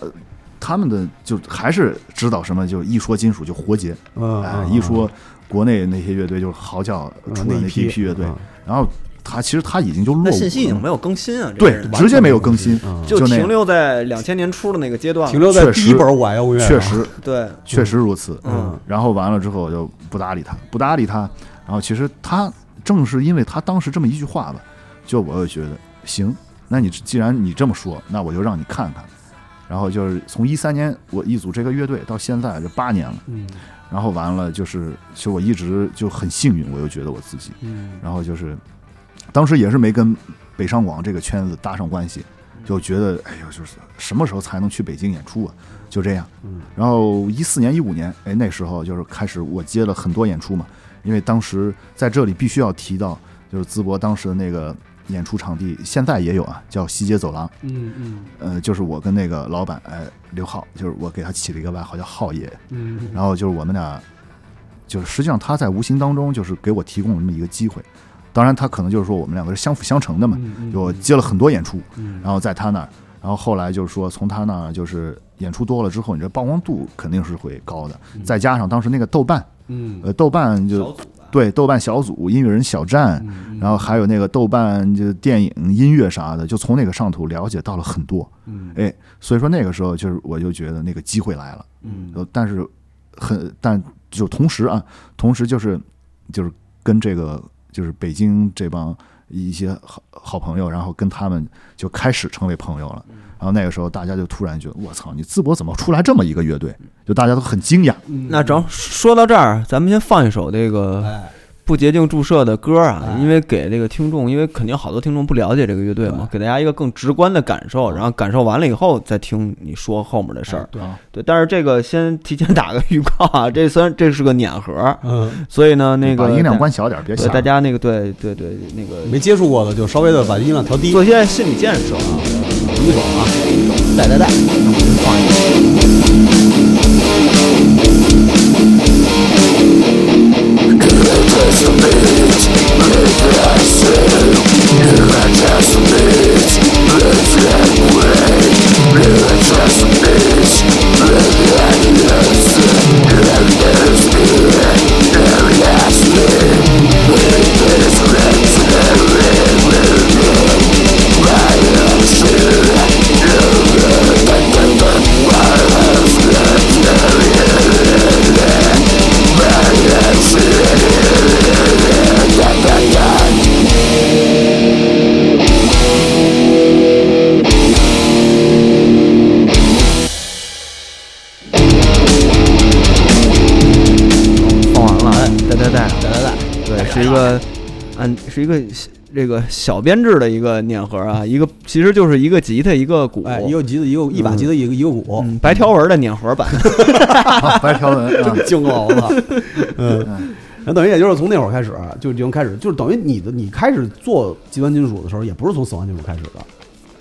[SPEAKER 6] 他们的就还是知道什么，就一说金属就活结，
[SPEAKER 3] 嗯，
[SPEAKER 6] 哎，
[SPEAKER 3] 嗯
[SPEAKER 6] 一说国内那些乐队就是嚎叫出
[SPEAKER 3] 那
[SPEAKER 6] 的
[SPEAKER 3] 一
[SPEAKER 6] 那
[SPEAKER 3] 批
[SPEAKER 6] 第一批乐队
[SPEAKER 3] 嗯，
[SPEAKER 6] 然后他其实他已经就落伍
[SPEAKER 3] 哦
[SPEAKER 1] 那信息已经
[SPEAKER 6] 了，
[SPEAKER 1] 没有更新啊，这
[SPEAKER 6] 对
[SPEAKER 1] 是，
[SPEAKER 3] 完全
[SPEAKER 6] 直接没有更新
[SPEAKER 3] 没有更，
[SPEAKER 1] 就
[SPEAKER 6] 那
[SPEAKER 1] 停
[SPEAKER 6] 样，
[SPEAKER 1] 留在两千年初的那个阶段了，
[SPEAKER 3] 停留在
[SPEAKER 6] 嗯确实
[SPEAKER 3] 第一本我啊爱摇滚乐，
[SPEAKER 6] 确，实
[SPEAKER 1] 对，
[SPEAKER 6] 确实如此。
[SPEAKER 1] 嗯，
[SPEAKER 6] 然后完了之后我就不搭理他，不搭理他，然后其实他正是因为他当时这么一句话吧，就我又觉得行，那你既然你这么说，那我就让你看看。然后就是从一三年我一组这个乐队到现在这八年了，
[SPEAKER 3] 嗯
[SPEAKER 6] 然后完了就是，其实我一直就很幸运，我又觉得我自己，
[SPEAKER 3] 嗯
[SPEAKER 6] 然后就是，当时也是没跟北上广这个圈子搭上关系，就觉得哎呦，就是什么时候才能去北京演出啊？就这样。然后一四年、一五年，哎，那时候就是开始我接了很多演出嘛，因为当时在这里必须要提到，就是淄博当时的那个演出场地，现在也有啊，叫西街走廊。
[SPEAKER 3] 嗯
[SPEAKER 6] 呃，就是我跟那个老板，哎，刘浩，就是我给他起了一个外号叫浩爷，
[SPEAKER 3] 嗯
[SPEAKER 6] 然后就是我们俩，就是实际上他在无形当中就是给我提供了这么一个机会，当然，他可能就是说我们两个是相辅相成的嘛，
[SPEAKER 3] 嗯
[SPEAKER 6] 就接了很多演出，
[SPEAKER 3] 嗯
[SPEAKER 6] 然后在他那儿，然后后来就是说从他那儿就是演出多了之后，你这曝光度肯定是会高的，再加上当时那个豆瓣，
[SPEAKER 3] 嗯
[SPEAKER 6] 呃，豆瓣
[SPEAKER 2] 小
[SPEAKER 6] 就
[SPEAKER 2] 组吧，
[SPEAKER 6] 对豆瓣小组、音乐人小站，
[SPEAKER 3] 嗯
[SPEAKER 6] 然后还有那个豆瓣就电影、音乐啥的，就从那个上头了解到了很多，
[SPEAKER 3] 嗯
[SPEAKER 6] 哎，所以说那个时候就是我就觉得那个机会来了，
[SPEAKER 3] 嗯
[SPEAKER 6] 呃但是很但就同时啊，同时就是就是跟这个就是北京这帮一些好好朋友，然后跟他们就开始成为朋友
[SPEAKER 3] 嗯
[SPEAKER 6] 了。然后那个时候大家就突然觉得，我操，你淄博怎么出来这么一个乐队？就大家都很惊讶。
[SPEAKER 3] 嗯
[SPEAKER 2] 那正好说到这儿，咱们先放一首这个
[SPEAKER 3] 哎
[SPEAKER 2] 不洁净注射的歌啊，
[SPEAKER 3] 哎
[SPEAKER 2] 因为给这个听众，因为肯定好多听众不了解这个乐队嘛，给大家一个更直观的感受，然后感受完了以后再听你说后面的事儿。
[SPEAKER 3] 哎对
[SPEAKER 6] 啊
[SPEAKER 2] 对，但是这个先提前打个预告啊，这虽然这是个碾盒，
[SPEAKER 3] 嗯
[SPEAKER 2] 所以呢，那
[SPEAKER 6] 你把
[SPEAKER 2] 个
[SPEAKER 6] 音量关小点，别
[SPEAKER 2] 对
[SPEAKER 6] 吓
[SPEAKER 2] 大
[SPEAKER 6] 着。
[SPEAKER 2] 家那个对对对那个
[SPEAKER 3] 没接触过的就稍微的把音量调低。
[SPEAKER 2] 做一些心理建设啊。
[SPEAKER 3] 第一首啊，带带带，放一个。
[SPEAKER 2] 放完了，哎对对对
[SPEAKER 3] 带带带，
[SPEAKER 2] 对，是一个按是一个这个小编制的一个碾盒啊，一个其实就是一个吉他一个鼓，
[SPEAKER 3] 哎，一个吉他，一个一把吉他，一个一个鼓，
[SPEAKER 2] 嗯白条纹的碾盒版，
[SPEAKER 6] 啊 白条 纹啊，
[SPEAKER 3] 惊了我操！嗯，那等于也就是从那会儿开始，啊就已经开始，就是等于你的你开始做极端金属的时候，也不是从死亡金属开始的。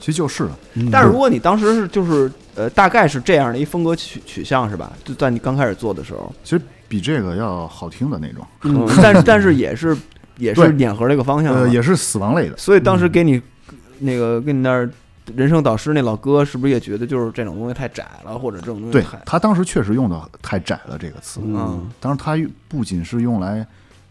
[SPEAKER 6] 其实就是了。
[SPEAKER 2] 但是如果 你当时是就是呃大概是这样的一风格取取向是吧？就在你刚开始做的时候，
[SPEAKER 6] 其实比这个要好听的那种，
[SPEAKER 2] 嗯， 但是但是也是也是
[SPEAKER 6] 对
[SPEAKER 2] 碾盒这个方向啊，
[SPEAKER 6] 呃，也是死亡类的。
[SPEAKER 2] 所以当时给你那个跟你那儿人生导师那老哥是不是也觉得就是这种东西太窄了，或者这种东西
[SPEAKER 6] 对
[SPEAKER 2] 太
[SPEAKER 6] 他当时确实用的太窄了这个词，
[SPEAKER 2] 嗯
[SPEAKER 6] 当时他不仅是用来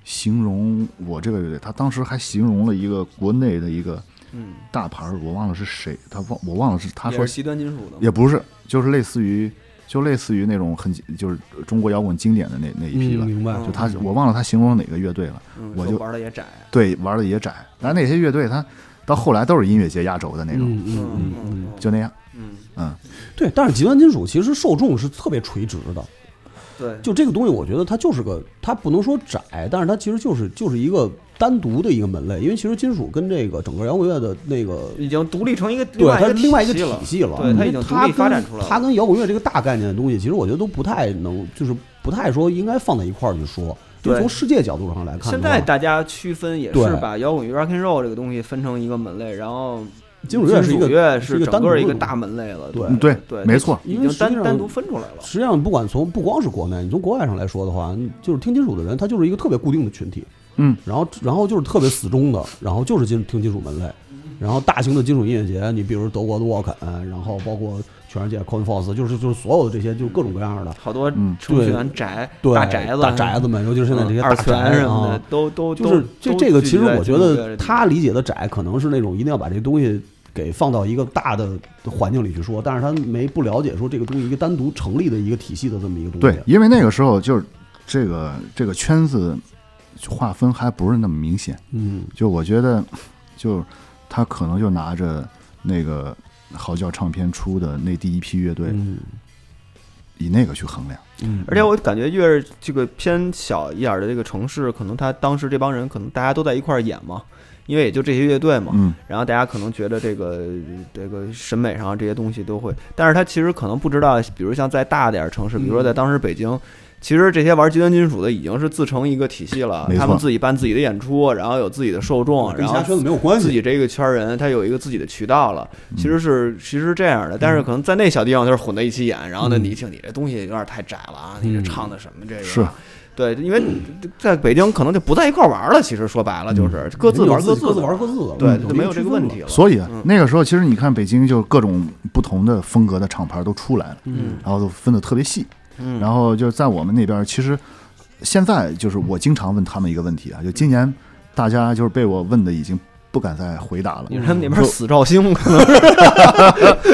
[SPEAKER 6] 形容我这个乐队，他当时还形容了一个国内的一个
[SPEAKER 2] 嗯，
[SPEAKER 6] 大牌儿，我忘了是谁，他忘我忘了是他
[SPEAKER 2] 也
[SPEAKER 6] 说
[SPEAKER 2] 是极端金属的嘛，
[SPEAKER 6] 也不是，就是类似于就类似于那种很就是中国摇滚经典的那那一批吧。哦
[SPEAKER 3] 明白
[SPEAKER 2] 嗯
[SPEAKER 6] 就他我忘了他形容哪个乐队了，
[SPEAKER 2] 嗯
[SPEAKER 6] 我
[SPEAKER 2] 说
[SPEAKER 6] 就
[SPEAKER 2] 玩的也窄，
[SPEAKER 6] 对，玩的也窄，但是那些乐队他到后来都是音乐节压轴的那种，
[SPEAKER 3] 嗯嗯嗯嗯，
[SPEAKER 6] 就那样，
[SPEAKER 2] 嗯，
[SPEAKER 6] 嗯，
[SPEAKER 3] 对。但是极端金属其实受众是特别垂直的，
[SPEAKER 2] 对，
[SPEAKER 3] 就这个东西，我觉得它就是个，它不能说窄，但是它其实就是就是一个单独的一个门类，因为其实金属跟这个整个摇滚乐的那个
[SPEAKER 2] 已经独立成一个
[SPEAKER 3] 对，它是另外一个
[SPEAKER 2] 体
[SPEAKER 3] 体系了，
[SPEAKER 2] 对，
[SPEAKER 3] 因
[SPEAKER 2] 它
[SPEAKER 3] 为
[SPEAKER 2] 已经独
[SPEAKER 3] 它
[SPEAKER 2] 立
[SPEAKER 3] 跟
[SPEAKER 2] 发展出来了，
[SPEAKER 3] 它跟摇滚乐这个大概念的东西，其实我觉得都不太能，就是不太说应该放在一块儿去说。就
[SPEAKER 2] 对
[SPEAKER 3] 从世界角度上来看
[SPEAKER 2] 现
[SPEAKER 3] 的话，
[SPEAKER 2] 在大家区分也是
[SPEAKER 3] 对
[SPEAKER 2] 把摇滚乐、rock and roll 这个东西分成一个门类，然后
[SPEAKER 3] 金属乐是一个
[SPEAKER 2] 乐
[SPEAKER 3] 是一个
[SPEAKER 2] 整
[SPEAKER 3] 单独
[SPEAKER 2] 个
[SPEAKER 3] 的
[SPEAKER 2] 一个
[SPEAKER 3] 东西
[SPEAKER 2] 大门类了，
[SPEAKER 3] 对
[SPEAKER 6] 嗯对
[SPEAKER 2] 对，
[SPEAKER 6] 没错
[SPEAKER 2] 已
[SPEAKER 3] 因为
[SPEAKER 2] 经
[SPEAKER 3] 实际
[SPEAKER 2] 单
[SPEAKER 3] 上嗯
[SPEAKER 2] 单独分出来了，
[SPEAKER 3] 实际上不管从不光是国内，你从国外上来说的话，你就是听金属的人，他就是一个特别固定的群体，
[SPEAKER 6] 嗯，
[SPEAKER 3] 然后然后就是特别死忠的，然后就是金听金属门类，然后大型的金属音乐节，你比如德国的沃肯，然后包括全世界 c o n f o s 就是就是所有的这些就是各种各样的，
[SPEAKER 2] 好多
[SPEAKER 6] 嗯
[SPEAKER 2] 程序
[SPEAKER 3] 对
[SPEAKER 2] 员宅、
[SPEAKER 3] 对
[SPEAKER 2] 大宅子、
[SPEAKER 3] 大宅子们，尤其是现在这些
[SPEAKER 2] 嗯
[SPEAKER 3] 大
[SPEAKER 2] 二
[SPEAKER 3] 宅
[SPEAKER 2] 泉什么
[SPEAKER 3] 啊
[SPEAKER 2] 的，都都
[SPEAKER 3] 就是这
[SPEAKER 2] 都
[SPEAKER 3] 这个，其实
[SPEAKER 2] 聚集在
[SPEAKER 3] 我
[SPEAKER 2] 金
[SPEAKER 3] 觉
[SPEAKER 2] 属乐
[SPEAKER 3] 得
[SPEAKER 2] 里
[SPEAKER 3] 他理解的窄，可能是那种一定要把这东西给放到一个大的环境里去说，但是他没不了解说这个东西一个单独成立的一个体系的这么一个东西。啊
[SPEAKER 6] 对，因为那个时候就是这个这个圈子划分还不是那么明显，
[SPEAKER 3] 嗯
[SPEAKER 6] 就我觉得，就他可能就拿着那个嚎叫唱片出的那第一批乐队，
[SPEAKER 3] 嗯
[SPEAKER 6] 以那个去衡量。
[SPEAKER 3] 嗯，
[SPEAKER 2] 而且我感觉越是这个偏小一点儿的这个城市，可能他当时这帮人可能大家都在一块儿演嘛，因为也就这些乐队嘛，
[SPEAKER 6] 嗯，
[SPEAKER 2] 然后大家可能觉得这个这个审美上这些东西都会，但是他其实可能不知道，比如像在大点儿城市，
[SPEAKER 3] 嗯
[SPEAKER 2] 比如说在当时北京。其实这些玩极端金属的已经是自成一个体系了
[SPEAKER 6] 没，错
[SPEAKER 2] 他们自己办自己的演出，然后有自己的受众，
[SPEAKER 3] 跟
[SPEAKER 2] 然
[SPEAKER 3] 其
[SPEAKER 2] 后
[SPEAKER 3] 他圈子没有关
[SPEAKER 2] 自
[SPEAKER 3] 系。嗯
[SPEAKER 2] 己这个圈儿人，他有一个自己的渠道了，其实是其实是这样的，但是可能在那小地方就是混在一起演，然后呢，
[SPEAKER 3] 嗯
[SPEAKER 2] 你一听你这东西有点太窄了啊，你这唱的什么这个
[SPEAKER 6] 是，
[SPEAKER 2] 对，因为在北京可能就不在一块儿玩了。其实说白了就是各自玩
[SPEAKER 3] 各
[SPEAKER 2] 自
[SPEAKER 3] 自
[SPEAKER 2] 的，
[SPEAKER 3] 嗯玩各自的了，
[SPEAKER 2] 对，
[SPEAKER 3] 嗯
[SPEAKER 2] 就没有这个问题。了。
[SPEAKER 6] 所以啊
[SPEAKER 2] 嗯，
[SPEAKER 6] 那个时候其实你看北京就各种不同的风格的厂牌都出来了，
[SPEAKER 2] 嗯
[SPEAKER 6] 然后都分得特别细。
[SPEAKER 2] 嗯，
[SPEAKER 6] 然后就是在我们那边，其实现在就是我经常问他们一个问题啊，就今年大家就是被我问的已经不敢再回答了。
[SPEAKER 1] 你说那边死照星可能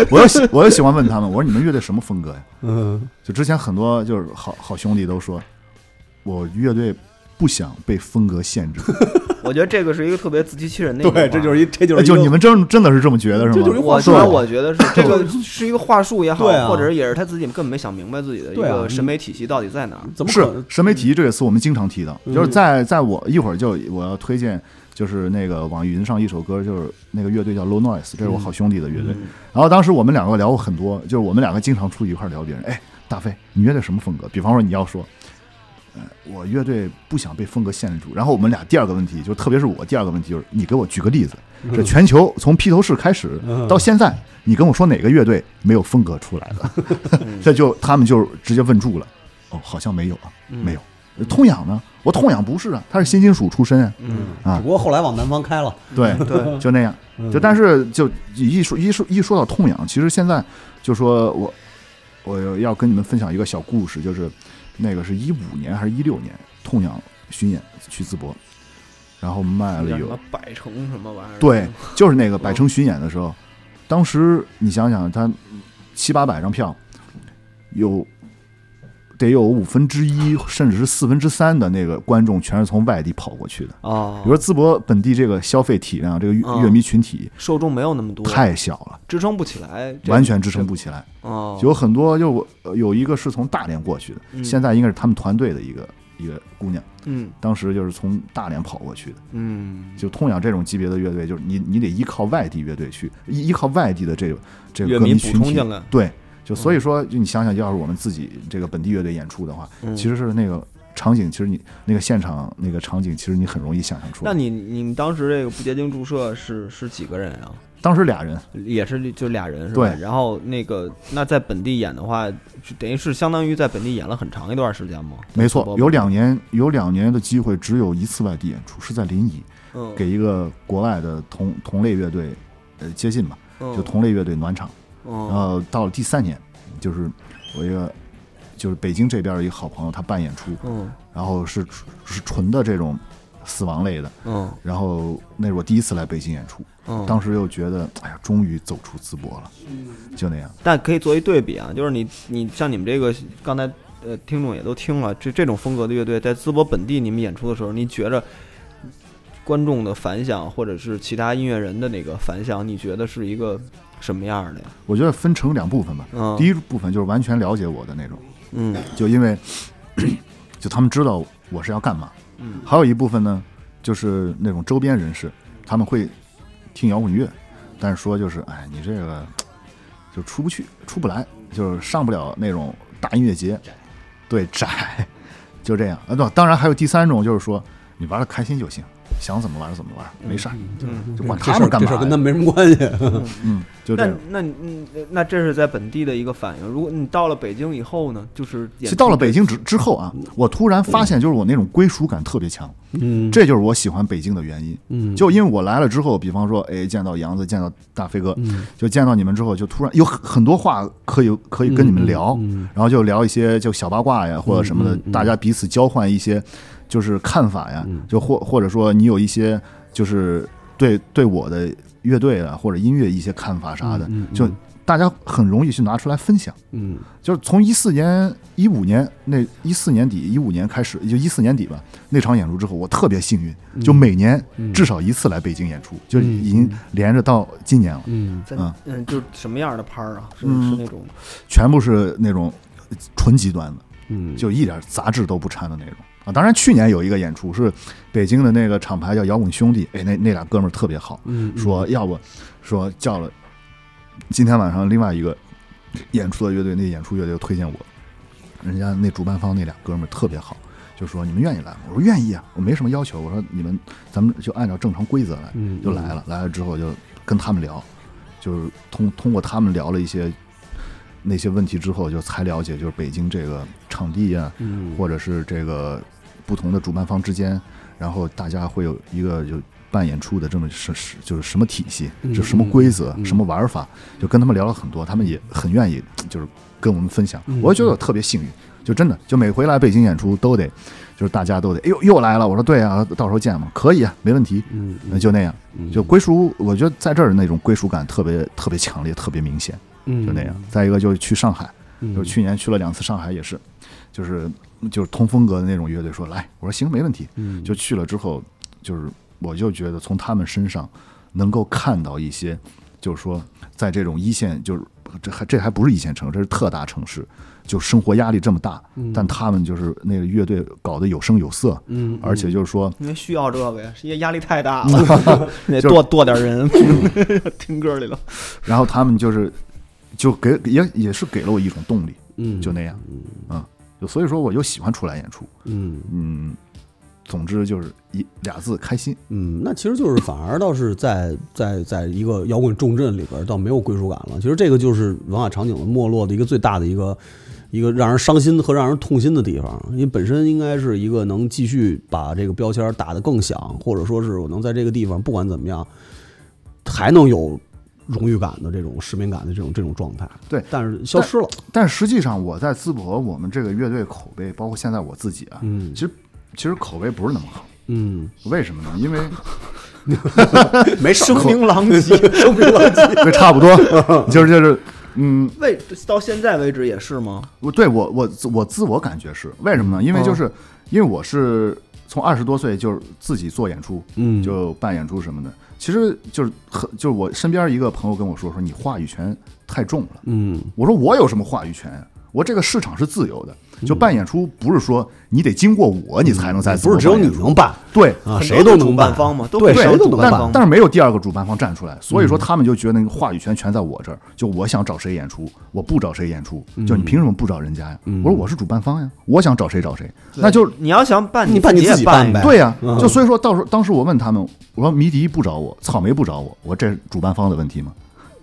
[SPEAKER 6] 我又喜我又喜欢问他们，我说你们乐队什么风格呀？
[SPEAKER 3] 嗯，
[SPEAKER 6] 就之前很多就是好好兄弟都说，我乐队不想被风格限制，
[SPEAKER 2] 我觉得这个是一个特别自欺欺人的一个话。
[SPEAKER 3] 对，这就是一这 就是
[SPEAKER 6] 哎
[SPEAKER 3] 一
[SPEAKER 6] 就
[SPEAKER 3] 个
[SPEAKER 6] 你们真真的是这么觉得是
[SPEAKER 3] 这
[SPEAKER 6] 吗？
[SPEAKER 3] 就是一
[SPEAKER 2] 我
[SPEAKER 3] 话
[SPEAKER 2] 虽
[SPEAKER 3] 术
[SPEAKER 2] 然
[SPEAKER 3] 啊，
[SPEAKER 2] 我觉得是这个是一个话术也好，
[SPEAKER 3] 对啊
[SPEAKER 2] 或者也是他自己根本没想明白自己的一
[SPEAKER 3] 对啊
[SPEAKER 2] 个审美体系到底在哪儿。
[SPEAKER 3] 怎么可嗯
[SPEAKER 6] 是审美体系这个词，我们经常提到，就是在在我一会儿就我要推荐，就是那个网易云上一首歌，就是那个乐队叫 Low Noise，这是我好兄弟的乐队。
[SPEAKER 3] 嗯
[SPEAKER 6] 嗯然后当时我们两个聊过很多，就是我们两个经常出去一块儿聊别人。哎，大飞，你乐队什么风格？比方说你要说，呃，我乐队不想被风格限制住。然后我们俩第二个问题，就特别是我第二个问题就是，你给我举个例子，这全球从披头士开始
[SPEAKER 3] 嗯
[SPEAKER 6] 到现在，你跟我说哪个乐队没有风格出来的？
[SPEAKER 2] 嗯
[SPEAKER 6] 这就他们就直接问住了。哦，好像没有啊，
[SPEAKER 2] 嗯
[SPEAKER 6] 没有。痛痒呢？我痛痒不是啊，他是新金属出身啊。
[SPEAKER 2] 嗯，
[SPEAKER 6] 啊
[SPEAKER 3] 只不过后来往南方开了，
[SPEAKER 6] 对
[SPEAKER 2] 对，
[SPEAKER 6] 就那样。
[SPEAKER 3] 嗯
[SPEAKER 6] 就但是就一说一说一说到痛痒，其实现在就说我我要跟你们分享一个小故事，就是那个是一五年还是一六年痛痒巡演去淄博，然后卖
[SPEAKER 2] 叫
[SPEAKER 6] 了
[SPEAKER 2] 什
[SPEAKER 6] 有
[SPEAKER 2] 么百城什么玩意儿？
[SPEAKER 6] 对，就是那个百城巡演的时候，当时你想想，他七八百张票，有得有五分之一甚至是四分之三的那个观众全是从外地跑过去的。
[SPEAKER 2] 哦
[SPEAKER 6] 比如说淄博本地这个消费体量，这个乐
[SPEAKER 2] 嗯
[SPEAKER 6] 乐迷群体
[SPEAKER 2] 受众没有那么多，
[SPEAKER 6] 太小了，
[SPEAKER 2] 支撑不起来，
[SPEAKER 6] 完全支撑不起来。
[SPEAKER 2] 这哦，
[SPEAKER 6] 有很多就我呃有一个是从大连过去的，
[SPEAKER 2] 嗯
[SPEAKER 6] 现在应该是他们团队的一个一个姑娘，
[SPEAKER 2] 嗯
[SPEAKER 6] 当时就是从大连跑过去的。
[SPEAKER 2] 嗯，
[SPEAKER 6] 就痛仰这种级别的乐队，就是你你得依靠外地乐队去依依靠外地的这个这个
[SPEAKER 2] 乐
[SPEAKER 6] 歌
[SPEAKER 2] 迷
[SPEAKER 6] 迷
[SPEAKER 2] 补
[SPEAKER 6] 群
[SPEAKER 2] 充
[SPEAKER 6] 体
[SPEAKER 2] 进来，嗯
[SPEAKER 6] 对，就所以说，就你想想，要是我们自己这个本地乐队演出的话，
[SPEAKER 2] 嗯
[SPEAKER 6] 其实是那个场景，其实你那个现场那个场景，其实你很容易想象出
[SPEAKER 2] 那
[SPEAKER 6] 来。
[SPEAKER 2] 你你们当时这个不洁净注射是是几个人啊？
[SPEAKER 6] 当时俩人，
[SPEAKER 2] 也是就俩人是吧？
[SPEAKER 6] 对
[SPEAKER 2] 然后那个那在本地演的话，就等于是相当于在本地演了很长一段时间吗？
[SPEAKER 6] 没
[SPEAKER 2] 在淄
[SPEAKER 6] 错，
[SPEAKER 2] 博
[SPEAKER 6] 有两年有两年的机会，只有一次外地演出，是在临沂
[SPEAKER 2] 嗯
[SPEAKER 6] 给一个国外的同同类乐队，呃，接近吧，
[SPEAKER 2] 嗯
[SPEAKER 6] 就同类乐队暖场。然
[SPEAKER 2] 嗯
[SPEAKER 6] 后到了第三年，就是我一个就是北京这边的一个好朋友，他办演出，
[SPEAKER 2] 嗯
[SPEAKER 6] 然后是纯是纯的这种死亡类的。
[SPEAKER 2] 嗯
[SPEAKER 6] 然后那是我第一次来北京演出，
[SPEAKER 2] 嗯，
[SPEAKER 6] 当时又觉得，哎呀，终于走出淄博了，就那样。
[SPEAKER 2] 但可以作为对比啊，就是你你像你们这个刚才呃听众也都听了，这这种风格的乐队在淄博本地你们演出的时候，你觉着观众的反响或者是其他音乐人的那个反响，你觉得是一个什么样的呀？
[SPEAKER 6] 我觉得分成两部分吧，
[SPEAKER 2] 嗯，
[SPEAKER 6] 第一部分就是完全了解我的那种，
[SPEAKER 2] 嗯
[SPEAKER 6] 就因为 就他们知道我是要干嘛。
[SPEAKER 2] 嗯
[SPEAKER 6] 还有一部分呢，就是那种周边人士，他们会听摇滚乐，但是说就是，哎，你这个就出不去，出不来，就是上不了那种大音乐节，对，窄， 就这样。啊，对，当然还有第三种，就是说你玩的开心就行，想怎么玩怎么玩，没事儿，
[SPEAKER 2] 嗯
[SPEAKER 6] 就管
[SPEAKER 3] 这
[SPEAKER 6] 他
[SPEAKER 3] 事
[SPEAKER 6] 们
[SPEAKER 3] 儿
[SPEAKER 6] 干
[SPEAKER 3] 这
[SPEAKER 6] 嘛
[SPEAKER 3] 事儿跟
[SPEAKER 6] 呀
[SPEAKER 3] 他没什么关系，啊
[SPEAKER 6] 嗯，就这
[SPEAKER 2] 那
[SPEAKER 6] 样。
[SPEAKER 2] 那你嗯那这是在本地的一个反应。如果你到了北京以后呢，就是
[SPEAKER 6] 其
[SPEAKER 2] 演出
[SPEAKER 6] 实到了北京之之后啊，我突然发现，就是我那种归属感特别强，
[SPEAKER 3] 嗯，
[SPEAKER 6] 这就是我喜欢北京的原因。
[SPEAKER 3] 嗯
[SPEAKER 6] 就因为我来了之后，比方说，哎，见到杨子，见到大飞哥，
[SPEAKER 3] 嗯
[SPEAKER 6] 就见到你们之后，就突然有很很多话可以可以跟你们聊，
[SPEAKER 3] 嗯
[SPEAKER 6] 然后就聊一些就小八卦呀或者什么的
[SPEAKER 3] 嗯嗯，嗯嗯
[SPEAKER 6] 大家彼此交换一些就是看法呀，就或或者说你有一些就是对对我的乐队啊或者音乐一些看法啥的，
[SPEAKER 3] 嗯嗯
[SPEAKER 6] 就大家很容易去拿出来分享。
[SPEAKER 3] 嗯
[SPEAKER 6] 就是从一四年、一五年那一四年底、一五年开始，也就一四年底吧，那场演出之后，我特别幸
[SPEAKER 3] 嗯
[SPEAKER 6] 运，就每年至少一次来北京演出，就已经连着到今年了，
[SPEAKER 3] 嗯
[SPEAKER 2] 在
[SPEAKER 6] 嗯
[SPEAKER 2] 嗯，就是什么样的拍儿啊？是
[SPEAKER 6] 嗯
[SPEAKER 2] 是那种
[SPEAKER 6] 全部是那种呃纯极端的，
[SPEAKER 3] 嗯，
[SPEAKER 6] 就一点杂质都不掺的那种啊。当然，去年有一个演出是北京的那个厂牌叫摇滚兄弟，哎，那那俩哥们儿特别好，
[SPEAKER 3] 嗯
[SPEAKER 6] 说要不说叫了今天晚上另外一个演出的乐队，那演出乐队又推荐我，人家那主办方那俩哥们儿特别好，就说你们愿意来吗？我说愿意啊，我没什么要求，我说你们咱们就按照正常规则来，
[SPEAKER 3] 嗯
[SPEAKER 6] 就来了，来了之后就跟他们聊，就是通通过他们聊了一些。那些问题之后，就才了解就是北京这个场地呀、
[SPEAKER 3] 嗯
[SPEAKER 6] 或者是这个不同的主办方之间，然后大家会有一个就办演出的这么是是就是什么体系，
[SPEAKER 3] 嗯
[SPEAKER 6] 就什么规则、
[SPEAKER 3] 嗯嗯
[SPEAKER 6] 什么玩法，就跟他们聊了很多，他们也很愿意就是跟我们分享
[SPEAKER 3] 嗯，
[SPEAKER 6] 我觉得我特别幸运。就真的，就每回来北京演出都得，就是大家都得，哎呦又来了，我说对啊，到时候见嘛，可以啊，没问题，
[SPEAKER 3] 嗯
[SPEAKER 6] 那就那样，就归属，我觉得在这儿那种归属感特别特别强烈，特别明显，
[SPEAKER 3] 就
[SPEAKER 6] 就那样。再一个就是去上海，
[SPEAKER 3] 嗯
[SPEAKER 6] 就是去年去了两次上海，也是，就是就是通风格的那种乐队说来，我说行，没问题，
[SPEAKER 3] 嗯
[SPEAKER 6] 就去了之后，就是我就觉得从他们身上能够看到一些，就是说在这种一线，就是这还这还不是一线城市，这是特大城市，就生活压力这么大，但他们就是那个乐队搞得有声有色，
[SPEAKER 3] 嗯
[SPEAKER 6] 而且就是说
[SPEAKER 2] 因为需要这个呀，因为压力太大
[SPEAKER 3] 嗯
[SPEAKER 2] 了，得
[SPEAKER 6] 就是
[SPEAKER 2] 多多点人 听歌里了。
[SPEAKER 6] 然后他们就是就给也也是给了我一种动力，
[SPEAKER 3] 嗯
[SPEAKER 6] 就那样，嗯，就所以说我就喜欢出来演出，
[SPEAKER 3] 嗯
[SPEAKER 6] 嗯，总之就是一俩字开心，
[SPEAKER 3] 嗯，那其实就是反而倒是在在在一个摇滚重镇里边儿倒没有归属感了。其实这个就是文化场景的没落的一个最大的一个一个让人伤心和让人痛心的地方，因为本身应该是一个能继续把这个标签儿打得更响，或者说是我能在这个地方不管怎么样还能有荣誉感的这种使命感的这种这种状态。
[SPEAKER 6] 对
[SPEAKER 3] 但是消失了。
[SPEAKER 6] 但实际上我在淄博，我们这个乐队口碑，包括现在我自己啊，
[SPEAKER 3] 嗯
[SPEAKER 6] 其实其实口碑不是那么好，
[SPEAKER 3] 嗯，
[SPEAKER 6] 为什么呢？ 因为
[SPEAKER 3] 没事
[SPEAKER 2] 声名狼 藉，
[SPEAKER 3] 生病了。
[SPEAKER 6] 对 差不多，就是就是。嗯，
[SPEAKER 2] 为到现在为止也是吗？
[SPEAKER 6] 我对我我自我自我感觉是为什么呢？
[SPEAKER 2] 嗯
[SPEAKER 6] 因为就是、因为我是从二十多岁就是自己做演出，
[SPEAKER 3] 嗯
[SPEAKER 6] 就办演出什么的，其实就是很就是我身边一个朋友跟我说说你话语权太重了，
[SPEAKER 3] 嗯
[SPEAKER 6] 我说我有什么话语权啊？我这个市场是自由的，就办演出不是说你得经过我你才能在
[SPEAKER 3] 嗯不是只有你
[SPEAKER 6] 淄博
[SPEAKER 3] 能办
[SPEAKER 6] 办演出
[SPEAKER 3] 啊，
[SPEAKER 2] 很
[SPEAKER 3] 谁
[SPEAKER 2] 多
[SPEAKER 3] 都
[SPEAKER 2] 主
[SPEAKER 3] 能
[SPEAKER 2] 办方嘛都
[SPEAKER 3] 对，
[SPEAKER 6] 对，
[SPEAKER 3] 谁都能
[SPEAKER 6] 但
[SPEAKER 3] 办。嗯
[SPEAKER 6] 但是没有第二个主办方站出来，所以说他们就觉得那个话语权全在我这儿，就我想找谁演出，我不找谁演出，就你
[SPEAKER 3] 嗯
[SPEAKER 6] 凭什么不找人家呀？我说我是主办方呀，我想找谁找谁，那就
[SPEAKER 2] 你要想办，
[SPEAKER 3] 你办你
[SPEAKER 2] 自
[SPEAKER 3] 自己
[SPEAKER 2] 也
[SPEAKER 3] 办
[SPEAKER 2] 一
[SPEAKER 3] 呗
[SPEAKER 2] 个
[SPEAKER 6] 对呀、
[SPEAKER 3] 嗯
[SPEAKER 6] 就所以说到时候当时我问他们，我说迷笛不找我，草莓不找我，我说这是主办方的问题吗？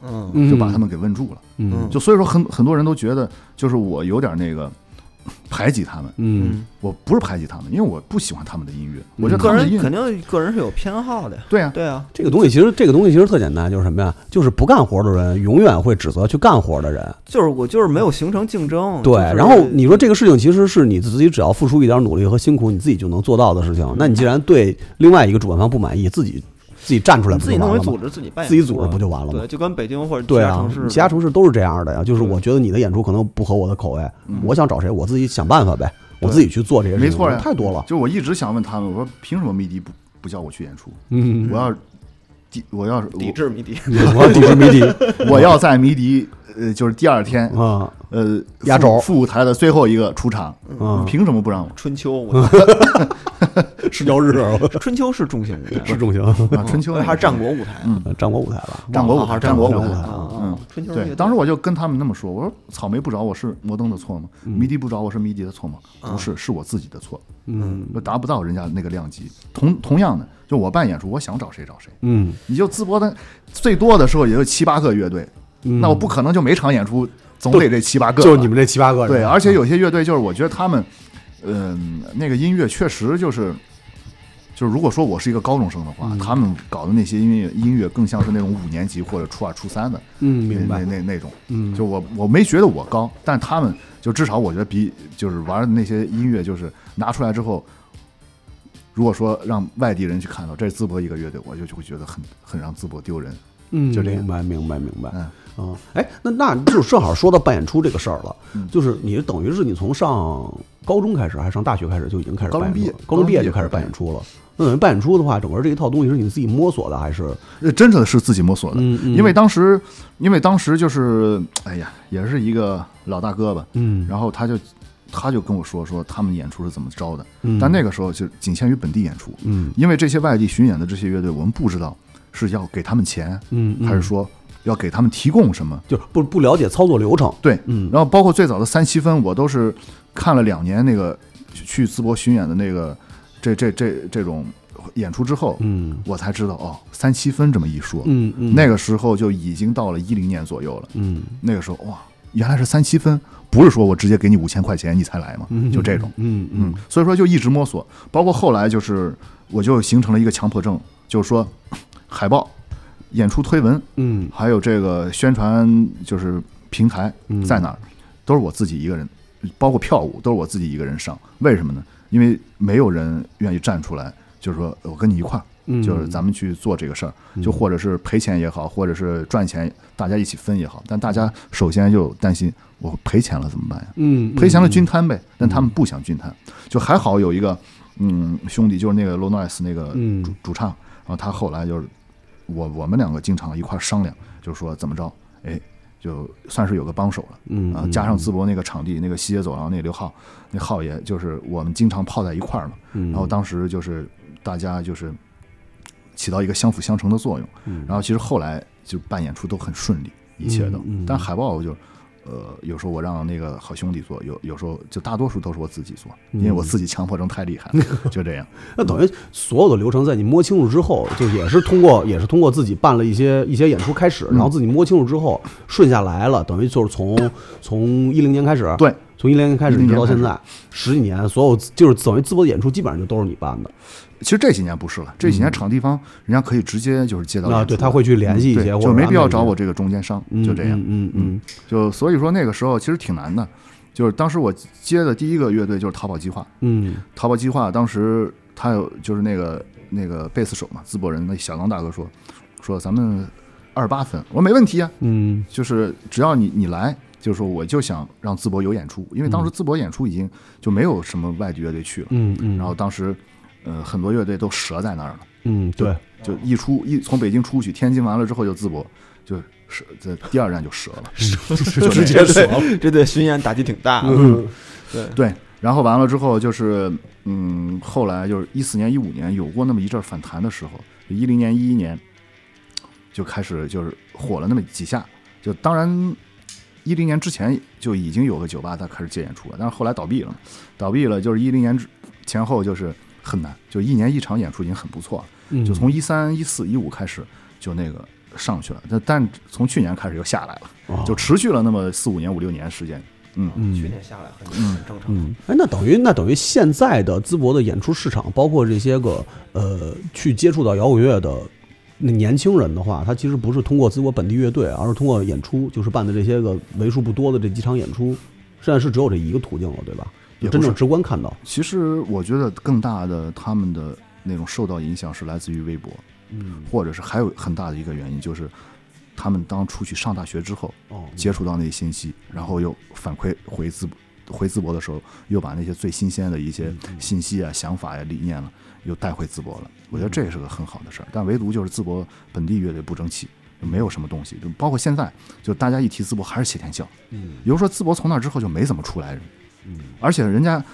[SPEAKER 2] 嗯
[SPEAKER 3] 嗯
[SPEAKER 6] 就把他们给问住了。
[SPEAKER 3] 嗯
[SPEAKER 2] 嗯
[SPEAKER 6] 就所以说很很多人都觉得，就是我有点那个排挤他们，
[SPEAKER 3] 嗯
[SPEAKER 2] 嗯，
[SPEAKER 6] 我不是排挤他们，因为我不喜欢他们的音乐，我觉得
[SPEAKER 2] 个
[SPEAKER 6] 他们的音
[SPEAKER 2] 人肯
[SPEAKER 6] 乐
[SPEAKER 2] 定个人是有偏好的呀。
[SPEAKER 6] 对啊，
[SPEAKER 2] 对啊，
[SPEAKER 3] 这个东西其实这个东西其实特简单，就是什么呀？就是不干活的人永远会指责去干活的人。
[SPEAKER 2] 就是我就是没有形成竞争。
[SPEAKER 3] 对，
[SPEAKER 2] 嗯就是
[SPEAKER 3] 然后你说这个事情其实是你自己只要付出一点努力和辛苦，你自己就能做到的事情。那你既然对另外一个主办方不满意，自己自己站出来
[SPEAKER 2] 你
[SPEAKER 3] 不
[SPEAKER 2] 自
[SPEAKER 3] 就
[SPEAKER 2] 己弄
[SPEAKER 3] 完
[SPEAKER 2] 一
[SPEAKER 3] 了
[SPEAKER 2] 组
[SPEAKER 3] 吗？
[SPEAKER 2] 织，自己办，
[SPEAKER 3] 自己组织不就完了吗
[SPEAKER 2] 对，？就跟北京或者
[SPEAKER 3] 对
[SPEAKER 2] 其他
[SPEAKER 3] 啊
[SPEAKER 2] 城市，，
[SPEAKER 3] 其他城市都是这样的呀。就是
[SPEAKER 2] 对
[SPEAKER 3] 我觉得你的演出可能不合我的口味，我想找谁，我自己想办法呗，我
[SPEAKER 6] 对
[SPEAKER 3] 自己去做这些事情。
[SPEAKER 6] 没错呀，
[SPEAKER 3] 太多了。
[SPEAKER 6] 就我一直想问他们，我说凭什么迷笛不不叫我去演出？
[SPEAKER 3] 嗯，
[SPEAKER 6] 我要抵，我要
[SPEAKER 2] 抵制迷笛。
[SPEAKER 3] 我抵制迷笛
[SPEAKER 6] 我我要在迷笛呃，就是第二天
[SPEAKER 2] 嗯
[SPEAKER 3] 啊，
[SPEAKER 6] 呃
[SPEAKER 3] 压轴
[SPEAKER 6] 副副舞台的最后一个出场，
[SPEAKER 3] 嗯
[SPEAKER 6] 你凭什么不让我？
[SPEAKER 2] 春秋，我
[SPEAKER 3] 是叫日啊，
[SPEAKER 2] 春秋是重型舞台，
[SPEAKER 3] 是重型。
[SPEAKER 6] 啊，春秋那个
[SPEAKER 2] 还是战国舞台？
[SPEAKER 6] 嗯
[SPEAKER 3] 战国舞台吧，
[SPEAKER 6] 战国舞
[SPEAKER 2] 还是
[SPEAKER 6] 台，战国
[SPEAKER 3] 战
[SPEAKER 6] 舞
[SPEAKER 3] 国舞
[SPEAKER 6] 台
[SPEAKER 3] 台，
[SPEAKER 2] 啊啊
[SPEAKER 6] 嗯，
[SPEAKER 2] 春秋是乐
[SPEAKER 6] 对，
[SPEAKER 2] 队
[SPEAKER 6] 当时我就跟他们那么说，我说草莓不找我是摩登的错吗？
[SPEAKER 2] 嗯
[SPEAKER 6] 迷笛不找我是迷笛的错吗？
[SPEAKER 2] 啊
[SPEAKER 6] 不是，是我自己的错，
[SPEAKER 3] 嗯
[SPEAKER 6] 就达不到人家那个量级。同同样的，就我办演出，我想找谁找谁，
[SPEAKER 3] 嗯，
[SPEAKER 6] 你就淄博的最多的时候也就七八个乐队，那我不可能就每场演出总得这七八个
[SPEAKER 3] 嗯
[SPEAKER 6] 吧，
[SPEAKER 3] 就你们这七八个人，
[SPEAKER 6] 对，而且有些乐队就是我觉得他们，嗯、那个音乐确实就是。就是如果说我是一个高中生的
[SPEAKER 3] 嗯
[SPEAKER 6] 话，他们搞的那些音乐音乐更像是那种五年级或者初二、初三的，
[SPEAKER 3] 嗯，
[SPEAKER 6] 那
[SPEAKER 3] 明白
[SPEAKER 6] 那，那那种，
[SPEAKER 3] 嗯
[SPEAKER 6] 就我我没觉得我高，但他们就至少我觉得比就是玩的那些音乐，就是拿出来之后，如果说让外地人去看到这是淄博一个乐队，我就就会觉得很很让淄博丢人。
[SPEAKER 3] 嗯，
[SPEAKER 6] 就这样
[SPEAKER 3] 明白，明白，明白。
[SPEAKER 6] 嗯
[SPEAKER 3] 啊，哎，那那就正好说到办演出这个事儿了，
[SPEAKER 6] 嗯
[SPEAKER 3] 就是你等于是你从上高中开始，还是上大学开始就已经开始
[SPEAKER 6] 高
[SPEAKER 3] 办
[SPEAKER 6] 中
[SPEAKER 3] 演
[SPEAKER 6] 毕
[SPEAKER 3] 出
[SPEAKER 6] 业
[SPEAKER 3] 了高中毕业就开始
[SPEAKER 6] 高
[SPEAKER 3] 办
[SPEAKER 6] 中毕业
[SPEAKER 3] 演出了。那等于办演出的话，整个这一套东西是你自己摸索的，还是
[SPEAKER 6] 呃，真的是自己摸索的，
[SPEAKER 3] 嗯嗯
[SPEAKER 6] 因为当时因为当时就是哎呀，也是一个老大哥吧，
[SPEAKER 3] 嗯
[SPEAKER 6] 然后他就他就跟我说说他们演出是怎么招的，
[SPEAKER 3] 嗯
[SPEAKER 6] 但那个时候就仅限于本地演出，
[SPEAKER 3] 嗯
[SPEAKER 6] 因为这些外地巡演的这些乐队，我们不知道是要给他们钱，
[SPEAKER 3] 嗯嗯
[SPEAKER 6] 还是说要给他们提供什么？
[SPEAKER 3] 就是不不了解操作流程？
[SPEAKER 6] 对，
[SPEAKER 3] 嗯
[SPEAKER 6] 然后包括最早的三七分，我都是看了两年那个去淄博巡演的那个这这这这种演出之后，
[SPEAKER 3] 嗯
[SPEAKER 6] 我才知道哦，三七分这么一说，
[SPEAKER 3] 嗯嗯，
[SPEAKER 6] 那个时候就已经到了一零年左右了。
[SPEAKER 3] 嗯
[SPEAKER 6] 那个时候哇，原来是三七分，不是说我直接给你五千块钱你才来嘛，就这种。
[SPEAKER 3] 嗯
[SPEAKER 6] 嗯
[SPEAKER 3] 嗯，
[SPEAKER 6] 所以说就一直摸索，包括后来就是我就形成了一个强迫症，就是说 海报、演出推文，
[SPEAKER 3] 嗯
[SPEAKER 6] 还有这个宣传就是平台
[SPEAKER 3] 嗯，
[SPEAKER 6] 在哪儿，都是我自己一个人，包括票务都是我自己一个人上。为什么呢？因为没有人愿意站出来，就是说我跟你一块儿，
[SPEAKER 3] 嗯，
[SPEAKER 6] 就是咱们去做这个事儿，
[SPEAKER 3] 嗯
[SPEAKER 6] 就或者是赔钱也好，或者是赚钱，大家一起分也好。但大家首先就担心我赔钱了怎么办呀？
[SPEAKER 3] 嗯
[SPEAKER 6] 赔钱了均摊呗，但他们不想均摊，就还好有一个嗯兄弟，就是那个 l o n o i s 那个
[SPEAKER 3] 嗯
[SPEAKER 6] 主主唱，然后他后来就是我我们两个经常一块儿商量，就是说怎么着，哎，就算是有个帮手了。
[SPEAKER 3] 嗯
[SPEAKER 6] 啊，加上淄博那个场地，那个西街走廊那刘浩，那浩爷就是我们经常泡在一块儿嘛。
[SPEAKER 3] 嗯
[SPEAKER 6] 然后当时就是大家就是起到一个相辅相成的作用。
[SPEAKER 3] 嗯
[SPEAKER 6] 然后其实后来就办演出都很顺利，一切都
[SPEAKER 3] 嗯嗯。
[SPEAKER 6] 但海报就呃，有时候我让那个好兄弟做，有有时候就大多数都是我自己做，因为我自己强迫症太厉害了，就这样。
[SPEAKER 3] 嗯
[SPEAKER 6] 嗯
[SPEAKER 3] 那等于所有的流程在你摸清楚之后，就也是通过也是通过自己办了一些一些演出开始，
[SPEAKER 6] 嗯
[SPEAKER 3] 然后自己摸清楚之后顺下来了，等于就是从从一零年开始，
[SPEAKER 6] 对，
[SPEAKER 3] 从一零年开始
[SPEAKER 6] 10
[SPEAKER 3] 一直到现
[SPEAKER 6] 年
[SPEAKER 3] 在十几年，所有就是等于淄博的演出基本上就都是你办的
[SPEAKER 6] 其实这几年不是了，这几年场地方人家可以直接就是接到
[SPEAKER 3] 嗯啊，
[SPEAKER 6] 演
[SPEAKER 3] 对
[SPEAKER 6] 出嗯
[SPEAKER 3] 他会去联系一
[SPEAKER 6] 对
[SPEAKER 3] 些，或者
[SPEAKER 6] 就没必
[SPEAKER 3] 安
[SPEAKER 6] 要
[SPEAKER 3] 排
[SPEAKER 6] 找
[SPEAKER 3] 一些
[SPEAKER 6] 我，这个中间商，就这样。
[SPEAKER 3] 嗯嗯嗯
[SPEAKER 6] 就所以说那个时候其实挺难的，就是当时我接的第一个乐队就是淘宝计划，
[SPEAKER 3] 嗯
[SPEAKER 6] 淘宝计划当时他有就是那个那个贝斯手嘛，淄博人那小刚大哥说说咱们二八分，我说没问题啊，
[SPEAKER 3] 嗯
[SPEAKER 6] 就是只要你你来，就是说我就想让淄
[SPEAKER 3] 嗯
[SPEAKER 6] 博有演出，因为当时淄博演出已经就没有什么外地乐队去了，
[SPEAKER 3] 嗯嗯，
[SPEAKER 6] 然后当时呃很多乐队都折在那儿了。
[SPEAKER 3] 嗯对，
[SPEAKER 6] 就一出一从北京出去，天津完了之后就淄博，就是这第二站就折了， 就直
[SPEAKER 2] 这对 这对巡演打击挺大的。
[SPEAKER 3] 嗯
[SPEAKER 6] 对，然后完了之后就是，嗯，后来就是一四年、一五年有过那么一阵儿反弹的时候，一零年、一一年就开始就是火了那么几下。就当然，一零年之前就已经有个酒吧在开始接演出了，但是后来倒闭了嘛，倒闭了就是一零年之前后就是很难，就一年一场演出已经很不错了。
[SPEAKER 3] 嗯
[SPEAKER 6] 就从一三、一四、一五开始就那个上去了，但但从去年开始又下来了，
[SPEAKER 3] 哦
[SPEAKER 6] 就持续了那么四五年、五六年时间。嗯，
[SPEAKER 3] 嗯
[SPEAKER 2] 去年下来很很正常，
[SPEAKER 3] 嗯，哎，那等于那等于现在的淄博的演出市场，包括这些个呃，去接触到摇滚乐的那年轻人的话，他其实不是通过淄博本地乐队，而是通过演出，就是办的这些个为数不多的这几场演出，现在是只有这一个途径了，对吧？就
[SPEAKER 6] 也不
[SPEAKER 3] 真正
[SPEAKER 6] 是
[SPEAKER 3] 直观看到，
[SPEAKER 6] 其实我觉得更大的他们的那种受到影响是来自于微博，
[SPEAKER 3] 嗯，
[SPEAKER 6] 或者是还有很大的一个原因就是，他们当出去上大学之后，
[SPEAKER 3] 哦，
[SPEAKER 6] 接触到那些信息，然后又反馈回淄回淄博的时候，又把那些最新鲜的一
[SPEAKER 3] 嗯
[SPEAKER 6] 些信息啊、想法呀、理念了，又带回淄博了。我
[SPEAKER 3] 嗯
[SPEAKER 6] 觉得这是个很好的事儿，但唯独就是淄博本地乐队不争气，就没有什么东西。就包括现在，就大家一提淄博还是谢天笑，
[SPEAKER 3] 嗯
[SPEAKER 6] 比如说淄博从那之后就没怎么出来人，
[SPEAKER 3] 嗯
[SPEAKER 6] 而且人家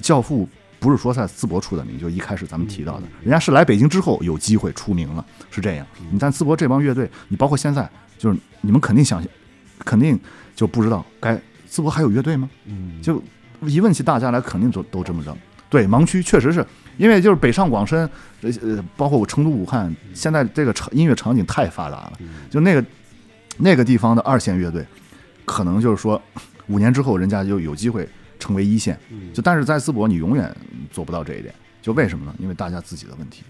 [SPEAKER 6] 教父不是说在淄博出的名，就一开始咱们提
[SPEAKER 3] 嗯
[SPEAKER 6] 到的，人家是来北京之后有机会出名了，是这样。
[SPEAKER 3] 嗯
[SPEAKER 6] 你但淄博这帮乐队，你包括现在，就是你们肯定想，肯定就不知道该淄博还有乐队吗？
[SPEAKER 3] 嗯
[SPEAKER 6] 就一问起大家来，肯定都都这么着。对，盲区确实是因为就是北上广深，呃呃，包括我成都、武汉，现在这个场音乐场景太发达了，
[SPEAKER 2] 嗯
[SPEAKER 6] 就那个那个地方的二线乐队，可能就是说五年之后人家就有机会成为一线，
[SPEAKER 2] 嗯
[SPEAKER 6] 就但是在淄博你永远做不到这一点，就为什么呢？因为大家自己的问题，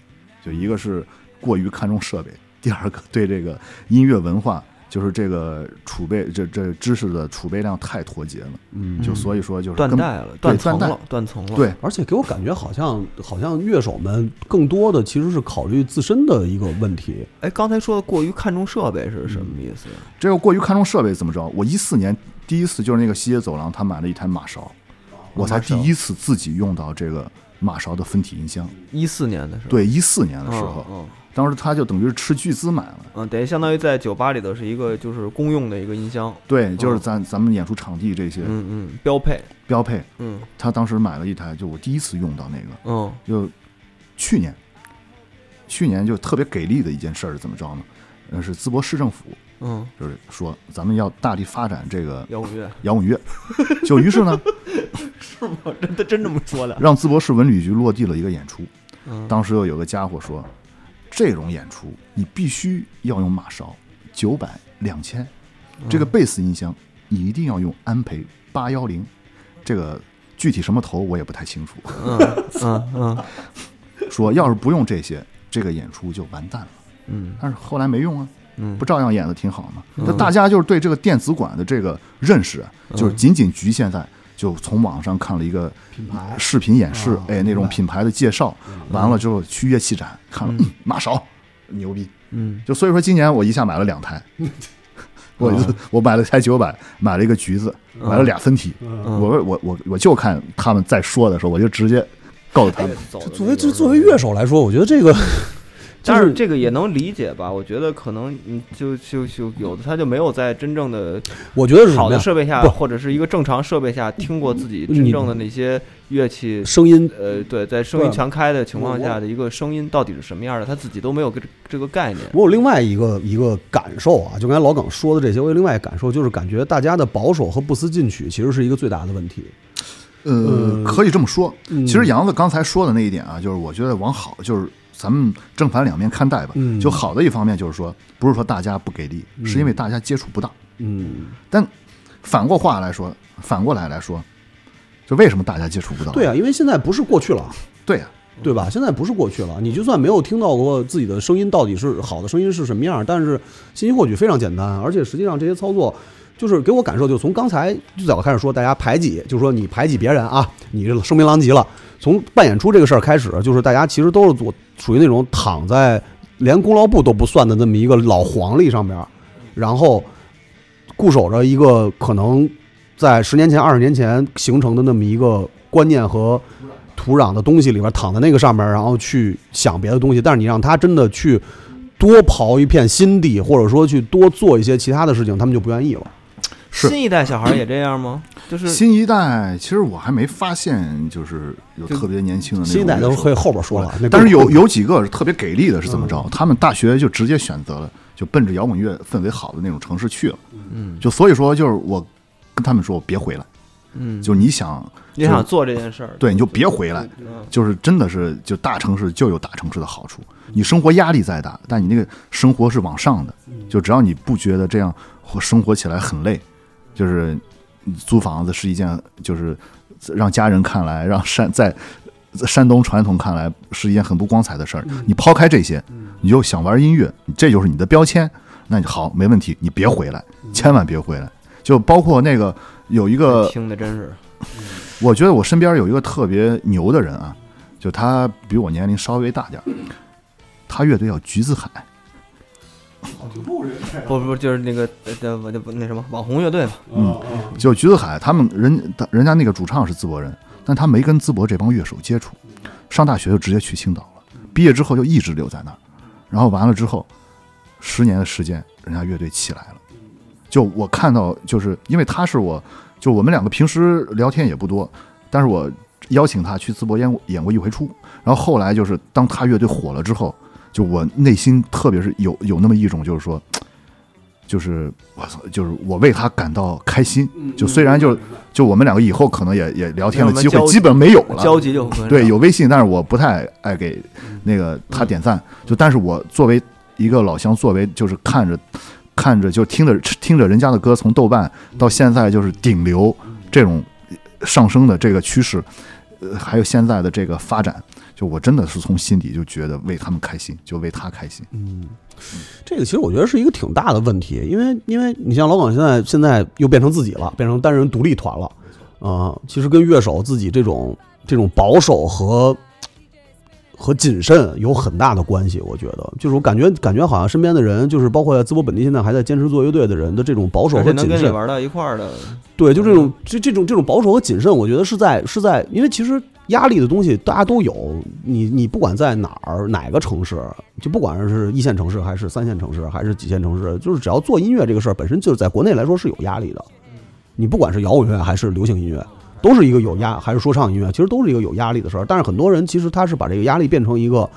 [SPEAKER 6] 就一个是过于看重设备，第二个对这个音乐文化。就是这个储备，这这知识的储备量太脱节了，
[SPEAKER 3] 嗯
[SPEAKER 6] 就所以说就是
[SPEAKER 2] 断
[SPEAKER 6] 根本
[SPEAKER 2] 代了，断层
[SPEAKER 6] 断
[SPEAKER 2] 了，断层了。
[SPEAKER 6] 对，
[SPEAKER 3] 而且给我感觉好像好像乐手们更多的其实是考虑自身的一个问题，
[SPEAKER 2] 哎，刚才说的过于看重设备是什么意思？
[SPEAKER 6] 这又过于看重设备怎么着？我一四年第一次就是那个西街走廊，他买了一台马勺，
[SPEAKER 2] 哦
[SPEAKER 6] 我才第一次自己用到这个马勺的分体音箱。
[SPEAKER 2] 一四年的时候，
[SPEAKER 6] 对，一四年的
[SPEAKER 2] 嗯，
[SPEAKER 6] 时候，
[SPEAKER 2] 嗯
[SPEAKER 6] 当时他就等于是斥巨资买了。
[SPEAKER 2] 嗯，等于相当于在酒吧里头是一个就是公用的一个音箱，
[SPEAKER 6] 对，就是咱咱们演出场地这些
[SPEAKER 2] 哦嗯嗯，标配，
[SPEAKER 6] 标配，
[SPEAKER 2] 嗯
[SPEAKER 6] 他当时买了一台，就我第一次用到那个，
[SPEAKER 2] 嗯
[SPEAKER 6] 就去年，去年就特别给力的一件事儿是怎么着呢？呃，是淄博市政府
[SPEAKER 2] 嗯，
[SPEAKER 6] 就是说咱们要大力发展这个
[SPEAKER 2] 摇滚乐，
[SPEAKER 6] 摇滚乐，就于是呢，
[SPEAKER 2] 真的真这么说 的，
[SPEAKER 6] 让淄博市文旅局落地了一个演出。
[SPEAKER 2] 嗯，
[SPEAKER 6] 当时又有个家伙说，这种演出你必须要用马勺，九百、两千，这个贝斯音箱你一定要用安培八幺零，这个具体什么头我也不太清楚。
[SPEAKER 2] 嗯嗯嗯
[SPEAKER 6] 说要是不用这些，这个演出就完蛋了。
[SPEAKER 2] 嗯
[SPEAKER 6] 但是后来没用啊，
[SPEAKER 2] 嗯，
[SPEAKER 6] 不照样演的挺好吗？
[SPEAKER 2] 嗯
[SPEAKER 6] 那大家就是对这个电子管的这个认识啊，
[SPEAKER 2] 嗯
[SPEAKER 6] 就是仅仅局限在就从网上看了一个
[SPEAKER 3] 品牌
[SPEAKER 6] 视频演示
[SPEAKER 3] 啊，
[SPEAKER 6] 哎，那
[SPEAKER 3] 明
[SPEAKER 6] 种
[SPEAKER 3] 白
[SPEAKER 6] 品牌的介绍，完了之后去乐器展看了，
[SPEAKER 2] 嗯
[SPEAKER 6] 嗯马勺牛逼，
[SPEAKER 2] 嗯
[SPEAKER 6] 就所以说今年我一下买了两 台，我
[SPEAKER 2] 啊
[SPEAKER 6] 我买了台九百，买了一个橘子，买了俩分体，
[SPEAKER 2] 嗯
[SPEAKER 6] 我我我我就看他们在说的时候，我就直接告诉他们，
[SPEAKER 2] 嗯走的
[SPEAKER 3] 作为
[SPEAKER 2] 这个
[SPEAKER 3] 作作为乐手来说，我觉得这个
[SPEAKER 2] 但
[SPEAKER 3] 就是
[SPEAKER 2] 这个也能理解吧？我觉得可能你就就就有的他就没有在真正的
[SPEAKER 3] 我觉得是什
[SPEAKER 2] 好
[SPEAKER 3] 么
[SPEAKER 2] 的
[SPEAKER 3] 呀？
[SPEAKER 2] 设备下，
[SPEAKER 3] 不
[SPEAKER 2] 或者是一个正常设备下听过自己真正的那些乐器，
[SPEAKER 3] 声音
[SPEAKER 2] 呃，对，在声音全开的情况
[SPEAKER 3] 我
[SPEAKER 2] 下
[SPEAKER 3] 我
[SPEAKER 2] 的一个声音到底是什么样的，他自己都没有这这个概念。
[SPEAKER 3] 我有另外一个一个感受啊，就刚才老耿说的这些，我有另外一个感受，就是感觉大家的保守和不思进取其实是一个最大的问题。
[SPEAKER 6] 呃
[SPEAKER 3] 嗯，
[SPEAKER 6] 可以这么说。
[SPEAKER 3] 嗯
[SPEAKER 6] 其实杨子刚才说的那一点啊，就是我觉得往好，就是咱们正反两面看待吧。
[SPEAKER 3] 嗯
[SPEAKER 6] 就好的一方面就是说，不是说大家不给力，是因为大家接触不到。
[SPEAKER 3] 嗯，
[SPEAKER 6] 但反过话来说，反过来来说，就为什么大家接触不到？
[SPEAKER 3] 对啊，，因为现在不是过去了，啊
[SPEAKER 6] 对啊呀、
[SPEAKER 3] 对吧？现在不是过去了，你就算没有听到过自己的声音到底是好的声音是什么样，但是信息获取非常简单，而且实际上这些操作。就是给我感受，就从刚才最早开始说，大家排挤，就是说你排挤别人啊，你这声名狼藉了。从办演出这个事儿开始，就是大家其实都是做属于那种躺在连功劳簿都不算的那么一个老黄历上边儿，然后固守着一个可能在十年前、二十年前形成的那么一个观念和土壤的东西里边躺在那个上面，然后去想别的东西。但是你让他真的去多刨一片新地，或者说去多做一些其他的事情，他们就不愿意了。
[SPEAKER 6] 是
[SPEAKER 2] 新一代小孩也这样吗？就是
[SPEAKER 6] 新一代其实我还没发现，就是有特别年嗯轻的那种
[SPEAKER 3] 新一代都
[SPEAKER 6] 乐
[SPEAKER 3] 是
[SPEAKER 6] 手
[SPEAKER 3] 会后边说了，那
[SPEAKER 6] 嗯但是有有几个是特别给力的，是
[SPEAKER 2] 嗯
[SPEAKER 6] 怎么着？他们大学就直接选择了，就奔着摇滚乐氛围好的那种城市去了。
[SPEAKER 2] 嗯
[SPEAKER 6] 就所以说，就是我跟他们说，别回来。
[SPEAKER 2] 嗯，
[SPEAKER 6] 就你想，
[SPEAKER 2] 你想做这件事儿，
[SPEAKER 6] 对，你就别回来。
[SPEAKER 2] 嗯
[SPEAKER 6] 就是真的是，就大城市就有大城市的好处。你生活压力再大，但你那个生活是往上的。就只要你不觉得这样活生活起来很累，就是租房子是一件，就是让家人看来，让山在在山东传统看来是一件很不光彩的事儿。你抛开这些，你就想玩音乐，你这就是你的标签。那你好，没问题，你别回来，千万别回来。就包括那个有一个
[SPEAKER 2] 听的真是，
[SPEAKER 6] 我觉得我身边有一个特别牛的人啊，就他比我年龄稍微大点儿，他乐队叫橘子海，
[SPEAKER 2] 不不就是那个呃呃我就不那什么网红乐队嘛，
[SPEAKER 6] 就橘子海他们人他人家那个主唱是淄博人，但他没跟淄博这帮乐手接触，上大学就直接去青岛了，毕业之后就一直留在那儿，然后完了之后，十年的时间，人家乐队起来了。就我看到，就是因为他是我，就我们两个平时聊天也不多，但是我邀请他去淄博演演过一回出，然后后来就是当他乐队火了之后，就我内心特别是有有那么一种就是说，就是我操，就是我为他感到开心。
[SPEAKER 2] 嗯
[SPEAKER 6] 就虽然就就我们两个以后可能也也聊天的机
[SPEAKER 2] 没有什么
[SPEAKER 6] 会
[SPEAKER 2] 交集
[SPEAKER 6] 基本没有了，
[SPEAKER 2] 交集就很
[SPEAKER 6] 对，有微信，但是我不太爱给那个他点赞。就但是我作为一个老乡，作为就是看着看着就听着听着人家的歌，从豆瓣到现在就是顶流这种上升的这个趋势，呃，还有现在的这个发展，就我真的是从心底就觉得为他们开心，就为他开心。
[SPEAKER 3] 嗯这个其实我觉得是一个挺大的问题，因为因为你像老耿现在现在又变成自己了，变成单人独立团了，啊、其实跟乐手自己这种这种保守和和谨慎有很大的关系。我觉得，就是我感觉感觉好像身边的人，就是包括淄博本地现在还在坚持做乐队的人的这种保守
[SPEAKER 2] 而
[SPEAKER 3] 和
[SPEAKER 2] 且能
[SPEAKER 3] 谨
[SPEAKER 2] 跟你
[SPEAKER 3] 慎，
[SPEAKER 2] 玩到一块儿的，
[SPEAKER 3] 对，就这种这这种这种保守和谨慎，我觉得是在是在，因为其实压力的东西大家都有，你你不管在哪儿哪个城市，就不管是一线城市还是三线城市还是几线城市，就是只要做音乐这个事儿本身就是在国内来说是有压力的，你不管是摇滚乐还是流行音乐，都是一个有压，还是说唱音乐，其实都是一个有压力的事儿。但是很多人其实他是把这个压力变成一个，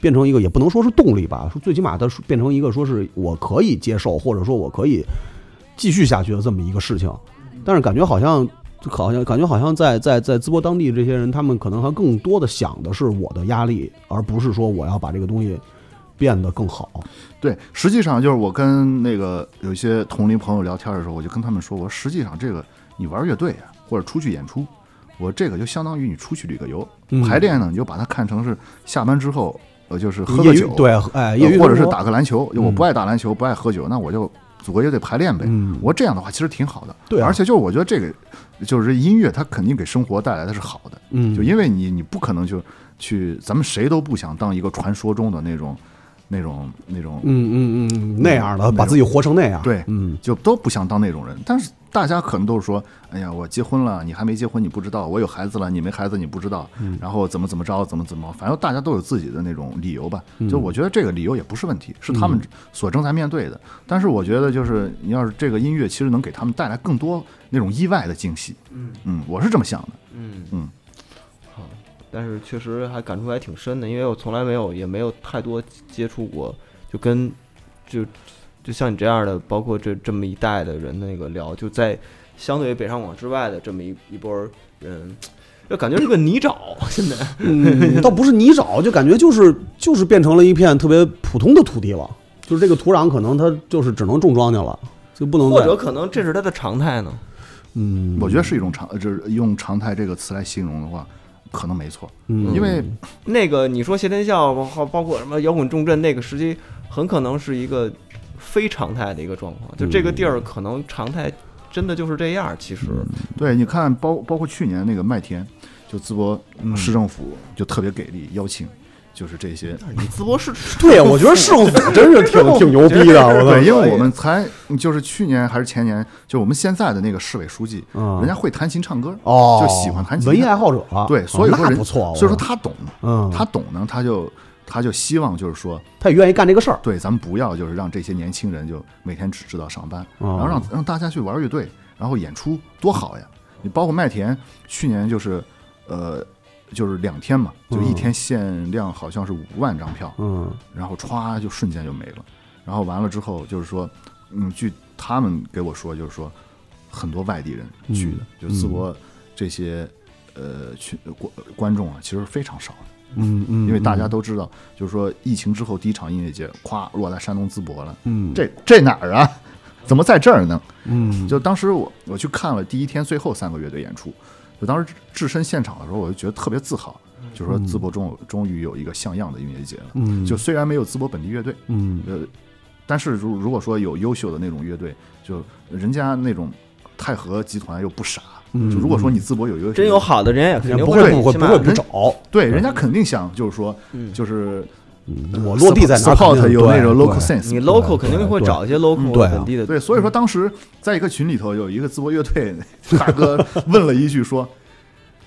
[SPEAKER 3] 变成一个也不能说是动力吧，说最起码他是变成一个说是我可以接受，或者说我可以继续下去的这么一个事情。但是感觉好像，好像感觉好像在在在淄博当地这些人，他们可能还更多的想的是我的压力，而不是说我要把这个东西变得更好。
[SPEAKER 6] 对，实际上就是我跟那个有一些同龄朋友聊天的时候，我就跟他们说，我说实际上这个你玩乐队啊，或者出去演出，我这个就相当于你出去旅个游。
[SPEAKER 3] 嗯
[SPEAKER 6] 排练呢，你就把它看成是下班之后，呃，就是喝
[SPEAKER 3] 业
[SPEAKER 6] 个
[SPEAKER 3] 余
[SPEAKER 6] 酒，
[SPEAKER 3] 对，哎，
[SPEAKER 6] 呃
[SPEAKER 3] 业余
[SPEAKER 6] 或者是
[SPEAKER 3] 生活
[SPEAKER 6] 打个篮球。就我
[SPEAKER 3] 嗯
[SPEAKER 6] 不爱打篮球，不爱喝酒，那我就组个乐队排练呗。
[SPEAKER 3] 嗯
[SPEAKER 6] 我这样的话其实挺好的，
[SPEAKER 3] 对啊
[SPEAKER 6] 而且就是我觉得这个就是音乐，它肯定给生活带来的是好的，
[SPEAKER 3] 嗯，
[SPEAKER 6] 就因为你你不可能就去，咱们谁都不想当一个传说中的那种那种那种，
[SPEAKER 3] 嗯嗯嗯那样的，
[SPEAKER 6] 种
[SPEAKER 3] 把自己活成那样。
[SPEAKER 6] 对
[SPEAKER 3] 嗯
[SPEAKER 6] 就都不想当那种人。但是大家可能都是说，哎呀，我结婚了，你还没结婚，你不知道；我有孩子了，你没孩子，你不知道。然后怎么怎么着，怎么怎么，反正大家都有自己的那种理由吧。
[SPEAKER 3] 嗯
[SPEAKER 6] 就我觉得这个理由也不是问题，是他们所正在面对的。但是我觉得，就是你要是这个音乐，其实能给他们带来更多那种意外的惊喜。嗯我是这么想的。
[SPEAKER 2] 嗯
[SPEAKER 6] 嗯，
[SPEAKER 2] 好，但是确实还感触还挺深的，因为我从来没有也没有太多接触过，就跟就就像你这样的，包括这这么一代的人那个聊，就在相对于北上广之外的这么一一波人，就感觉是个泥沼。现在
[SPEAKER 3] 嗯，倒不是泥沼，就感觉就是就是变成了一片特别普通的土地了，就是这个土壤可能它就是只能种庄稼了，就不能
[SPEAKER 2] 或
[SPEAKER 3] 再
[SPEAKER 2] 者可能这是他的常态呢。
[SPEAKER 3] 嗯，
[SPEAKER 6] 我觉得是一种常，呃就是用“常态”这个词来形容的话，可能没错。
[SPEAKER 3] 嗯
[SPEAKER 6] 因为
[SPEAKER 2] 那个你说谢天笑，包括包括什么摇滚重镇那个时期，很可能是一个非常态的一个状况，就这个地儿可能常态真的就是这样。其实，
[SPEAKER 6] 对，你看，包包括去年那个麦田，就淄博
[SPEAKER 3] 嗯
[SPEAKER 6] 市政府就特别给力，邀请就是这些。
[SPEAKER 2] 你淄博市
[SPEAKER 3] 对，我觉得市政府真是 挺挺牛逼的，我操，
[SPEAKER 6] 对，因为我们才就是去年还是前年，就我们现在的那个市委书记，
[SPEAKER 3] 嗯
[SPEAKER 6] 人家会弹琴唱歌，
[SPEAKER 3] 哦，
[SPEAKER 6] 就喜欢弹琴
[SPEAKER 3] 文艺爱好者了，
[SPEAKER 6] 对，所以
[SPEAKER 3] 哦
[SPEAKER 6] 说
[SPEAKER 3] 那
[SPEAKER 6] 人
[SPEAKER 3] 不错，
[SPEAKER 6] 所以说
[SPEAKER 3] 他
[SPEAKER 6] 他懂，
[SPEAKER 3] 嗯，
[SPEAKER 6] 他懂呢，他就他就希望就是说，
[SPEAKER 3] 他也愿意干这个事儿，
[SPEAKER 6] 对，咱们不要就是让这些年轻人就每天只知道上班，
[SPEAKER 3] 哦
[SPEAKER 6] 然后让让大家去玩乐队，然后演出多好呀！你包括麦田去年就是呃就是两天嘛，就一天限量好像是五万张票，
[SPEAKER 3] 嗯
[SPEAKER 6] 然后歘就瞬间就没了。然后完了之后就是说，嗯，据他们给我说，就是说很多外地人去的，就淄博这些呃去观观众啊，其实非常少的。
[SPEAKER 3] 嗯嗯，
[SPEAKER 6] 因为大家都知道，就是说疫情之后第一场音乐节，咵落在山东淄博了。
[SPEAKER 3] 嗯
[SPEAKER 6] 这这哪儿啊？ 怎么在这儿呢？
[SPEAKER 3] 嗯
[SPEAKER 6] 就当时我我去看了第一天最后三个乐队演出，就当时置身现场的时候，我就觉得特别自豪，就是说淄博终有终于有一个像样的音乐节了。
[SPEAKER 3] 嗯
[SPEAKER 6] 就虽然没有淄博本地乐队，
[SPEAKER 3] 嗯
[SPEAKER 6] 呃，但是如如果说有优秀的那种乐队，就人家那种太和集团又不傻，
[SPEAKER 3] 嗯
[SPEAKER 6] 就如果说你淄博有一个
[SPEAKER 2] 真有好的人也肯定
[SPEAKER 3] 不会
[SPEAKER 2] 会
[SPEAKER 3] 不会
[SPEAKER 2] 起
[SPEAKER 3] 不
[SPEAKER 2] 码
[SPEAKER 3] 会不找，
[SPEAKER 6] 对，
[SPEAKER 3] 嗯
[SPEAKER 6] 人家肯定想就是说，
[SPEAKER 2] 嗯
[SPEAKER 6] 就是
[SPEAKER 3] 我落地在哪儿肯
[SPEAKER 6] support
[SPEAKER 3] 定
[SPEAKER 6] 有那种
[SPEAKER 3] 对
[SPEAKER 6] local
[SPEAKER 3] 对
[SPEAKER 6] sense，
[SPEAKER 2] 你 local 肯定会找一些 local 嗯
[SPEAKER 3] 对啊
[SPEAKER 2] 本地的，
[SPEAKER 6] 对，所以说当时在一个群里头有一个淄博乐队 大哥问了一句说：“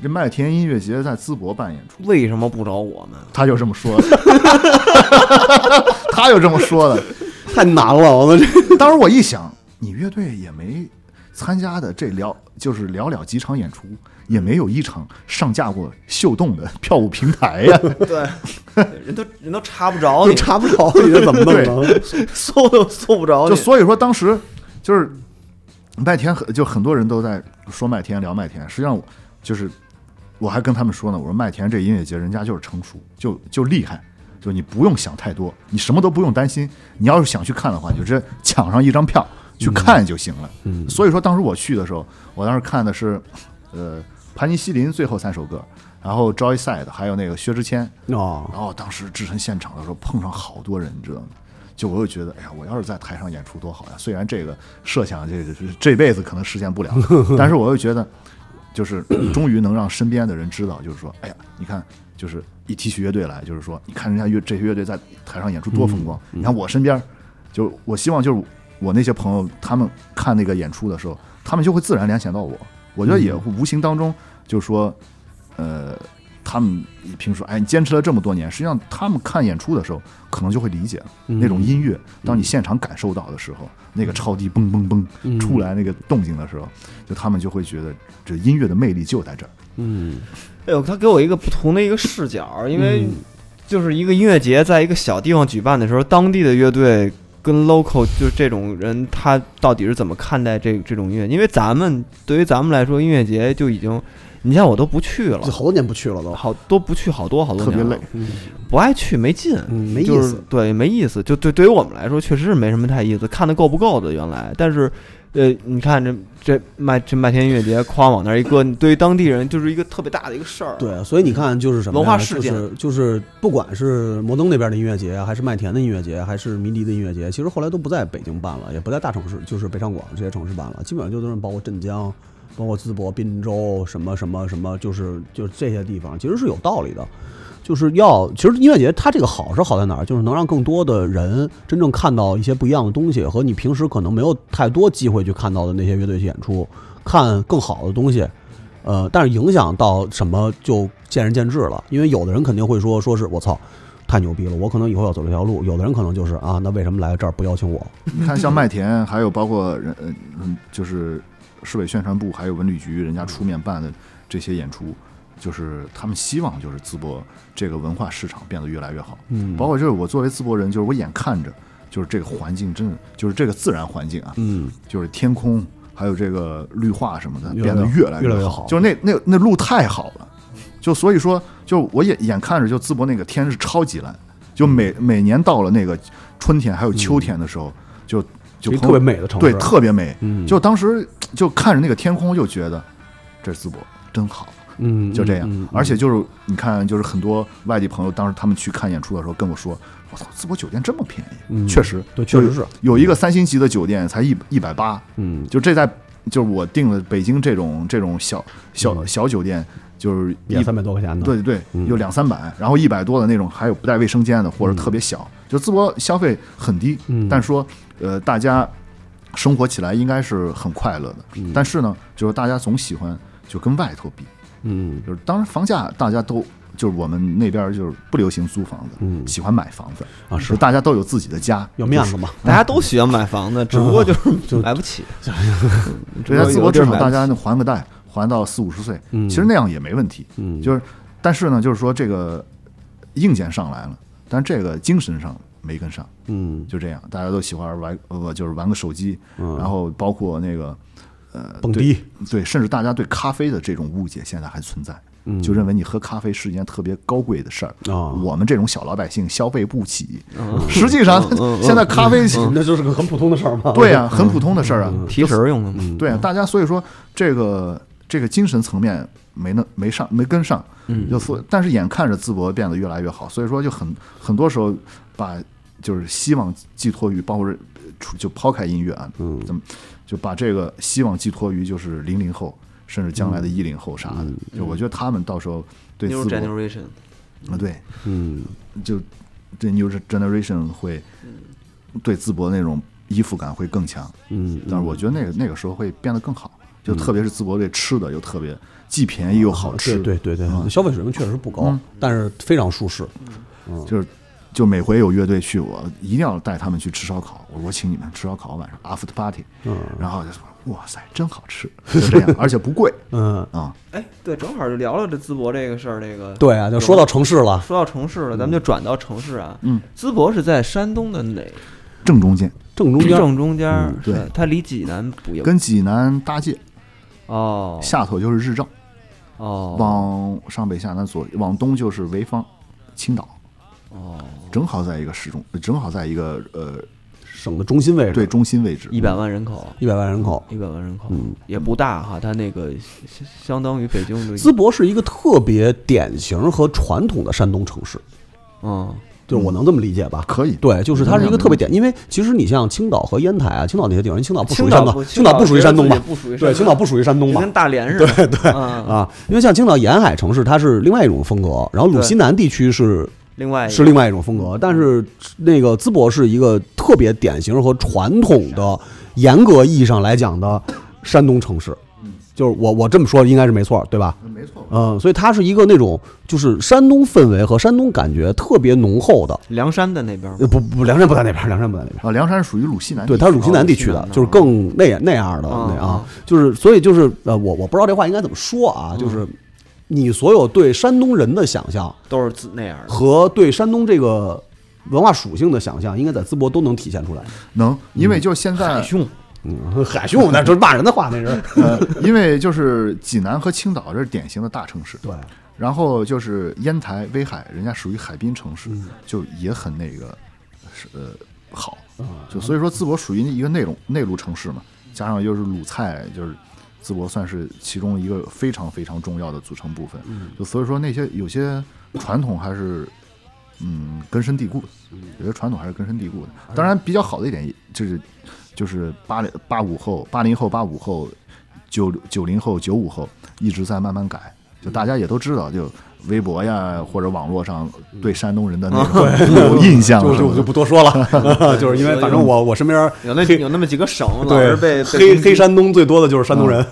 [SPEAKER 6] 这麦田音乐节在淄博办演出。
[SPEAKER 2] 为什么不找我们？”
[SPEAKER 6] 他就这么说的， 他就这么说的。
[SPEAKER 3] 太难了，我操，这
[SPEAKER 6] 当时我一想，你乐队也没参加的这寥就是寥寥几场演出，也没有一场上架过秀动的票务平台呀、
[SPEAKER 2] 对， 人都人都查不着
[SPEAKER 3] 就
[SPEAKER 2] 你，
[SPEAKER 3] 查不着，你这怎么 弄啊呢？
[SPEAKER 2] 搜都搜不着
[SPEAKER 6] 就
[SPEAKER 2] 你。
[SPEAKER 6] 所以说当时就是麦田很就很多人都在说麦田聊麦田，实际上我就是我还跟他们说呢，我说麦田这音乐节人家就是成熟，就就厉害。就你不用想太多，你什么都不用担心。你要是想去看的话，你就直接抢上一张票去看就行了。
[SPEAKER 3] 嗯
[SPEAKER 6] 所以说当时我去的时候，我当时看的是，呃，盘尼西林最后三首歌，然后 Joyside，还有那个薛之谦，
[SPEAKER 3] 哦，
[SPEAKER 6] 然后当时置身现场的时候，碰上好多人，你知道吗？就我又觉得，哎呀，我要是在台上演出多好呀！虽然这个设想这这这辈子可能实现不了，但是我又觉得，就是 终于能让身边的人知道，就是说，哎呀，你看，就是一提起乐队来，就是说，你看人家乐这些乐队在台上演出多风光，你看我身边，就我希望就是我那些朋友，他们看那个演出的时候，他们就会自然联想到我。我觉得也无形当中就说，呃，他们平时说哎，你坚持了这么多年，实际上他们看演出的时候，可能就会理解
[SPEAKER 2] 嗯
[SPEAKER 3] 嗯
[SPEAKER 6] 那种音乐。当你现场感受到的时候，那个超低嘣嘣
[SPEAKER 3] 嗯
[SPEAKER 6] 嘣
[SPEAKER 2] 嗯
[SPEAKER 6] 出来那个动静的时候，就他们就会觉得这音乐的魅力就在这儿。
[SPEAKER 3] 嗯
[SPEAKER 2] 哎呦，他给我一个不同的一个视角，因为
[SPEAKER 3] 嗯
[SPEAKER 2] 就是一个音乐节在一个小地方举办的时候，当地的乐队跟 local 就是这种人，他到底是怎么看待这这种音乐？因为咱们对于咱们来说，音乐节就已经你像我都不去了
[SPEAKER 3] 就，好多年不去了都，
[SPEAKER 2] 好都不去好多好多
[SPEAKER 6] 特别
[SPEAKER 2] 年嗯了
[SPEAKER 6] 累，
[SPEAKER 2] 不爱去没劲，
[SPEAKER 3] 嗯，没意
[SPEAKER 2] 就
[SPEAKER 3] 思
[SPEAKER 2] 是。对，没意思。就对，对于我们来说，确实是没什么太意思，看的够不够的原来。但是，呃，你看这这麦这麦田音乐节，哐往那儿一搁，你对于当地人就是一个特别大的一个事儿。
[SPEAKER 3] 对，啊所以你看，就是什么呀
[SPEAKER 2] 文化事件
[SPEAKER 3] 就是就是不管是摩登那边的音乐节，还是麦田的音乐节，还是迷笛的音乐节，其实后来都不在北京办了，也不在大城市，就是北上广这些城市办了，基本上就都是包括镇江，包括淄博、滨州什么什么什么，就是就是这些地方，其实是有道理的。就是要，其实音乐节它这个好是好在哪儿？就是能让更多的人真正看到一些不一样的东西，和你平时可能没有太多机会去看到的那些乐队去演出，看更好的东西。呃，但是影响到什么就见仁见智了，因为有的人肯定会说，说是我操，太牛逼了，我可能以后要走这条路；有的人可能就是啊，那为什么来这儿不邀请我？
[SPEAKER 6] 你看，像麦田，还有包括人，呃嗯就是市委宣传部，还有文旅局，人家出面办的这些演出，就是他们希望就是淄博这个文化市场变得越来越好。
[SPEAKER 3] 嗯
[SPEAKER 6] 包括就是我作为淄博人，就是我眼看着就是这个环境真的就是这个自然环境啊，
[SPEAKER 3] 嗯，
[SPEAKER 6] 就是天空还有这个绿化什么的
[SPEAKER 3] 越来越
[SPEAKER 6] 变得越来
[SPEAKER 3] 越来越
[SPEAKER 6] 越
[SPEAKER 3] 好
[SPEAKER 6] 就是那那那路太好了，就所以说就我眼眼看着就淄博那个天是超级蓝，就每
[SPEAKER 3] 嗯
[SPEAKER 6] 每年到了那个春天还有秋天的时候，就就
[SPEAKER 3] 一个嗯特
[SPEAKER 6] 朋友
[SPEAKER 3] 别美的城市，
[SPEAKER 6] 对，特别美。
[SPEAKER 3] 嗯，
[SPEAKER 6] 就当时就看着那个天空，就觉得这淄博真好，
[SPEAKER 3] 嗯
[SPEAKER 6] 就这样。
[SPEAKER 3] 嗯嗯
[SPEAKER 6] 而且就是你看，就是很多外地朋友，当时他们去看演出的时候跟我说：“我操，淄博酒店这么便宜！”
[SPEAKER 3] 嗯
[SPEAKER 6] 确实，
[SPEAKER 3] 对，确实是，
[SPEAKER 6] 有一个三星级的酒店才一一百八，
[SPEAKER 3] 嗯，
[SPEAKER 6] 就这在就是我订的北京这种这种小小小酒店，就是
[SPEAKER 3] 也
[SPEAKER 6] 一
[SPEAKER 3] 嗯三百多块钱的，
[SPEAKER 6] 对对，
[SPEAKER 3] 嗯
[SPEAKER 6] 有两三百，然后一百多的那种，还有不带卫生间的或者特别小，就淄博消费很低，
[SPEAKER 3] 嗯
[SPEAKER 6] 但是说呃大家生活起来应该是很快乐的，但是呢，就是大家总喜欢就跟外头比，
[SPEAKER 3] 嗯
[SPEAKER 6] 就是当然房价大家都就是我们那边就是不流行租房子，
[SPEAKER 3] 嗯
[SPEAKER 6] 喜欢买房子，
[SPEAKER 3] 啊是
[SPEAKER 6] 就大家都有自己的家，
[SPEAKER 3] 要面子嘛，
[SPEAKER 2] 大家都喜欢买房子，只不过就是
[SPEAKER 3] 就
[SPEAKER 2] 买不起。
[SPEAKER 6] 这在淄博至
[SPEAKER 2] 就是
[SPEAKER 6] 少大家呢还个贷，还到四五十岁，
[SPEAKER 3] 嗯
[SPEAKER 6] 其实那样也没问题。
[SPEAKER 3] 嗯，
[SPEAKER 6] 就是，但是呢，就是说这个硬件上来了，但这个精神上没跟上，
[SPEAKER 3] 嗯
[SPEAKER 6] 就这样，大家都喜欢玩呃，就是玩个手机，
[SPEAKER 3] 嗯
[SPEAKER 6] 然后包括那个呃，
[SPEAKER 3] 蹦
[SPEAKER 6] 对
[SPEAKER 3] 迪，
[SPEAKER 6] 对，甚至大家对咖啡的这种误解现在还存在，
[SPEAKER 3] 嗯
[SPEAKER 6] 就认为你喝咖啡是一件特别高贵的事儿，
[SPEAKER 3] 啊嗯
[SPEAKER 6] 我们这种小老百姓消费不起。实际上，现在咖啡、
[SPEAKER 3] 那就是个很普通的事儿嘛，
[SPEAKER 6] 对呀、很普通的事儿啊。
[SPEAKER 3] 嗯
[SPEAKER 2] 提神儿用的嘛。
[SPEAKER 6] 对啊，大家所以说这个这个精神层面没能没上没跟上，嗯，就所但是眼看着淄博变得越来越好，所以说就很很多时候把就是希望寄托于，包括是呃除就抛开音乐啊，嗯，怎么就把这个希望寄托于就是零零后，甚至将来的一零后啥的，就我觉得他们到时候对
[SPEAKER 2] New
[SPEAKER 6] 淄博
[SPEAKER 2] generation，
[SPEAKER 6] 啊，对，
[SPEAKER 3] 嗯
[SPEAKER 6] 就对 New Generation 会对淄博那种依附感会更强，
[SPEAKER 3] 嗯，
[SPEAKER 6] 但是我觉得那个那个时候会变得更好，就特别是淄博对吃的又特别既便宜又好吃，
[SPEAKER 3] 对对对对，消费水平确实不高
[SPEAKER 6] 嗯，
[SPEAKER 3] 但是非常舒适，
[SPEAKER 6] 就是嗯就每回有乐队去，我一定要带他们去吃烧烤，我说请你们吃烧烤，晚上 after party，
[SPEAKER 3] 嗯
[SPEAKER 6] 然后就说哇塞真好吃，就这样，而且不贵
[SPEAKER 3] 嗯，
[SPEAKER 6] 啊，
[SPEAKER 2] 哎，对，正好就聊聊这淄博这个事儿。这个
[SPEAKER 3] 对啊，就说到城市了，
[SPEAKER 2] 说到城市了，咱们就转到城市啊。
[SPEAKER 6] 嗯，
[SPEAKER 2] 淄博是在山东的哪
[SPEAKER 6] 正中间
[SPEAKER 3] 正中间
[SPEAKER 2] 正中间儿？
[SPEAKER 6] 对
[SPEAKER 2] 是它离济南不远。
[SPEAKER 6] 跟济南搭界，
[SPEAKER 2] 哦
[SPEAKER 6] 下头就是日照，
[SPEAKER 2] 哦
[SPEAKER 6] 往上北下南左往东就是潍坊、青岛，
[SPEAKER 2] 哦，
[SPEAKER 6] 正好在一个市中，正好在一个呃
[SPEAKER 3] 省的中心位置，
[SPEAKER 6] 对，中心位置，
[SPEAKER 2] 一百万人口，
[SPEAKER 3] 一百万人口。
[SPEAKER 2] 一百万人口也不大哈，它那个相相当于北京的一
[SPEAKER 3] 淄博是一个特别典型和传统的山东城市，
[SPEAKER 2] 嗯
[SPEAKER 3] 就是我能这么理解吧？
[SPEAKER 6] 可以
[SPEAKER 3] 对，就是它是一个特别典，因为其实你像青岛和烟台啊，青岛那些地方，因为青岛不属于山东，青岛不属于山东吧？
[SPEAKER 2] 不属于
[SPEAKER 3] 对，青岛不属于山东
[SPEAKER 2] 就
[SPEAKER 3] 吧
[SPEAKER 2] 跟？大连似的。对对啊，
[SPEAKER 3] 啊，因为像青岛沿海城市，它是另外一种风格，然后鲁
[SPEAKER 2] 对
[SPEAKER 3] 西南地区是
[SPEAKER 2] 另外一个
[SPEAKER 3] 是另外一种风格，但是那个淄博是一个特别典型和传统的，严格意义上来讲的山东城市，就是我我这么说应该是没错，对吧？
[SPEAKER 6] 没错，
[SPEAKER 3] 嗯，所以它是一个那种就是山东氛围和山东感觉特别浓厚的。
[SPEAKER 2] 梁山的那边儿
[SPEAKER 3] 呃，不不，梁山不在那边，梁山不在那边。
[SPEAKER 6] 啊，梁山属于鲁西南地
[SPEAKER 3] 对，
[SPEAKER 6] 区，
[SPEAKER 3] 它是鲁西南地区
[SPEAKER 2] 哦
[SPEAKER 3] 的
[SPEAKER 2] 鲁西，南
[SPEAKER 3] 就是更那那样的
[SPEAKER 2] 啊
[SPEAKER 3] 那啊，就是所以就是呃，我我不知道这话应该怎么说啊，就是你所有对山东人的想象
[SPEAKER 2] 都是自那样的。
[SPEAKER 3] 和对山东这个文化属性的想象，应该在淄博都能体现出来。
[SPEAKER 6] 能，因为就是现在
[SPEAKER 2] 凶，
[SPEAKER 3] 嗯，海兄，那就是骂人的话，那是。
[SPEAKER 6] 呃，因为就是济南和青岛这是典型的大城市，
[SPEAKER 3] 对，
[SPEAKER 6] 然后就是烟台、威海，人家属于海滨城市，
[SPEAKER 3] 嗯
[SPEAKER 6] 就也很那个，是呃好，就所以说淄博属于一个内陆内陆城市嘛，加上又是鲁菜，就是淄博算是其中一个非常非常重要的组成部分，
[SPEAKER 3] 嗯
[SPEAKER 6] 就所以说那些有些传统还是嗯根深蒂固的，有些传统还是根深蒂固的。
[SPEAKER 3] 嗯
[SPEAKER 6] 当然，比较好的一点就是就是八零八五后、八零后、八五后、九九零后、九五后一直在慢慢改，就大家也都知道，就微博呀或者网络上对山东人的那种有印象
[SPEAKER 3] 嗯 就
[SPEAKER 6] 什
[SPEAKER 3] 就
[SPEAKER 6] 么
[SPEAKER 3] 就
[SPEAKER 6] 的，
[SPEAKER 3] 不多说了，就是因为反正我我身边
[SPEAKER 2] 有那
[SPEAKER 3] 黑
[SPEAKER 2] 有那么几个省老
[SPEAKER 3] 对
[SPEAKER 2] 是被
[SPEAKER 3] 黑
[SPEAKER 2] 被
[SPEAKER 3] 黑山东最多的就是山东人，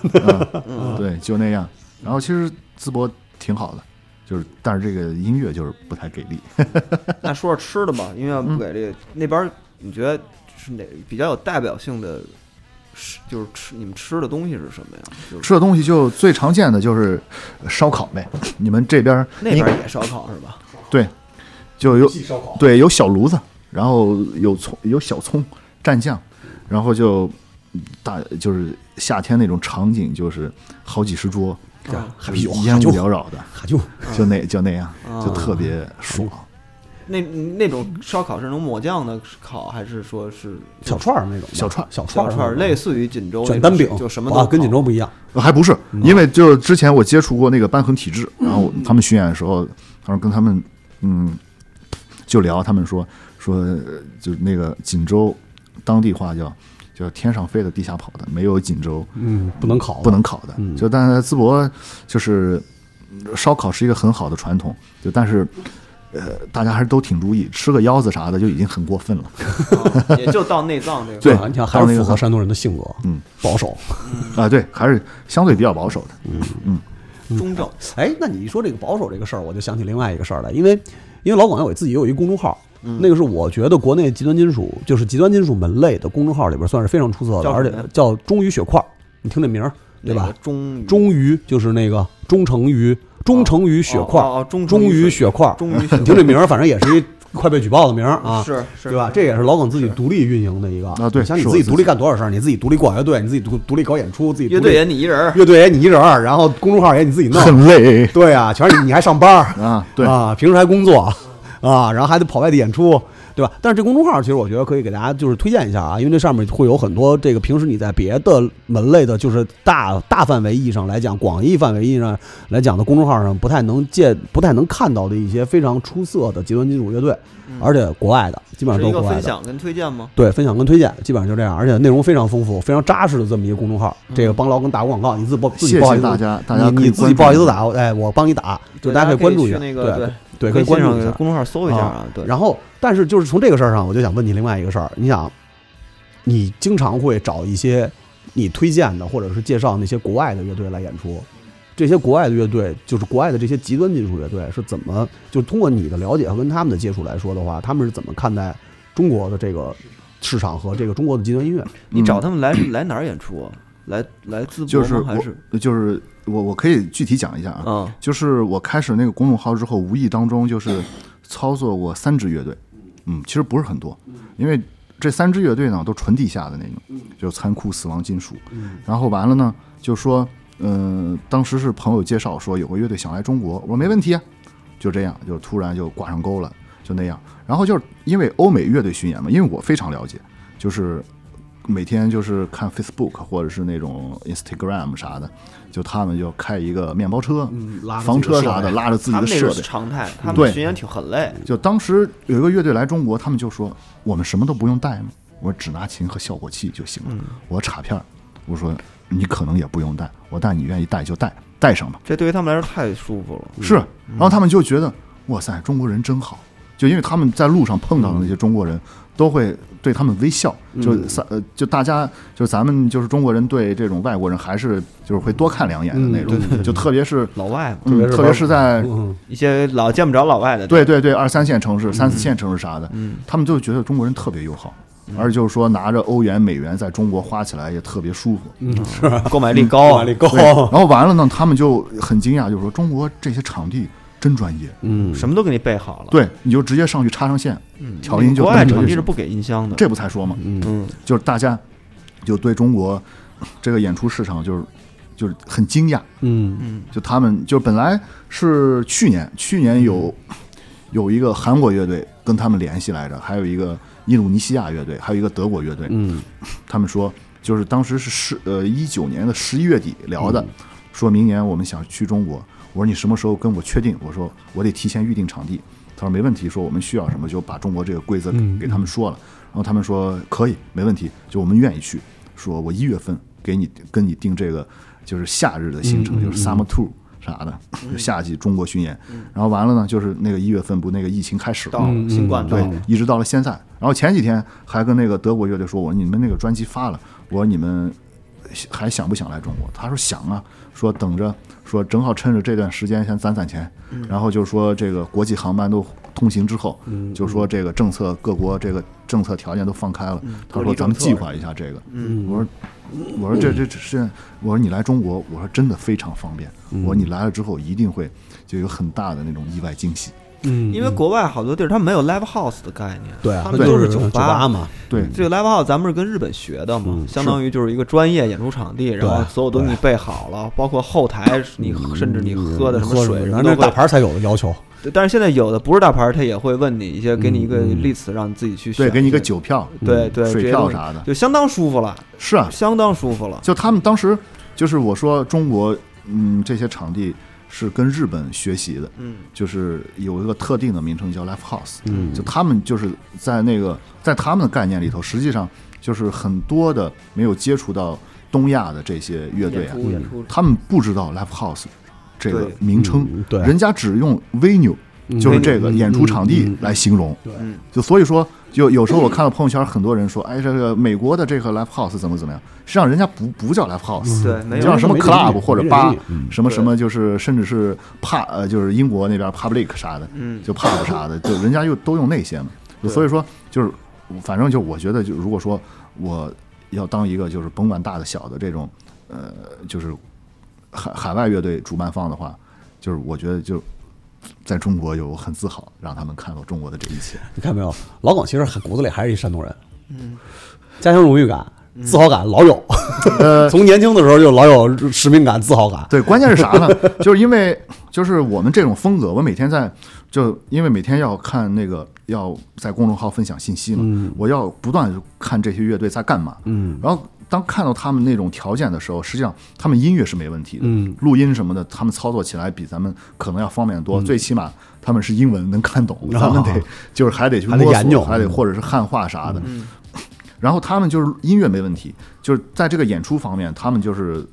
[SPEAKER 6] 嗯对，就那样。然后其实淄博挺好的，就是但是这个音乐就是不太给力。
[SPEAKER 2] 那说说吃的吧，因为要不
[SPEAKER 3] 嗯
[SPEAKER 2] 给这那边儿，你觉得是哪比较有代表性的吃？就是吃你们吃的东西是什么呀？就是
[SPEAKER 6] 吃的东西就最常见的就是呃烧烤呗，你们这边儿
[SPEAKER 2] 那边儿也烧烤是吧？
[SPEAKER 6] 对，就有
[SPEAKER 3] 烧烤
[SPEAKER 6] 对，有小炉子，然后有葱，有小葱蘸酱，然后就嗯大就是夏天那种场景，就是好几十桌，
[SPEAKER 2] 啊
[SPEAKER 3] 海啤酒
[SPEAKER 6] 烟
[SPEAKER 3] 就
[SPEAKER 6] 雾缭绕的，
[SPEAKER 3] 哈就
[SPEAKER 6] 就那就那样，
[SPEAKER 2] 啊
[SPEAKER 6] 就特别爽。
[SPEAKER 2] 那那种烧烤是那种抹酱的烤，还是说是
[SPEAKER 3] 小串儿那种吧
[SPEAKER 6] 小串儿
[SPEAKER 3] 小串
[SPEAKER 2] 小
[SPEAKER 3] 儿
[SPEAKER 2] 串儿，类似于锦州那
[SPEAKER 3] 卷
[SPEAKER 2] 种
[SPEAKER 3] 单饼，
[SPEAKER 2] 就什么
[SPEAKER 3] 啊
[SPEAKER 2] 都，
[SPEAKER 3] 跟锦
[SPEAKER 2] 州
[SPEAKER 3] 州不一样，
[SPEAKER 6] 呃还不是，
[SPEAKER 3] 嗯
[SPEAKER 6] 因为就之前我接触过那个瘢痕体质，然后他们巡演的时候，然后跟他们嗯就聊，他们说说呃就那个锦州当地话叫叫天上飞的地下跑的，没有锦州。
[SPEAKER 3] 嗯，不能烤的，
[SPEAKER 6] 不能烤的。
[SPEAKER 3] 嗯
[SPEAKER 6] 就但是淄博就是嗯烧烤是一个很好的传统，就但是呃大家还是都挺注意，吃个腰子啥的就已经很过分了。
[SPEAKER 2] 啊也就到内脏这个。
[SPEAKER 6] 对
[SPEAKER 3] 啊你看还
[SPEAKER 6] 到
[SPEAKER 3] 是
[SPEAKER 6] 那
[SPEAKER 3] 符
[SPEAKER 6] 个
[SPEAKER 3] 合山东人的性格，
[SPEAKER 6] 嗯，
[SPEAKER 3] 保守。
[SPEAKER 6] 啊、对，还是相对比较保守的。
[SPEAKER 2] 中正
[SPEAKER 3] 哎，那你一说这个保守这个事儿，我就想起另外一个事儿来，因为因为老广我自己有一公众号，
[SPEAKER 2] 嗯
[SPEAKER 3] 那个是我觉得国内极端金属就是极端金属门类的公众号里边算是非常出色的，
[SPEAKER 2] 叫
[SPEAKER 3] 而
[SPEAKER 2] 什
[SPEAKER 3] 且
[SPEAKER 2] 么呀
[SPEAKER 3] 叫“忠于血块”，你听这名儿
[SPEAKER 2] 那
[SPEAKER 3] 对吧
[SPEAKER 2] 个？中
[SPEAKER 3] 忠于就是那个忠诚于忠诚于血块，
[SPEAKER 2] 哦哦哦忠
[SPEAKER 3] 忠
[SPEAKER 2] 诚于
[SPEAKER 3] 于
[SPEAKER 2] 血
[SPEAKER 3] 血块，
[SPEAKER 2] 忠于血
[SPEAKER 3] 你听这名儿，反正也是一快被举报的名儿啊，
[SPEAKER 2] 是是
[SPEAKER 3] 对吧？这 也是老耿自己独立运营的一个
[SPEAKER 6] 啊对
[SPEAKER 3] 你想你
[SPEAKER 6] 是
[SPEAKER 3] 自
[SPEAKER 6] 我
[SPEAKER 3] 己
[SPEAKER 6] 自
[SPEAKER 3] 独
[SPEAKER 6] 己
[SPEAKER 3] 立干多少事儿？你自己独立搞乐队，你自己独独立搞演出，自己独
[SPEAKER 2] 乐
[SPEAKER 3] 立
[SPEAKER 2] 队也你一人儿，
[SPEAKER 3] 乐队也你一人儿，然后公众号也你自己弄，
[SPEAKER 6] 很累
[SPEAKER 3] 对啊，全是你，你还上班儿
[SPEAKER 6] 啊，对，
[SPEAKER 3] 啊，平时还工作啊，然后还得跑外地演出，对吧？但是这公众号其实我觉得可以给大家就是推荐一下啊，因为这上面会有很多这个平时你在别的门类的，就是大大范围意义上来讲，广义范围意义上来讲的公众号上不太能见、不太能看到的一些非常出色的极端金属乐队，
[SPEAKER 6] 嗯
[SPEAKER 3] 而且国外的基本上
[SPEAKER 2] 是
[SPEAKER 3] 都
[SPEAKER 2] 一
[SPEAKER 3] 是
[SPEAKER 2] 个
[SPEAKER 3] 国外
[SPEAKER 2] 分
[SPEAKER 3] 的。
[SPEAKER 2] 享跟推荐吗？
[SPEAKER 3] 对，分享跟推荐基本上就这样，而且内容非常丰富、非常扎实的这么一个公众号。这个帮老耿打个广告，你自己不自己
[SPEAKER 6] 嗯谢
[SPEAKER 3] 不好意
[SPEAKER 6] 谢
[SPEAKER 3] 思
[SPEAKER 6] 大家，大家
[SPEAKER 3] 你
[SPEAKER 6] 可以
[SPEAKER 3] 你自己
[SPEAKER 6] 关注
[SPEAKER 3] 不好意思打，哎，我帮你打，就
[SPEAKER 2] 对
[SPEAKER 3] 大家可以关注一
[SPEAKER 2] 去
[SPEAKER 3] 下，
[SPEAKER 2] 那个
[SPEAKER 3] 对
[SPEAKER 2] 对
[SPEAKER 3] 对，可以关注一下。
[SPEAKER 2] 公众号搜一下啊。对，
[SPEAKER 3] 然后，但是就是从这个事儿上，我就想问你另外一个事儿，你想，你经常会找一些你推荐的或者是介绍那些国外的乐队来演出，这些国外的乐队就是国外的这些极端金属乐队是怎么，就通过你的了解和跟他们的接触来说的话，他们是怎么看待中国的这个市场和这个中国的极端音乐？
[SPEAKER 2] 你找他们来来哪儿演出啊？来来淄博吗
[SPEAKER 6] 就是我
[SPEAKER 2] 还是
[SPEAKER 6] 就是我我可以具体讲一下啊，
[SPEAKER 2] 啊？
[SPEAKER 6] 就是我开始那个公众号之后，无意当中就是操作过三支乐队，嗯，其实不是很多，因为这三支乐队呢都纯地下的那种，就残酷死亡金属。然后完了呢，就说，嗯、当时是朋友介绍说有个乐队想来中国，我说没问题啊，就这样，就突然就挂上钩了，就那样。然后就是因为欧美乐队巡演嘛，因为我非常了解，就是每天就是看 Facebook 或者是那种 Instagram 啥的，就他们就开一个面包车、
[SPEAKER 2] 嗯
[SPEAKER 3] 拉着
[SPEAKER 6] 房
[SPEAKER 3] 自己的
[SPEAKER 6] 车
[SPEAKER 3] 设
[SPEAKER 6] 啥的，
[SPEAKER 3] 备
[SPEAKER 6] 拉着自己
[SPEAKER 2] 他
[SPEAKER 6] 的
[SPEAKER 2] 们那
[SPEAKER 6] 设
[SPEAKER 2] 个
[SPEAKER 6] 备
[SPEAKER 2] 是。常态，他们
[SPEAKER 6] 对
[SPEAKER 2] 巡演挺很累，
[SPEAKER 6] 就当时有一个乐队来中国，他们就说我们什么都不用带吗？我说只拿琴和效果器就行了。我说卡片儿，我说你可能也不用带，我但你愿意带就带，带上吧。
[SPEAKER 2] 这对于他们来说太舒服了。
[SPEAKER 6] 是，然后他们就觉得哇塞，中国人真好，就因为他们在路上碰到的那些中国人，都会对他们微笑，就三呃，就大家就咱们就是中国人对这种外国人还是就是会多看两眼的那种，就特别是
[SPEAKER 2] 老外嘛，
[SPEAKER 6] 嗯
[SPEAKER 3] 别是
[SPEAKER 6] 特别是在
[SPEAKER 3] 嗯，
[SPEAKER 2] 一些老见不着老外的，
[SPEAKER 6] 对对对，二三线城市、
[SPEAKER 2] 嗯
[SPEAKER 6] 三四线城市啥的，他们就觉得中国人特别友好，而且就是说拿着欧元、美元在中国花起来也特别舒服。
[SPEAKER 2] 嗯购买力
[SPEAKER 3] 购
[SPEAKER 6] 嗯
[SPEAKER 2] 高
[SPEAKER 3] 买
[SPEAKER 2] 啊
[SPEAKER 3] 力。高，
[SPEAKER 6] 对，然后完了呢，他们就很惊讶，就是说中国这些场地真专业，
[SPEAKER 3] 嗯，
[SPEAKER 2] 什么都给你备好了，
[SPEAKER 6] 对，你就直接上去插上线，调音就
[SPEAKER 2] 嗯国外
[SPEAKER 6] 奔着
[SPEAKER 2] 场地
[SPEAKER 6] 就是
[SPEAKER 2] 不给音箱的，
[SPEAKER 6] 这不才说嘛，
[SPEAKER 2] 嗯，
[SPEAKER 6] 就是大家就对中国这个演出市场就是就是很惊讶，
[SPEAKER 3] 嗯
[SPEAKER 2] 嗯
[SPEAKER 6] 就他们就本来是去年，去年有有一个韩国乐队跟他们联系来着，还有一个印度尼西亚乐队，还有一个德国乐队，
[SPEAKER 3] 嗯
[SPEAKER 6] 他们说就是当时是十呃一九年的十一月底聊
[SPEAKER 3] 嗯
[SPEAKER 6] 的，说明年我们想去中国，我说你什么时候跟我确定？我说我得提前预定场地。他说没问题，说我们需要什么就把中国这个规则
[SPEAKER 3] 嗯
[SPEAKER 6] 给他们说了，然后他们说可以，没问题，就我们愿意去。说我一月份给你跟你定这个就是夏日的行程，
[SPEAKER 3] 嗯嗯嗯
[SPEAKER 6] 就是 summer tour 啥的，就夏季中国巡演。然后完了呢，就是那个一月份不那个疫情开始了
[SPEAKER 2] 到
[SPEAKER 6] 嘛，
[SPEAKER 3] 嗯
[SPEAKER 2] 新冠
[SPEAKER 3] 嗯
[SPEAKER 2] 到
[SPEAKER 6] 啊对，一直到了现在。然后前几天还跟那个德国乐队说，我说你们那个专辑发了，我说你们还想不想来中国？他说想啊，说等着，说正好趁着这段时间先攒攒钱，然后就说这个国际航班都通行之后，就说这个政策各国这个政策条件都放开了，他
[SPEAKER 2] 隔
[SPEAKER 6] 说
[SPEAKER 2] 离
[SPEAKER 6] 咱们
[SPEAKER 2] 政策
[SPEAKER 6] 计划一下这个，我说。我说这这这是，我说你来中国，我说真的非常方便。我说你来了之后一定会就有很大的那种意外惊喜。
[SPEAKER 3] 嗯
[SPEAKER 2] 因为国外好多地儿它没有 live house 的概念，
[SPEAKER 3] 对啊，
[SPEAKER 2] 他
[SPEAKER 3] 那
[SPEAKER 2] 们
[SPEAKER 3] 就
[SPEAKER 2] 都是
[SPEAKER 3] 酒
[SPEAKER 2] 吧。
[SPEAKER 3] 嘛，
[SPEAKER 6] 对，
[SPEAKER 2] 这个 live house 咱们是跟日本学的嘛，
[SPEAKER 3] 嗯
[SPEAKER 2] 相当于就是一个专业演出场地，然后
[SPEAKER 3] 对嗯
[SPEAKER 2] 所有东西备好了，包括后台你甚至你喝的什么
[SPEAKER 3] 喝
[SPEAKER 2] 水什么
[SPEAKER 3] 反
[SPEAKER 2] 都
[SPEAKER 3] 正大
[SPEAKER 2] 会。
[SPEAKER 3] 牌才有的要求，
[SPEAKER 2] 对但是现在有的不是大牌儿，他也会问你一些，给你一个 list 让你自己去选，嗯
[SPEAKER 6] 对，给你一个，酒票，嗯
[SPEAKER 2] 对对，
[SPEAKER 6] 水
[SPEAKER 2] 这些
[SPEAKER 6] 票
[SPEAKER 2] 东西
[SPEAKER 6] 啥的
[SPEAKER 2] 就相当舒服了，
[SPEAKER 6] 是啊，
[SPEAKER 2] 相当舒服了。
[SPEAKER 6] 就他们当时就是我说中国，嗯，这些场地是跟日本学习的，
[SPEAKER 2] 嗯，
[SPEAKER 6] 就是有一个特定的名称叫 live house，
[SPEAKER 3] 嗯
[SPEAKER 6] 就他们就是在那个在他们的概念里头，实际上就是很多的没有接触到东亚的这些乐队
[SPEAKER 2] 演
[SPEAKER 6] 啊，
[SPEAKER 2] 出演出，
[SPEAKER 6] 他们不知道 live house 这个
[SPEAKER 2] 对
[SPEAKER 6] 名称，
[SPEAKER 3] 嗯对
[SPEAKER 6] 人家只用 venue。就是
[SPEAKER 3] 嗯
[SPEAKER 6] 这个演出场地来形容，
[SPEAKER 2] 嗯
[SPEAKER 6] 就所以说，就有时候我看到朋友圈很多人说，哎，这个美国的这个 live house 怎么怎么样，实际上人家不不叫 live house，
[SPEAKER 2] 对，没
[SPEAKER 6] 你叫
[SPEAKER 2] 有
[SPEAKER 6] 什么
[SPEAKER 3] 没人理
[SPEAKER 6] club 或者
[SPEAKER 3] 没人
[SPEAKER 6] 吧
[SPEAKER 3] 理嗯，
[SPEAKER 6] 什么
[SPEAKER 2] 对
[SPEAKER 6] 什么，就是甚至是 pub，呃，就是英国那边 public 啥的，
[SPEAKER 2] 嗯
[SPEAKER 6] 就 pub 啥的，就人家又都用那些嘛。就所以说，就是反正就我觉得，就如果说我要当一个就是甭管大的小的这种，呃，就是海海外乐队主办方的话，就是我觉得就在中国有很自豪，让他们看到中国的这一切。
[SPEAKER 3] 你看没有，老耿其实骨子里还是一山东人，
[SPEAKER 6] 嗯
[SPEAKER 3] 家乡荣誉感、自豪感老有，
[SPEAKER 6] 嗯
[SPEAKER 3] 从年轻的时候就老有使命感、自豪感。
[SPEAKER 6] 对，关键是啥 呢？就是因为就是我们这种风格，我每天在就因为每天要看那个要在公众号分享信息嘛，
[SPEAKER 3] 嗯
[SPEAKER 6] 我要不断地看这些乐队在干嘛，嗯，然后当看到他们那种条件的时候，实际上他们音乐是没问题的，
[SPEAKER 3] 嗯，
[SPEAKER 6] 录音什么的，他们操作起来比咱们可能要方便得
[SPEAKER 3] 嗯
[SPEAKER 6] 多，最起码他们是英文能看懂，咱们得就是还得去
[SPEAKER 3] 哦还得
[SPEAKER 6] 摸
[SPEAKER 3] 研究嗯
[SPEAKER 6] 索，还得或者是汉化啥的，然后他们就是音乐没问题，就是在这个演出方面，他们就是，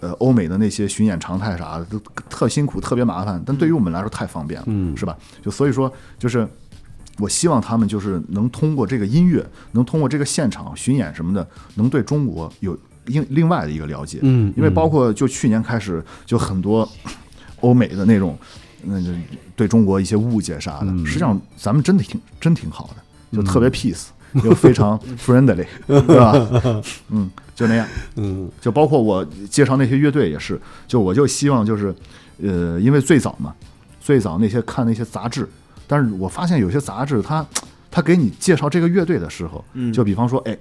[SPEAKER 6] 呃，欧美的那些巡演常态啥的都特辛苦，特别麻烦，但对于我们来说太方便了，嗯，是吧？就所以说，就是我希望他们就是能通过这个音乐，能通过这个现场巡演什么的，能对中国有另另外的一个了解，
[SPEAKER 3] 嗯
[SPEAKER 6] 因为包括就去年开始，就很多 欧美的那种，那就对中国一些误解啥的，实际上咱们真的挺真挺好的，就特别 peace，、又非常 friendly，对吧？嗯，就那样。
[SPEAKER 3] 嗯，
[SPEAKER 6] 就包括我介绍那些乐队也是，就我就希望就是，呃，因为最早嘛，最早那些看那些杂志，但是我发现有些杂志它它给你介绍这个乐队的时候，就比方说，哎，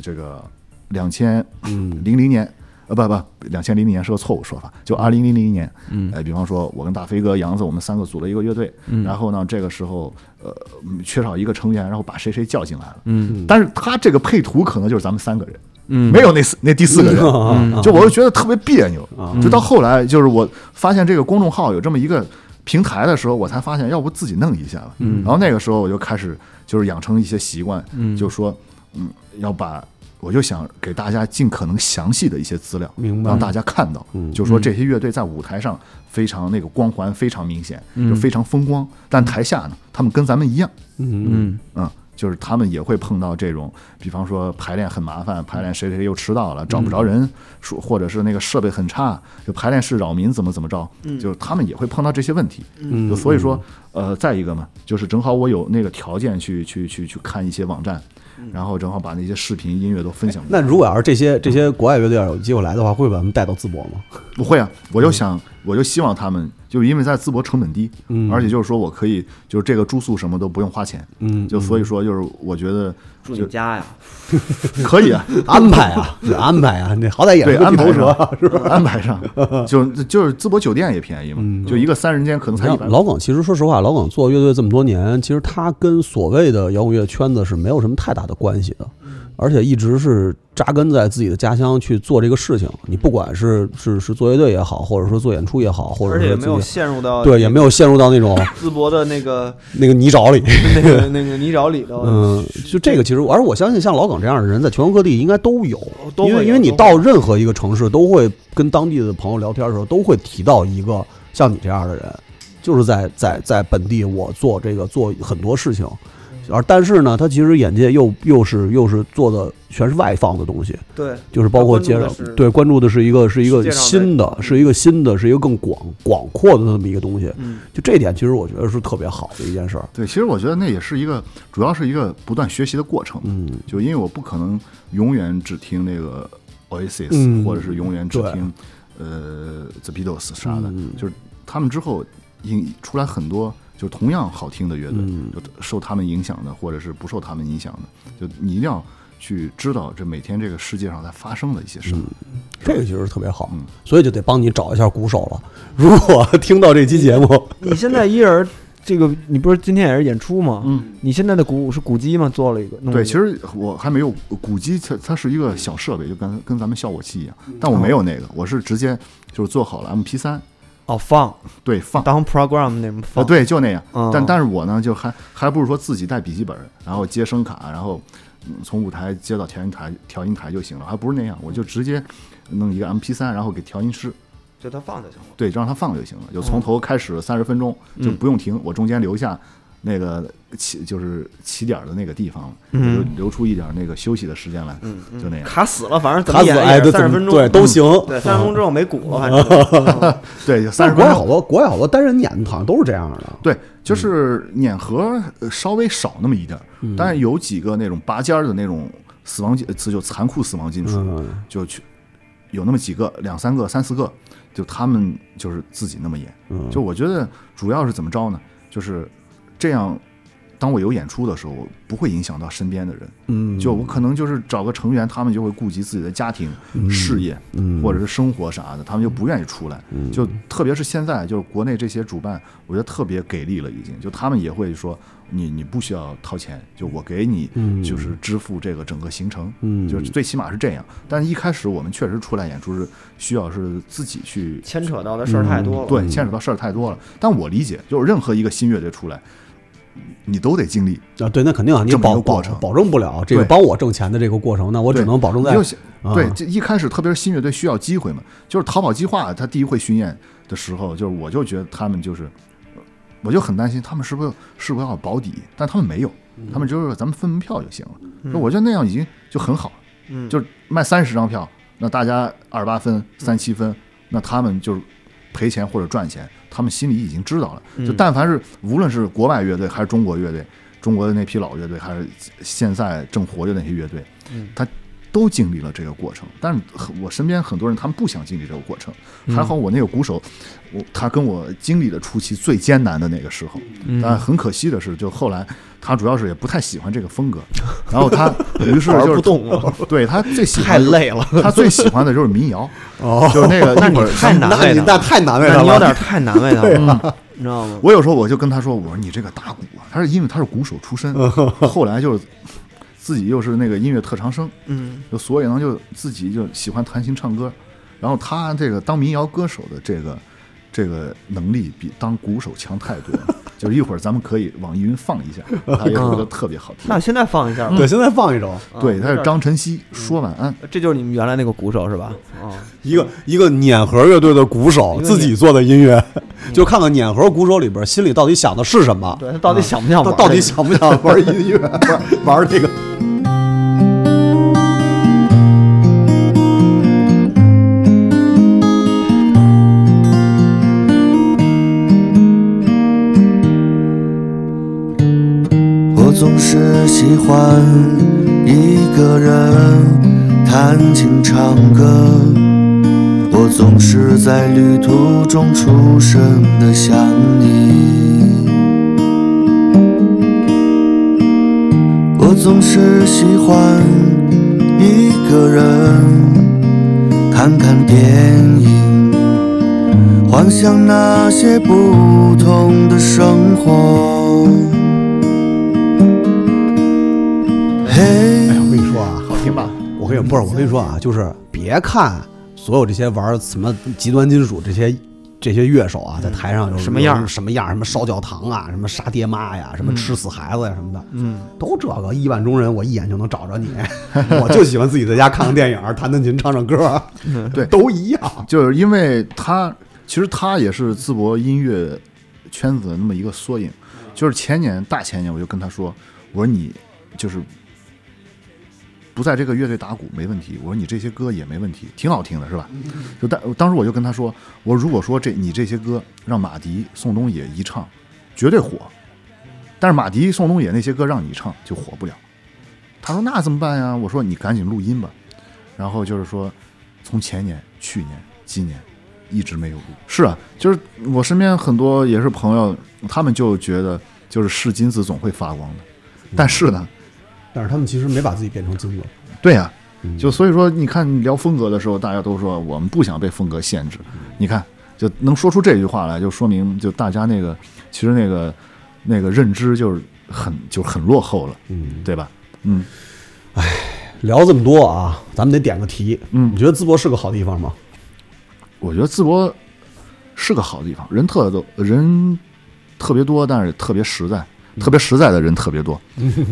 [SPEAKER 6] 这个两千零零年。呃，不不，两千零零年是个错误说法，就二零零零年，嗯，哎，比方说，我跟大飞哥、杨子，我们三个组了一个乐队，然后呢，这个时候，呃，嗯缺少一个成员，然后把谁谁叫进来了，嗯，但是他这个配图可能就是咱们三个人，嗯，没有那四那第四个人，嗯就我就觉得特别别扭。就到后来，就是我发现这个公众号有这么一个平台的时候，我才发现要不自己弄一下吧。然后那个时候我就开始就是养成一些习惯，就说嗯，要把我就想给大家尽可能详细的一些资料，
[SPEAKER 3] 明白
[SPEAKER 6] 让大家看到，就说这些乐队在舞台上非常那个光环非常明显，就非常风光，但台下呢，他们跟咱们一样。
[SPEAKER 2] 嗯
[SPEAKER 6] 嗯，就是他们也会碰到这种，比方说排练很麻烦，排练谁谁又迟到了，找不着
[SPEAKER 3] 嗯
[SPEAKER 6] 人，说、或者是那个设备很差，就排练室扰民怎么怎么着，
[SPEAKER 3] 嗯
[SPEAKER 6] 就是他们也会碰到这些问题。嗯，就所以说，呃，再一个嘛，就是正好我有那个条件去去去去看一些网站，然后正好把那些视频、音乐都分享出来。
[SPEAKER 3] 嗯哎那如果要是这些这些国外乐队要有机会来的话，会把他们带到淄博 吗？
[SPEAKER 6] 不会啊，我
[SPEAKER 3] 嗯
[SPEAKER 6] 就想，我就希望他们，就因为在淄博成本低，而且就是说我可以，就是这个住宿什么都不用花钱，
[SPEAKER 3] 嗯，
[SPEAKER 6] 就所以说就是我觉得
[SPEAKER 2] 住你家呀，
[SPEAKER 6] 可以啊，
[SPEAKER 3] 安排啊，对安排啊，你好歹也
[SPEAKER 6] 对，
[SPEAKER 3] 是个
[SPEAKER 6] 安
[SPEAKER 3] 地头
[SPEAKER 6] 排
[SPEAKER 3] 蛇。
[SPEAKER 6] 上是吧？安排上，就就是淄博酒店也便宜嘛，就一个三人间可能才一百，
[SPEAKER 3] 老耿，其实说实话，老耿做乐队这么多年，其实他跟所谓的摇滚乐圈子是没有什么太大的关系的，
[SPEAKER 2] 嗯
[SPEAKER 3] 而且一直是扎根在自己的家乡去做这个事情。你不管是是是做乐队也好，或者说做演出也好，或者
[SPEAKER 2] 而且
[SPEAKER 3] 是
[SPEAKER 2] 也没有
[SPEAKER 3] 自己
[SPEAKER 2] 陷入到
[SPEAKER 3] 对，也没有陷入到那种
[SPEAKER 2] 淄博的那个
[SPEAKER 3] 那个泥沼里。
[SPEAKER 2] 那个那个泥沼里头。
[SPEAKER 3] 嗯，就这个其实，而我相信像老耿这样的人，在全国各地应该都有，
[SPEAKER 2] 哦都会
[SPEAKER 3] 因
[SPEAKER 2] 有
[SPEAKER 3] 为因为你
[SPEAKER 2] 都会
[SPEAKER 3] 到任何一个城市，都会跟当地的朋友聊天的时候，都会提到一个像你这样的人，就是在在在本地我做这个做很多事情，
[SPEAKER 2] 嗯
[SPEAKER 3] 而但是呢，他其实眼界又又是又是做的全是外放的东西，
[SPEAKER 2] 对，
[SPEAKER 3] 就是包括介
[SPEAKER 2] 他关
[SPEAKER 3] 绍
[SPEAKER 2] 注的是
[SPEAKER 3] 对关注的是一个是一
[SPEAKER 2] 世
[SPEAKER 3] 个
[SPEAKER 2] 界上的
[SPEAKER 3] 新的，是一个新的，是一个更广广阔的这么一个东西，
[SPEAKER 2] 嗯，
[SPEAKER 3] 就这一点其实我觉得是特别好的一件事儿，
[SPEAKER 6] 对，其实我觉得那也是一个，主要是一个不断学习的过程，
[SPEAKER 3] 嗯。
[SPEAKER 6] 就因为我不可能永远只听那个 Oasis，、
[SPEAKER 3] 嗯
[SPEAKER 6] 或者是永远只
[SPEAKER 3] 对
[SPEAKER 6] 听呃 The Beatles 啥的，
[SPEAKER 3] 嗯
[SPEAKER 6] 就是他们之后影出来很多就同样好听的乐队，
[SPEAKER 3] 嗯
[SPEAKER 6] 就受他们影响的，或者是不受他们影响的，就你一定要去知道这每天这个世界上在发生的一些事儿。
[SPEAKER 3] 这个其实特别好
[SPEAKER 6] 嗯，
[SPEAKER 3] 所以就得帮你找一下鼓手了。 如果听到这期节目，
[SPEAKER 2] 你现在一人这个，你不是今天也是演出吗？
[SPEAKER 6] 嗯，
[SPEAKER 2] 你现在的鼓是鼓机吗？做了一个，弄了
[SPEAKER 6] 对，
[SPEAKER 2] 一个
[SPEAKER 6] 其实我还没有鼓机，它它是一个小设备，就跟跟咱们效果器一样，但我没有那个，我是直接就是做好了 MP 三，
[SPEAKER 2] 哦放
[SPEAKER 6] 对，放。
[SPEAKER 2] 当 program 那种
[SPEAKER 6] 啊，
[SPEAKER 2] 哦放，，
[SPEAKER 6] 对，就那样。
[SPEAKER 2] 嗯
[SPEAKER 6] 但但是我呢，就还还不如说自己带笔记本，然后接声卡，然后、嗯从舞台接到调音台，调音台就行了，还不是那样，我就直接弄一个 MP 三，然后给调音师，
[SPEAKER 2] 就它放就行了。
[SPEAKER 6] 对，让他放就行了，就从头开始三十分钟，就
[SPEAKER 2] 嗯
[SPEAKER 6] 不用停，我中间留下那个起就是起点的那个地方，
[SPEAKER 2] 嗯
[SPEAKER 6] 留留出一点那个休息的时间来，就那样。
[SPEAKER 2] 卡死了，反正怎
[SPEAKER 3] 卡
[SPEAKER 2] 么
[SPEAKER 3] 死
[SPEAKER 2] 演
[SPEAKER 3] 哎，
[SPEAKER 2] 也
[SPEAKER 3] 对，
[SPEAKER 2] 是
[SPEAKER 3] 怎
[SPEAKER 2] 三十
[SPEAKER 3] 么
[SPEAKER 2] 分钟，
[SPEAKER 3] 对都行。
[SPEAKER 2] 对，三十分钟之后没鼓了，反正嗯
[SPEAKER 6] 对，就
[SPEAKER 3] 但
[SPEAKER 6] 三十
[SPEAKER 3] 国
[SPEAKER 6] 分
[SPEAKER 3] 外
[SPEAKER 6] 钟
[SPEAKER 3] 好。多国外好多单人演的好像都是这样的。
[SPEAKER 6] 对，就是碾核呃稍微少那么一点儿，但是有几个那种拔尖儿的那种死亡金，呃就残酷死亡金属，
[SPEAKER 3] 嗯
[SPEAKER 6] 就去有那么几个，两三个、三四个，就他们就是自己那么演。
[SPEAKER 3] 嗯，
[SPEAKER 6] 就我觉得主要是怎么着呢？就是这样，当我有演出的时候，我不会影响到身边的人。
[SPEAKER 3] 嗯
[SPEAKER 6] 就我可能就是找个成员，他们就会顾及自己的家庭、事业，
[SPEAKER 3] 嗯
[SPEAKER 6] 或者是生活啥的，他们就不愿意出来。就特别是现在，就是国内这些主办，我觉得特别给力了，已经。就他们也会说，你你不需要掏钱，就我给你，就是支付这个整个行程，
[SPEAKER 3] 嗯
[SPEAKER 6] 就最起码是这样。但是一开始我们确实出来演出是需要是自己去
[SPEAKER 2] 牵扯到的事儿太多了。
[SPEAKER 6] 对，牵扯到事儿太多了。但我理解，就是任何一个新乐队出来，你都得经历。
[SPEAKER 3] 啊，对，那肯定啊，你
[SPEAKER 6] 这么一
[SPEAKER 3] 保
[SPEAKER 6] 个
[SPEAKER 3] 保
[SPEAKER 6] 过程
[SPEAKER 3] 保证不了这个
[SPEAKER 6] 对
[SPEAKER 3] 帮我挣钱的这个过程，那我只
[SPEAKER 6] 对
[SPEAKER 3] 能保证在
[SPEAKER 6] 你就想
[SPEAKER 3] 啊
[SPEAKER 6] 对，这一开始特别是新乐队需要机会嘛，就是逃跑计划他第一回巡演的时候，就是我就觉得他们就是，我就很担心他们是不是是不是要保底，但他们没有，
[SPEAKER 3] 嗯
[SPEAKER 6] 他们就是咱们分门票就行了。就我觉得那样已经就很好，
[SPEAKER 2] 嗯
[SPEAKER 6] 就是卖三十张票，那大家二八分、三七分，那他们就是赔钱或者赚钱，他们心里已经知道
[SPEAKER 2] 嗯
[SPEAKER 6] 了。就但凡是无论是国外乐队还是中国乐队，中国的那批老乐队还是现在正活跃的那些乐队，
[SPEAKER 2] 嗯
[SPEAKER 6] 他都经历了这个过程。但是很我身边很多人他们不想经历这个过程，
[SPEAKER 2] 嗯
[SPEAKER 6] 还好我那个鼓手，我他跟我经历了初期最艰难的那个时候，
[SPEAKER 2] 嗯
[SPEAKER 6] 但很可惜的是，就后来他主要是也不太喜欢这个风格，然 后他于是
[SPEAKER 2] 玩
[SPEAKER 6] 就
[SPEAKER 2] 儿
[SPEAKER 6] 是
[SPEAKER 2] 不动了，
[SPEAKER 6] 对他最喜
[SPEAKER 2] 太
[SPEAKER 6] 欢就
[SPEAKER 2] 累了，
[SPEAKER 6] 他最喜欢的就是民谣，
[SPEAKER 3] 哦，
[SPEAKER 6] 就是那个
[SPEAKER 2] 那
[SPEAKER 6] 一会
[SPEAKER 2] 你
[SPEAKER 6] 儿
[SPEAKER 2] 太难
[SPEAKER 3] 那
[SPEAKER 2] 为
[SPEAKER 3] 你
[SPEAKER 2] 他
[SPEAKER 3] 那
[SPEAKER 2] 了，啊
[SPEAKER 3] 太难为
[SPEAKER 2] 那
[SPEAKER 3] 他
[SPEAKER 2] 你有
[SPEAKER 3] 了
[SPEAKER 2] 点太难为他了，嗯你知道吗？
[SPEAKER 6] 我有时候我就跟他说，我说你这个打鼓啊，他是因为他是鼓手 出身，后来就是自己又是那个音乐特长生，
[SPEAKER 2] 嗯，
[SPEAKER 6] 就所以呢就自己就喜欢弹琴唱歌，然后他这个当民谣歌手的这个这个能力比当鼓手强太多了。就是一会儿咱们可以网易云放 一下，他也觉得特别好听
[SPEAKER 2] 那。现在放一下吧。
[SPEAKER 6] 嗯
[SPEAKER 3] 对，现在放一首，
[SPEAKER 2] 啊
[SPEAKER 6] 对，他是张晨曦说晚安，
[SPEAKER 2] 这就是你们原来那个鼓手是吧？哦，
[SPEAKER 3] 一个一个碾核乐队的鼓手
[SPEAKER 2] 一个
[SPEAKER 3] 自己做的音乐，
[SPEAKER 6] 嗯
[SPEAKER 3] 就看看碾核鼓手里边心里到底想的是什么，
[SPEAKER 2] 对他到底想不想
[SPEAKER 3] 他
[SPEAKER 2] 玩？
[SPEAKER 3] 到底想不想玩音 乐，玩玩这个。
[SPEAKER 7] 我总是喜欢一个人弹琴唱歌。我总是在旅途中出神的想你。我总是喜欢一个人看看电影，幻想那些不同的生活。嘿
[SPEAKER 3] 哎，呀，我跟你说啊，
[SPEAKER 6] 好听吧？
[SPEAKER 3] 我跟你不是，我跟你说啊，就是别看所有这些玩什么极端金属这些这些乐手啊，在台上有
[SPEAKER 2] 什么样儿
[SPEAKER 3] 什么样儿，什么烧教堂啊，什么杀爹妈呀，什么吃死孩子呀，什么的，
[SPEAKER 2] 嗯，
[SPEAKER 3] 都这个一万中人，我一眼就能找着你。 我就喜欢自己在家看看电影，弹弹琴，唱唱歌，
[SPEAKER 6] 对
[SPEAKER 3] 都一样。
[SPEAKER 6] 就是因为他，其实他也是淄博音乐圈子的那么一个缩影。就是前年大前年，我就跟他说，我说你就是不在这个乐队打鼓没问题，我说你这些歌也没问题，挺好听的是吧？就当当时我就跟他说，我说如果说这你这些歌让马迪、宋冬野一唱，绝对火。但是马迪、宋冬野那些歌让你唱就火不了。他说那怎么办呀？我说你赶紧录音吧。然后就是说，从前年、去年、今年一直没有录。是啊，就是我身边很多也是朋友，他们就觉得就是是金子总会发光的，但是呢，
[SPEAKER 3] 但是他们其实没把自己变成金子，
[SPEAKER 6] 对呀、
[SPEAKER 3] 嗯
[SPEAKER 6] 就所以说你看聊风格的时候，大家都说我们不想被风格限制，你看就能说出这句话来，就说明就大家那个其实那个那个认知就是很就是很落后了，
[SPEAKER 3] 嗯，
[SPEAKER 6] 对吧？嗯，
[SPEAKER 3] 聊这么多啊，咱们得点个题。
[SPEAKER 6] 嗯
[SPEAKER 3] 你觉得淄博是个好地方吗？
[SPEAKER 6] 我觉得淄博是个好地方，人特多，人特别多，但是特别实在，特别实在的人特别多。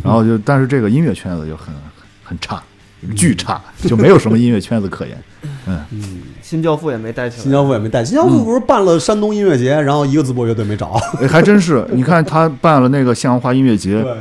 [SPEAKER 6] 然后就，但是这个音乐圈子就很很差，巨差，就没有什么音乐圈子可言。
[SPEAKER 2] 新教父也没带起来，
[SPEAKER 3] 新交付也没带，新交付不是办了山东音乐节，然后一个淄博乐队没找。
[SPEAKER 6] 哎还真是，你看他办了那个向阳花音乐 节，
[SPEAKER 3] 对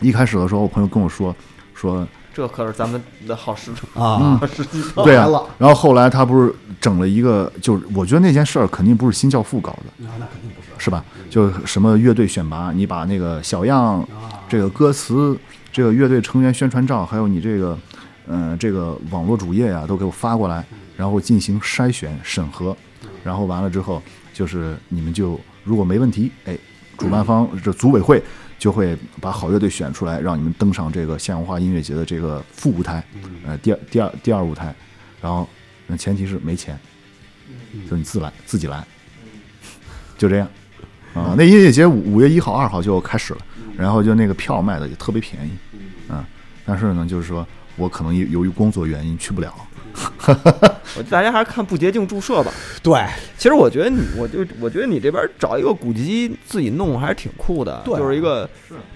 [SPEAKER 6] 一开始的时候，我朋友跟我说说，
[SPEAKER 2] 这可是咱们的好时
[SPEAKER 3] 啊，
[SPEAKER 2] 好时机。
[SPEAKER 6] 对啊
[SPEAKER 3] 来了，
[SPEAKER 6] 然后后来他不是整了一个，就是我觉得那件事儿肯定不是新教父搞的，
[SPEAKER 3] 那肯定不是。
[SPEAKER 6] 是吧？就什么乐队选拔，你把那个小样、
[SPEAKER 3] 啊
[SPEAKER 6] 这个歌词、这个乐队成员宣传照，还有你这个，呃，这个网络主页呀、都给我发过
[SPEAKER 3] 嗯
[SPEAKER 6] 来，然后进行筛选审核，然后完了之后，就是你们就如果没问题，哎，主办方这组委会就会把好乐队选出来，让你们登上这个向阳花音乐节的这个副舞台，
[SPEAKER 3] 嗯
[SPEAKER 6] 呃，第二第二第二舞台，然后那前提是没钱，
[SPEAKER 2] 嗯
[SPEAKER 6] 就你自来自己来，就这样。
[SPEAKER 2] 嗯
[SPEAKER 6] 啊，那音乐节五五月一号、二号就开始了，然后就那个票卖的也特别便宜，嗯，但是呢，就是说我可能由于工作原因去不了，
[SPEAKER 2] 我觉得大家还是看不洁净注射吧。
[SPEAKER 3] 对，
[SPEAKER 2] 其实我觉得你，我就我觉得你这边找一个古籍自己弄还是挺酷的，
[SPEAKER 3] 对啊
[SPEAKER 2] 就是一个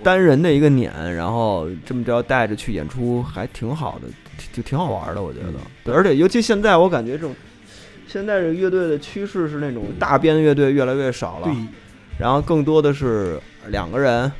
[SPEAKER 2] 单人的一个碾，然后这么着带着去演出，还挺好的，挺就挺好玩的，我
[SPEAKER 3] 嗯
[SPEAKER 2] 觉得。对，而且尤其现在，我感觉这种现在这个乐队的趋势是那种大编乐队越来越少了，然后更多的是两个人。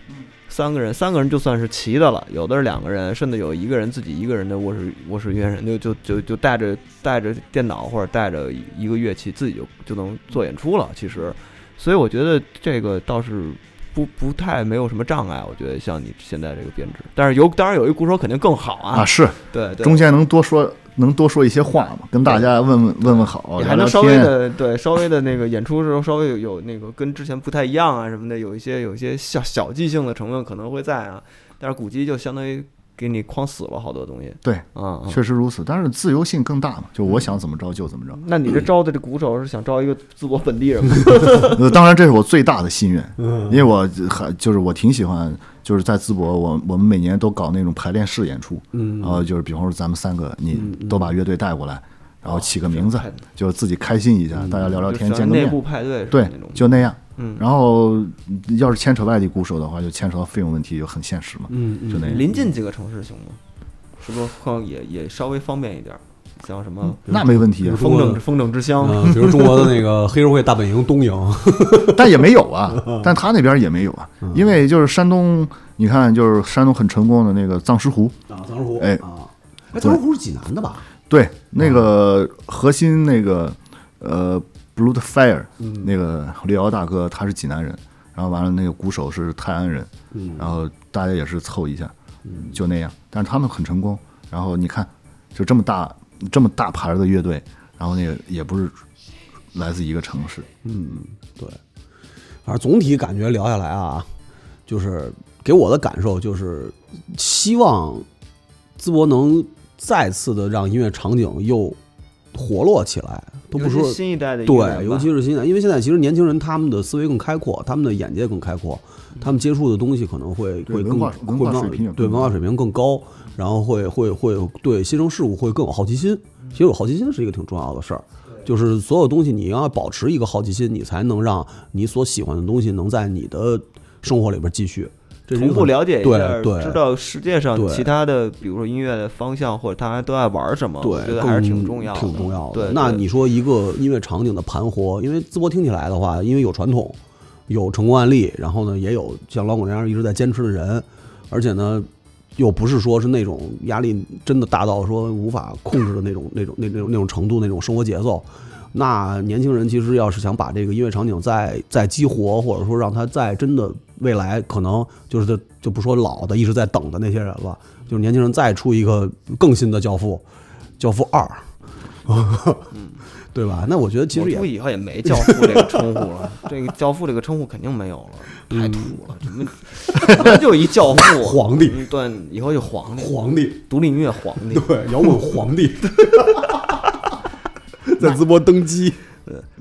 [SPEAKER 2] 三个人，三个人就算是齐的了，有的是两个人，甚至有一个人自己一个人的卧室卧室乐人，就就就就带着带着电脑或者带着一个乐器，自己就就能做演出了。其实，所以我觉得这个倒是不不太没有什么障碍。我觉得像你现在这个编制，但是有当然有一鼓手肯定更好啊，
[SPEAKER 6] 啊，是
[SPEAKER 2] 对对，
[SPEAKER 6] 中间能多说能多说一些话嘛，跟大家问问问问好，
[SPEAKER 2] 你
[SPEAKER 6] 聊
[SPEAKER 2] 还
[SPEAKER 6] 哦聊
[SPEAKER 2] 能稍微
[SPEAKER 6] 天，
[SPEAKER 2] 的对稍微的那个演出时候稍微有有那个跟之前不太一样啊什么的，有一些有一些小小即兴的成分可能会在啊，但是古籍就相当于给你框死了好多东西
[SPEAKER 6] 对，
[SPEAKER 2] 啊。嗯
[SPEAKER 6] 确实如此，但是自由性更大嘛，就我想怎么着就怎么着，
[SPEAKER 2] 那你这招的这鼓手是想招一个淄博本地人吗？
[SPEAKER 6] 呃，当然这是我最大的心愿，
[SPEAKER 3] 嗯
[SPEAKER 6] 因为我还就是我挺喜欢，就是在淄博，我我们每年都搞那种排练室演出，
[SPEAKER 3] 嗯
[SPEAKER 6] 然后就是比方说咱们三个，你
[SPEAKER 2] 嗯
[SPEAKER 6] 都把乐队带过来，然后哦起个名字
[SPEAKER 2] 派，
[SPEAKER 6] 就自己开心一下，大家聊聊
[SPEAKER 2] 嗯就
[SPEAKER 6] 天，
[SPEAKER 2] 像
[SPEAKER 6] 见个
[SPEAKER 2] 内
[SPEAKER 6] 面
[SPEAKER 2] 部，派对是吧
[SPEAKER 6] 对
[SPEAKER 2] 那种，，
[SPEAKER 6] 就那样。
[SPEAKER 2] 嗯
[SPEAKER 6] 然后嗯要是牵扯外地鼓手的话，就牵扯到费用问题，就很现实嘛，
[SPEAKER 3] 嗯
[SPEAKER 6] 就那样。
[SPEAKER 2] 临近几个城市行吗？是不是况也也稍微方便一点儿？像什么
[SPEAKER 6] 那没问题啊，
[SPEAKER 2] 风筝风筝之乡，啊
[SPEAKER 3] 嗯，比如中国的那个黑社会大本营东营，
[SPEAKER 6] 但也没有 啊，但他那边也没有啊，
[SPEAKER 2] 嗯
[SPEAKER 6] 因为就是山东，你看就是山东很成功的那个藏石湖，
[SPEAKER 3] 啊，藏书湖，
[SPEAKER 6] 哎
[SPEAKER 3] 啊，哎，藏书湖是济南的吧？
[SPEAKER 6] 对，
[SPEAKER 3] 嗯
[SPEAKER 6] 那个核心那个呃，Blue Fire
[SPEAKER 3] 嗯
[SPEAKER 6] 那个李敖大哥
[SPEAKER 3] 嗯
[SPEAKER 6] 他是济南人，然后完了那个鼓手是泰安人，然后大家也是凑一下，就那样。但是他们很成功。然后你看，就这么大这么大牌儿的乐队，然后那个也不是来自一个城市，
[SPEAKER 3] 反正总体感觉聊下来啊，就是给我的感受就是，希望淄博能再次的让音乐场景又活络起来，都不
[SPEAKER 2] 尤其
[SPEAKER 3] 说
[SPEAKER 2] 新一代的音乐人吧
[SPEAKER 3] 对，尤其是现在，因为现在其实年轻人他们的思维更开阔，他们的眼界更开阔，
[SPEAKER 2] 嗯
[SPEAKER 3] 他们接触的东西可能会
[SPEAKER 6] 对
[SPEAKER 3] 会
[SPEAKER 6] 文
[SPEAKER 3] 更
[SPEAKER 6] 化文化
[SPEAKER 3] 会让
[SPEAKER 6] 水平也
[SPEAKER 3] 对文
[SPEAKER 6] 更高
[SPEAKER 3] 化水平更
[SPEAKER 2] 嗯
[SPEAKER 3] 高，然后会会会对新生事物会更有好奇心。
[SPEAKER 2] 嗯
[SPEAKER 3] 其实有好奇心是一个挺重要的事儿，就是所有东西你要保持一个好奇心，你才能让你所喜欢的东西能在你的生活里边继续。这是一
[SPEAKER 2] 同
[SPEAKER 3] 个
[SPEAKER 2] 步
[SPEAKER 3] 很
[SPEAKER 2] 了解一下，
[SPEAKER 3] 对对
[SPEAKER 2] 知道世界上
[SPEAKER 3] 对
[SPEAKER 2] 其他的，比如说音乐的方向，或者大家都爱玩什么，我觉
[SPEAKER 3] 对，
[SPEAKER 2] 得还是
[SPEAKER 3] 更
[SPEAKER 2] 挺重要的，
[SPEAKER 3] 挺重要
[SPEAKER 2] 对，
[SPEAKER 3] 那
[SPEAKER 2] 对
[SPEAKER 3] 你说一个音乐场景的盘活，因为淄博听起来的话，因为有传统，有成功案例，然后呢，也有像老广这样一直在坚持的人，而且呢，又不是说是那种压力真的大到说无法控制的那种、那种、那那种、那种程度、那种生活节奏。那年轻人其实要是想把这个音乐场景再再激活，或者说让它再真的未来可能就是就就不说老的一直在等的那些人了，就是年轻人再出一个更新的《教父》，《教父二》，对吧？那我觉得其实
[SPEAKER 2] 嗯我
[SPEAKER 3] 也
[SPEAKER 2] 估计以后也 没教父这个称呼 了，这个教父这个称呼肯定没有了，太土了，怎 么怎么就一教父
[SPEAKER 3] 皇帝
[SPEAKER 2] 嗯对，以后就皇帝，
[SPEAKER 3] 皇帝，
[SPEAKER 2] 独立音乐皇帝，
[SPEAKER 3] 对，摇滚 皇帝，在淄博登基，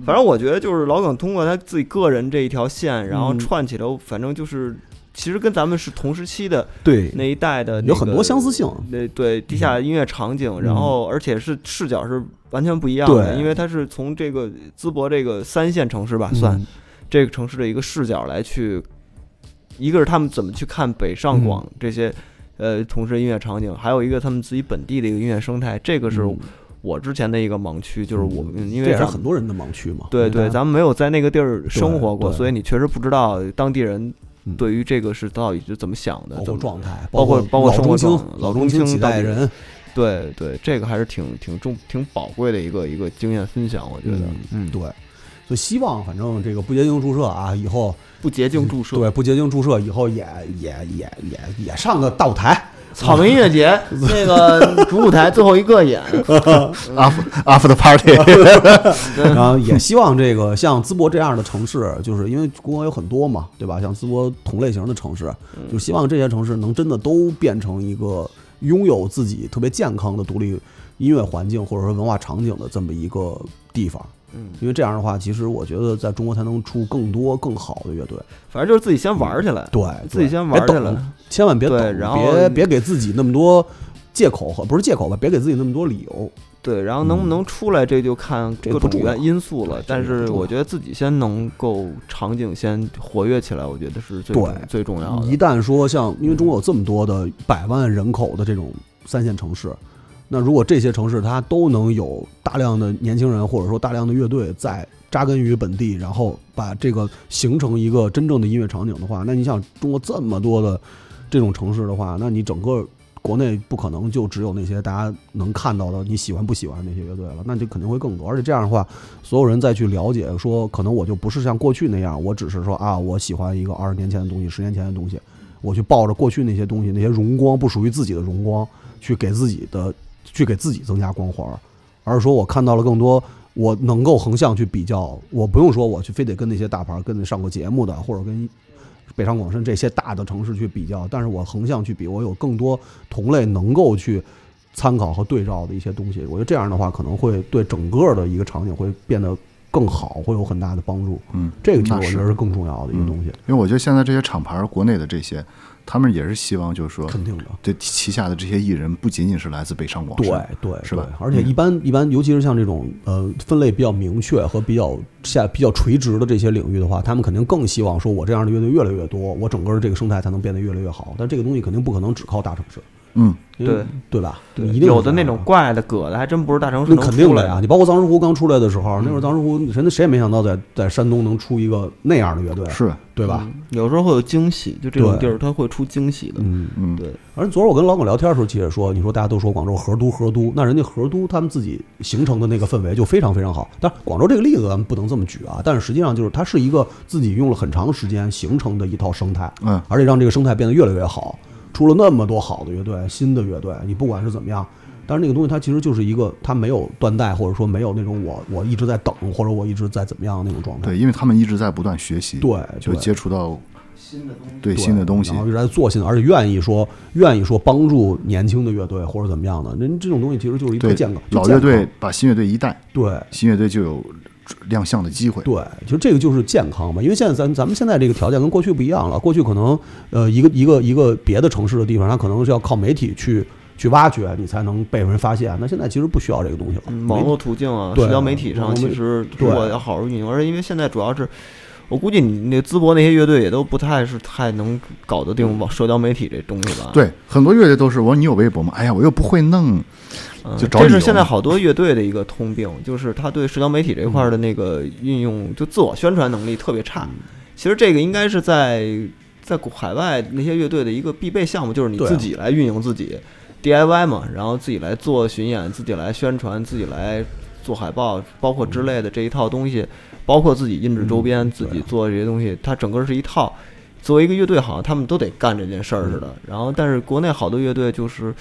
[SPEAKER 2] 反正我觉得就是老耿通过他自己个人这一条线，然后串起来，反正就是其实跟咱们是同时期的
[SPEAKER 3] 对
[SPEAKER 2] 那一代的、
[SPEAKER 3] 有很多相似性。嗯
[SPEAKER 2] 那对地下音乐场景，然后而且是视角是完全不一样的，
[SPEAKER 3] 对嗯
[SPEAKER 2] 因为它是从这个淄博这个三线城市吧，算这个城市的一个视角来去，一个是他们怎么去看北
[SPEAKER 3] 嗯
[SPEAKER 2] 上广这些呃同时音乐场景，还有一个他们自己本地的一个音乐生态，这个是我之前的一个盲区，就是我们因
[SPEAKER 3] 这
[SPEAKER 2] 为
[SPEAKER 3] 也是
[SPEAKER 2] 咱
[SPEAKER 3] 很多人的盲区嘛。
[SPEAKER 2] 对对，咱们没有在那个地儿生活过，
[SPEAKER 3] 嗯对
[SPEAKER 2] 所以你确实不知道当地人
[SPEAKER 3] 嗯哦
[SPEAKER 2] 对于这个是到底是怎么想的，
[SPEAKER 3] 包
[SPEAKER 2] 怎
[SPEAKER 3] 括
[SPEAKER 2] 么
[SPEAKER 3] 状态，
[SPEAKER 2] 包括包括
[SPEAKER 3] 老
[SPEAKER 2] 生活
[SPEAKER 3] 中
[SPEAKER 2] 状
[SPEAKER 3] 青
[SPEAKER 2] 态、老
[SPEAKER 3] 老
[SPEAKER 2] 中
[SPEAKER 3] 青
[SPEAKER 2] 青
[SPEAKER 3] 几
[SPEAKER 2] 到
[SPEAKER 3] 代
[SPEAKER 2] 底
[SPEAKER 3] 人，
[SPEAKER 2] 对对，这个还是挺挺重、挺宝贵的一个一个经验分享，我觉得，嗯，
[SPEAKER 3] 对。所以希望，反正这个不洁净注射啊，以后
[SPEAKER 2] 不洁净 注射，
[SPEAKER 3] 对不洁净注射以后也也也也也上个大舞台，
[SPEAKER 2] 草莓音乐 节那个主舞台最后一个演，
[SPEAKER 3] 嗯
[SPEAKER 6] after after party，
[SPEAKER 3] 然后也希望这个像淄博这样的城市，就是因为国外有很多嘛，对吧？像淄博同类型的城市，
[SPEAKER 2] 嗯
[SPEAKER 3] 就希望这些城市能真的都变成一个拥有自己特别健康的独立音乐环境或者说文化场景的这么一个地方。
[SPEAKER 2] 嗯，
[SPEAKER 3] 因为这样的话，其实我觉得在中国才能出更多更好的乐队。
[SPEAKER 2] 反正就是自己先玩起来，
[SPEAKER 3] 对，
[SPEAKER 2] 啊
[SPEAKER 3] 哎
[SPEAKER 2] 自己
[SPEAKER 3] 对
[SPEAKER 2] 先玩
[SPEAKER 3] 别
[SPEAKER 2] 去
[SPEAKER 3] 等
[SPEAKER 2] 了，
[SPEAKER 3] 千万别
[SPEAKER 2] 对
[SPEAKER 3] 等，
[SPEAKER 2] 然后
[SPEAKER 3] 别别给自己那么多借口和不是借口吧，别给自己那么多理由。
[SPEAKER 2] 对，然后能不能出来，这就看
[SPEAKER 3] 嗯这
[SPEAKER 2] 各
[SPEAKER 3] 不
[SPEAKER 2] 种
[SPEAKER 3] 重要
[SPEAKER 2] 原因素了
[SPEAKER 3] 对。
[SPEAKER 2] 但
[SPEAKER 3] 这个不
[SPEAKER 2] 是
[SPEAKER 3] 重要
[SPEAKER 2] 我觉得自己先能够场景先活跃起来，我觉得是最
[SPEAKER 3] 对
[SPEAKER 2] 最重要
[SPEAKER 3] 一
[SPEAKER 2] 的。
[SPEAKER 3] 旦说像，因为中国有这么多的百万人口的这种三线城市，那如果这些城市它都能有大量的年轻人或者说大量的乐队在扎根于本地，然后把这个形成一个真正的音乐场景的话，那你想中国这么多的这种城市的话，那你整个国内不可能就只有那些大家能看到的你喜欢不喜欢那些乐队了，那就肯定会更多。而且这样的话，所有人再去了解说，可能我就不是像过去那样，我只是说啊，我喜欢一个二十年前的东西，十年前的东西，我去抱着过去那些东西，那些荣光不属于自己的荣光，去给自己的去给自己增加光环儿，而是说我看到了更多。我能够横向去比较，我不用说我去非得跟那些大牌儿、跟那上过节目的，或者跟北上广深这些大的城市去比较，但是我横向去比，我有更多同类能够去参考和对照的一些东西。我觉得这样的话，可能会对整个的一个场景会变得更好，会有很大的帮助。
[SPEAKER 6] 嗯，
[SPEAKER 3] 这个其实
[SPEAKER 6] 那
[SPEAKER 3] 我觉
[SPEAKER 6] 是
[SPEAKER 3] 得是更重要的一个
[SPEAKER 6] 嗯
[SPEAKER 3] 东西，
[SPEAKER 6] 因为我觉得现在这些厂牌儿，国内的这些，他们也是希望就是说，
[SPEAKER 3] 肯定的。
[SPEAKER 6] 这旗下的这些艺人不仅仅是来自北上广
[SPEAKER 3] 对
[SPEAKER 6] 深，
[SPEAKER 3] 对，
[SPEAKER 6] 是吧嗯
[SPEAKER 3] 对而且一般一般，尤其是像这种呃分类比较明确和比较下比较垂直的这些领域的话，他们肯定更希望说，我这样的乐队越来越多，我整个这个生态才能变得越来越好。但这个东西肯定不可能只靠大城市，
[SPEAKER 6] 嗯，
[SPEAKER 3] 因为
[SPEAKER 2] 对
[SPEAKER 3] 对吧？
[SPEAKER 2] 对
[SPEAKER 3] 一定
[SPEAKER 2] 有
[SPEAKER 3] 是
[SPEAKER 2] 的
[SPEAKER 3] 这
[SPEAKER 2] 那
[SPEAKER 3] 样
[SPEAKER 2] 种怪的、葛的，还真不是大城市
[SPEAKER 3] 那
[SPEAKER 2] 能
[SPEAKER 3] 肯定
[SPEAKER 2] 出
[SPEAKER 3] 的
[SPEAKER 2] 来嗯
[SPEAKER 3] 呀！。你包括藏石湖刚出来的时候，那会儿藏石湖谁谁也没想到在在山东能出一个那样的乐队，
[SPEAKER 6] 是，
[SPEAKER 3] 对吧？
[SPEAKER 2] 有时候会有惊喜，就这种
[SPEAKER 3] 对
[SPEAKER 2] 地儿它会出惊喜的。
[SPEAKER 3] 嗯，
[SPEAKER 6] 嗯，
[SPEAKER 2] 对
[SPEAKER 3] 而且昨儿我跟老耿聊天的时候，其实也说，你说大家都说广州河都河都，那人家河都他们自己形成的那个氛围就非常非常好。但是广州这个例子咱们不能这么举啊，但是实际上就是它是一个自己用了很长时间形成的一套生态，
[SPEAKER 6] 嗯，
[SPEAKER 3] 而且让这个生态变得越来越好。出了那么多好的乐队，新的乐队，你不管是怎么样，但是那个东西它其实就是一个，它没有断代，或者说没有那种我我一直在等，或者我一直在怎么样那种状态。
[SPEAKER 6] 对，因为他们一直在不断学习，
[SPEAKER 3] 对，
[SPEAKER 6] 就
[SPEAKER 3] 对
[SPEAKER 6] 接触到对
[SPEAKER 3] 对
[SPEAKER 6] 新的东西
[SPEAKER 3] 然，后一直在做新的，而且愿意说愿意说帮助年轻的乐队或者怎么样的，那这种东西其实就是一个
[SPEAKER 6] 对
[SPEAKER 3] 健康
[SPEAKER 6] 老
[SPEAKER 3] 健
[SPEAKER 6] 乐
[SPEAKER 3] 康
[SPEAKER 6] 队把新乐队一带，
[SPEAKER 3] 对。
[SPEAKER 6] 新乐队就有亮相的机会。
[SPEAKER 3] 对，其实这个就是健康嘛，因为现在咱咱们现在这个条件跟过去不一样了，过去可能呃一个一个一个别的城市的地方，它可能是要靠媒体去去挖掘，你才能被人发现。那现在其实不需要这个东西了，
[SPEAKER 2] 嗯网络途径啊，
[SPEAKER 3] 对
[SPEAKER 2] 社交媒体
[SPEAKER 3] 网
[SPEAKER 2] 上
[SPEAKER 3] 络媒
[SPEAKER 2] 其
[SPEAKER 3] 体
[SPEAKER 2] 实
[SPEAKER 3] 对
[SPEAKER 2] 如果要好好运用，而且因为现在主要是，我估计你那淄博那些乐队也都不太是太能搞得定网社交媒体这东西吧？
[SPEAKER 6] 对，很多乐队都是我说你有微博吗？哎呀，我又不会弄，
[SPEAKER 2] 嗯，
[SPEAKER 6] 就找
[SPEAKER 2] 这
[SPEAKER 6] 理
[SPEAKER 2] 是
[SPEAKER 6] 由嗯
[SPEAKER 2] 现在
[SPEAKER 6] 嘛
[SPEAKER 2] 好多乐队的一个通病，就是他对社交媒体这块儿的那个运用，就自我宣传能力特别差。
[SPEAKER 6] 嗯
[SPEAKER 2] 其实这个应该是在在海外那些乐队的一个必备项目，就是你
[SPEAKER 3] 对啊
[SPEAKER 2] 自己来运营自己 DIY 嘛，然后自己来做巡演，自己来宣传，自己来做海报，包括
[SPEAKER 6] 嗯
[SPEAKER 2] 之类的这一套东西，包括自己印制周边，自己做这些东西，它整个是一套。作为一个乐队，好像他们都得干这件事儿似的。然后，但是国内好多乐队就是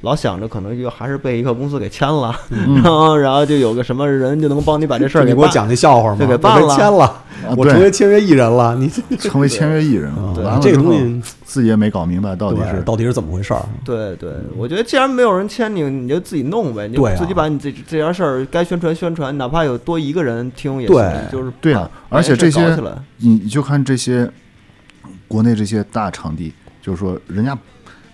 [SPEAKER 2] 老想着可能就还是被一个公司给签了，嗯然后然后就有个什么人就能帮你把这事儿
[SPEAKER 3] 你
[SPEAKER 2] 给
[SPEAKER 3] 给我
[SPEAKER 2] 办
[SPEAKER 3] 讲那笑话吗？
[SPEAKER 2] 就给
[SPEAKER 3] 我
[SPEAKER 2] 办
[SPEAKER 3] 被
[SPEAKER 2] 了
[SPEAKER 3] 签了，
[SPEAKER 6] 啊
[SPEAKER 3] 我
[SPEAKER 6] 对
[SPEAKER 3] 成为签约艺人了，你这
[SPEAKER 6] 成为签约艺人了。
[SPEAKER 3] 对
[SPEAKER 6] 完了
[SPEAKER 3] 这
[SPEAKER 6] 之
[SPEAKER 3] 个东
[SPEAKER 6] 后
[SPEAKER 3] 西
[SPEAKER 6] 自己也没搞明白到底
[SPEAKER 3] 对
[SPEAKER 6] 是
[SPEAKER 3] 到底是怎么回事儿？
[SPEAKER 2] 对对，我觉得既然没有人签你，你就自己弄呗，你就
[SPEAKER 3] 对啊
[SPEAKER 2] 自己把你这这件事儿该宣传宣传，哪怕有多一个人听也
[SPEAKER 3] 对
[SPEAKER 2] 行，就是
[SPEAKER 6] 对啊
[SPEAKER 2] 把
[SPEAKER 6] 而且
[SPEAKER 2] 把
[SPEAKER 6] 这
[SPEAKER 2] 事哎儿搞
[SPEAKER 6] 些
[SPEAKER 2] 起来
[SPEAKER 6] 你你就看这些国内这些大场地，就是说人家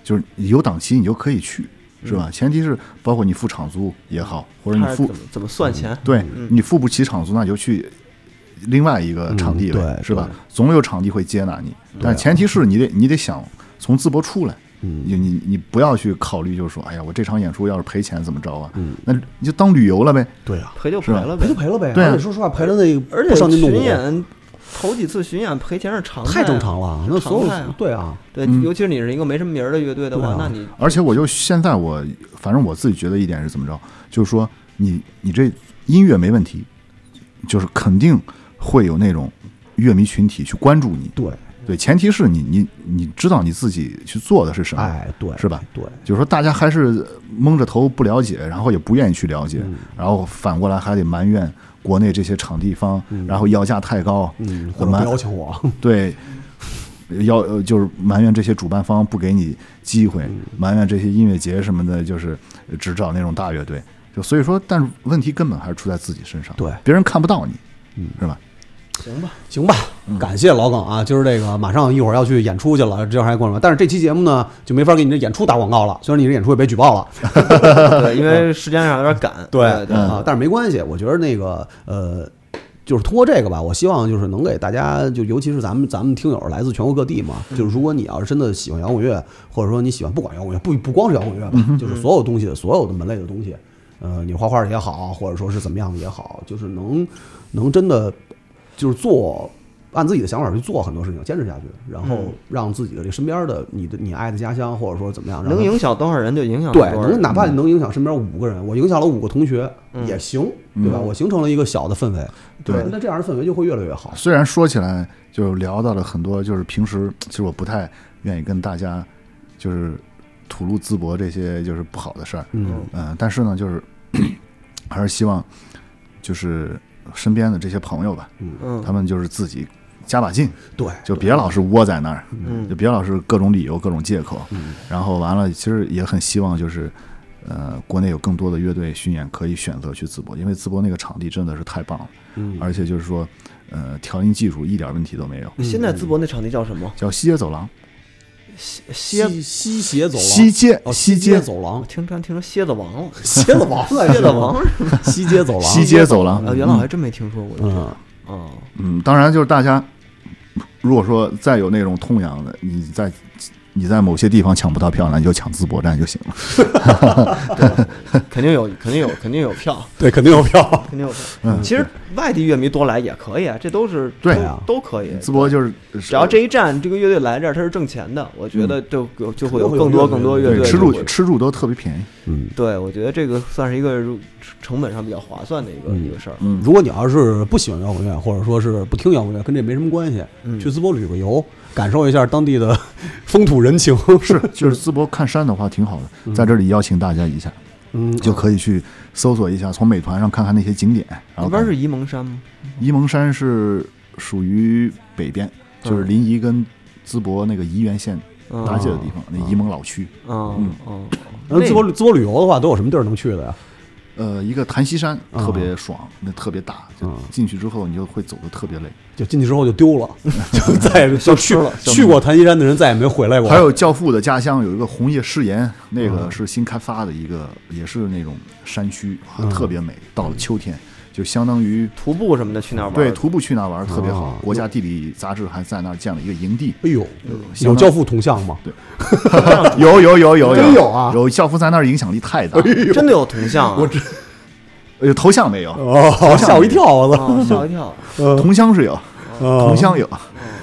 [SPEAKER 6] 就是有档期你就可以去，是吧？前提是包括你付场租也好，或者你
[SPEAKER 2] 看是
[SPEAKER 6] 付
[SPEAKER 2] 怎么怎么算钱，
[SPEAKER 6] 对
[SPEAKER 2] 嗯
[SPEAKER 6] 你付不起场租，那你就去另外一个场地呗，
[SPEAKER 3] 嗯对
[SPEAKER 6] 是吧
[SPEAKER 3] 对？
[SPEAKER 6] 总有场地会接纳你，
[SPEAKER 3] 啊
[SPEAKER 6] 但前提是你得你得想从淄博出来。你你你不要去考虑，就是说，哎呀，我这场演出要是赔钱怎么着啊？那你就当旅游了呗。
[SPEAKER 3] 对啊，
[SPEAKER 2] 赔就赔了呗
[SPEAKER 3] 赔就。赔了呗。
[SPEAKER 6] 对啊
[SPEAKER 3] 而且说实话，赔了那
[SPEAKER 2] 而
[SPEAKER 3] 不
[SPEAKER 2] 且
[SPEAKER 3] 伤筋动
[SPEAKER 2] 巡
[SPEAKER 3] 骨，
[SPEAKER 2] 演头几次巡演赔钱是常态啊，
[SPEAKER 3] 太正哦常了。那所有
[SPEAKER 2] 常态啊
[SPEAKER 3] 对啊，
[SPEAKER 2] 对，尤其是你是一个没什么名儿的乐队的
[SPEAKER 3] 对
[SPEAKER 2] 话
[SPEAKER 3] 啊，
[SPEAKER 2] 那你
[SPEAKER 6] 而且我就现在我反正我自己觉得一点是怎么着，就是说你你这音乐没问题，就是肯定会有那种乐迷群体去关注你。
[SPEAKER 3] 对，
[SPEAKER 6] 对，前提是你你你知道你自己去做的是什么，
[SPEAKER 3] 哎，对，
[SPEAKER 6] 是吧？
[SPEAKER 3] 对，
[SPEAKER 6] 就是说大家还是蒙着头不了解，然后也不愿意去了
[SPEAKER 3] 嗯
[SPEAKER 6] 解，然后反过来还得埋怨国内这些场地方，然后要价太高，
[SPEAKER 3] 嗯，或者不
[SPEAKER 6] 我们
[SPEAKER 3] 邀请我，
[SPEAKER 6] 对，要呃就是埋怨这些主办方不给你机会，埋怨这些音乐节什么的，就是只找那种大乐队。就所以说，但是问题根本还是出在自己身上，
[SPEAKER 3] 对
[SPEAKER 6] 别人看不到你，是吧？
[SPEAKER 3] 行吧，
[SPEAKER 6] 嗯
[SPEAKER 3] 感谢老耿啊，今儿这个马上一会儿要去演出去了，这还观众，但是这期节目呢就没法给你这演出打广告了，虽然你这演出也被举报了，
[SPEAKER 2] 对，因为时间上有点赶，对嗯对
[SPEAKER 3] 啊，但是没关系，我觉得那个呃。就是通过这个吧，我希望就是能给大家，就尤其是咱们咱们听友来自全国各地嘛，就是如果你要是真的喜欢摇滚乐，或者说你喜欢不管摇滚乐，不不光是摇滚
[SPEAKER 2] 嗯
[SPEAKER 3] 乐吧，就是所有东西的所有的门类的东西，呃，你画画也好，或者说是怎么样的也好，就是能能真的就是做按自己的想法去做很多事情，坚持下去，然后
[SPEAKER 2] 嗯
[SPEAKER 3] 让自己的这身边的你的你爱的家乡或者说怎么样，让它
[SPEAKER 2] 能影响多少人就影响
[SPEAKER 3] 嗯
[SPEAKER 2] 嗯
[SPEAKER 3] 对，
[SPEAKER 2] 多少
[SPEAKER 3] 能
[SPEAKER 2] 人，嗯
[SPEAKER 3] 哪怕你能影响身边五个人，我影响了五个同学也行，对吧？我形成了一个小的氛围，
[SPEAKER 6] 嗯对
[SPEAKER 3] 那这样的氛围就会越来越好。嗯
[SPEAKER 6] 虽然说起来就聊到了很多，就是平时其实我不太愿意跟大家就是吐露淄博这些就是不好的事儿，
[SPEAKER 3] 嗯，
[SPEAKER 6] 嗯，但是呢，就是 还是希望就是身边的这些朋友吧，
[SPEAKER 2] 嗯
[SPEAKER 6] 他们就是自己加把劲，
[SPEAKER 3] 对，
[SPEAKER 6] 就别老是窝在那儿，
[SPEAKER 2] 嗯
[SPEAKER 6] 就别老是各种理由、各种借口，然后完了，其实也很希望就是。呃，国内有更多的乐队巡演可以选择去淄博，因为淄博那个场地真的是太棒了，
[SPEAKER 3] 嗯
[SPEAKER 6] 而且就是说，呃，调音技术一点问题都没
[SPEAKER 3] 嗯
[SPEAKER 6] 有，
[SPEAKER 2] 现在淄博那场地叫什么？
[SPEAKER 6] 叫西街走廊，
[SPEAKER 2] 蝎，
[SPEAKER 3] 西西斜走廊，
[SPEAKER 6] 西街
[SPEAKER 3] 哦
[SPEAKER 6] 西
[SPEAKER 3] 西
[SPEAKER 6] 街
[SPEAKER 3] 走
[SPEAKER 2] 我
[SPEAKER 3] 廊，
[SPEAKER 2] 听常听说蝎子王了，
[SPEAKER 3] 蝎子王来着，
[SPEAKER 2] 蝎子王是吗？
[SPEAKER 3] 西街走廊，
[SPEAKER 6] 西街走廊
[SPEAKER 2] 啊，原来我还真没听说过。
[SPEAKER 3] 嗯，
[SPEAKER 2] 哦，
[SPEAKER 6] 嗯，当然就是大家，如果说再有那种痛痒的，你在你在某些地方抢不到票了，你就抢淄博站就行了。
[SPEAKER 2] 肯定有，肯定有，肯定有票，
[SPEAKER 3] 对，肯定有票。
[SPEAKER 2] 肯定有票。其实外地乐迷多来也可嗯以啊，这都是
[SPEAKER 6] 嗯对
[SPEAKER 2] 都
[SPEAKER 6] 啊
[SPEAKER 2] 都可以。
[SPEAKER 6] 淄博就是
[SPEAKER 2] 只要这一站这个乐队来这儿，它是挣钱的，我觉得就有就会有更多更多乐
[SPEAKER 6] 对
[SPEAKER 2] 队
[SPEAKER 6] 吃住
[SPEAKER 2] 就会
[SPEAKER 6] 吃住都特别便宜。
[SPEAKER 2] 对，我觉得这个算是一个入成本上比较划算的一个一个事儿。
[SPEAKER 6] 嗯嗯
[SPEAKER 3] 如果你要是不喜欢摇滚乐，或者说是不听摇滚乐，跟这没什么关系，去淄博旅个游，感受一下当地的 风土人情。
[SPEAKER 6] 是，就是淄博看山的话挺好的，在这里邀请大家一下，
[SPEAKER 3] 嗯，
[SPEAKER 6] 就可以去搜索一下，从美团上看看那些景点。然
[SPEAKER 2] 那
[SPEAKER 6] 后
[SPEAKER 2] 边
[SPEAKER 6] 看
[SPEAKER 2] 是沂蒙山吗？
[SPEAKER 6] 沂蒙山是属于北边，就是临沂跟淄博那个沂源县
[SPEAKER 3] 嗯
[SPEAKER 6] 搭界的地方，那沂蒙老区。
[SPEAKER 2] 哦
[SPEAKER 6] 嗯
[SPEAKER 2] 哦，
[SPEAKER 3] 那淄
[SPEAKER 2] 那
[SPEAKER 3] 博旅淄博旅游的话，都有什么地儿能去的呀？
[SPEAKER 6] 呃，一个檀溪山
[SPEAKER 3] 啊
[SPEAKER 6] 特别爽，那特别大，就
[SPEAKER 3] 嗯
[SPEAKER 6] 进去之后你就会走的特别累。
[SPEAKER 3] 就进去之后就丢了， 就再也就去了。
[SPEAKER 6] 消失
[SPEAKER 3] 去过檀溪山的人再也没回来过。
[SPEAKER 6] 还有《教父》的家乡有一个红叶誓言，那
[SPEAKER 2] 嗯
[SPEAKER 6] 个是新开发的一个，也是那种山区，哇
[SPEAKER 3] 嗯
[SPEAKER 6] 特别美。到了秋天，就相当于
[SPEAKER 2] 徒步什么的去那儿玩？
[SPEAKER 6] 对，徒步去那儿玩儿特别好
[SPEAKER 3] 哦。
[SPEAKER 6] 国家地理杂志还在那儿建了一个营 地，
[SPEAKER 3] 哎呦，有
[SPEAKER 6] 相当
[SPEAKER 3] 教父铜像吗？
[SPEAKER 6] 有有有有
[SPEAKER 3] 真
[SPEAKER 6] 有
[SPEAKER 3] 有啊
[SPEAKER 6] 有教父在那儿影响力太大，
[SPEAKER 2] 真的有铜像啊！我知
[SPEAKER 6] 呃，头像没有，
[SPEAKER 3] 哦，吓我一跳！我操，
[SPEAKER 2] 道，吓我一跳。
[SPEAKER 6] 同乡是有，
[SPEAKER 2] 哦
[SPEAKER 3] 铜
[SPEAKER 6] 同乡有，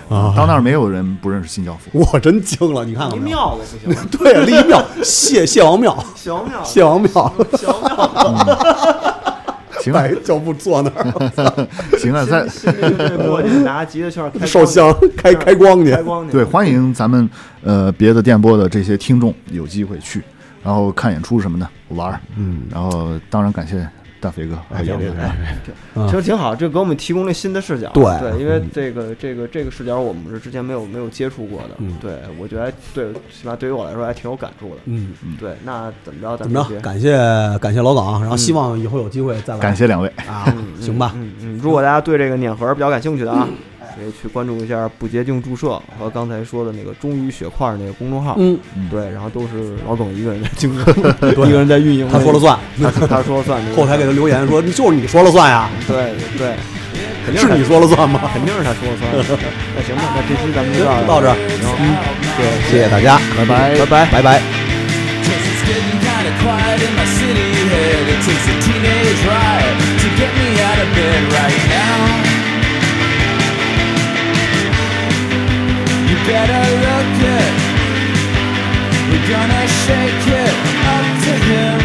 [SPEAKER 3] 啊，
[SPEAKER 6] 到那儿没有人不认识新教父。
[SPEAKER 3] 我真惊了，你看看没有？
[SPEAKER 2] 庙子不行，
[SPEAKER 3] 对，立庙，谢谢王庙，
[SPEAKER 2] 小庙
[SPEAKER 3] 谢王庙，
[SPEAKER 2] 小庙，
[SPEAKER 6] 行了
[SPEAKER 3] 摆一教父坐那儿
[SPEAKER 6] 行了，在
[SPEAKER 2] 新民队过去拿吉他圈开
[SPEAKER 3] 烧香，开开光去。
[SPEAKER 2] 开光去。
[SPEAKER 6] 对，欢迎咱们呃别的电波的这些听众有机会去，然后看演出什么的玩儿，嗯，然后当然感谢大肥哥和杨哥啊，
[SPEAKER 2] 其实挺好，这给我们提供了新的视角。
[SPEAKER 3] 对嗯
[SPEAKER 2] 对，因为这个这个这个视角我们是之前没有没有接触过的。对，我觉得对，起码对于我来说还挺有感触的。
[SPEAKER 3] 嗯，
[SPEAKER 2] 对，那怎么着？咱
[SPEAKER 3] 怎
[SPEAKER 2] 们
[SPEAKER 3] 么
[SPEAKER 2] 这
[SPEAKER 3] 着？
[SPEAKER 2] 些
[SPEAKER 3] 感谢感谢老港，啊然后希望以后有机会再来。
[SPEAKER 6] 感谢两位，
[SPEAKER 3] 啊，行吧，
[SPEAKER 2] 嗯嗯，如果大家对这个碾核比较感兴趣的
[SPEAKER 3] 嗯
[SPEAKER 2] 啊，可以去关注一下不洁净注射和刚才说的那个忠于血块儿那个公众号。
[SPEAKER 3] 嗯，
[SPEAKER 2] 对，然后都是老耿一个人在经 营，
[SPEAKER 3] 一个人在运营，他说了算。
[SPEAKER 2] 他他说了算。这个
[SPEAKER 3] 后台给他留言说，就是你说了算呀，
[SPEAKER 2] 对对，肯定
[SPEAKER 3] 是
[SPEAKER 2] 他
[SPEAKER 3] 你说了算吗？
[SPEAKER 2] 肯定是他说了算。 那行吧，那这期咱们就
[SPEAKER 3] 到这儿，嗯，谢谢大家，拜拜，拜拜，拜拜。
[SPEAKER 8] Cause it's getting kinda quiet in my city head It takes a teenage riot to get me out of bed right now You better look it We're gonna shake it up to him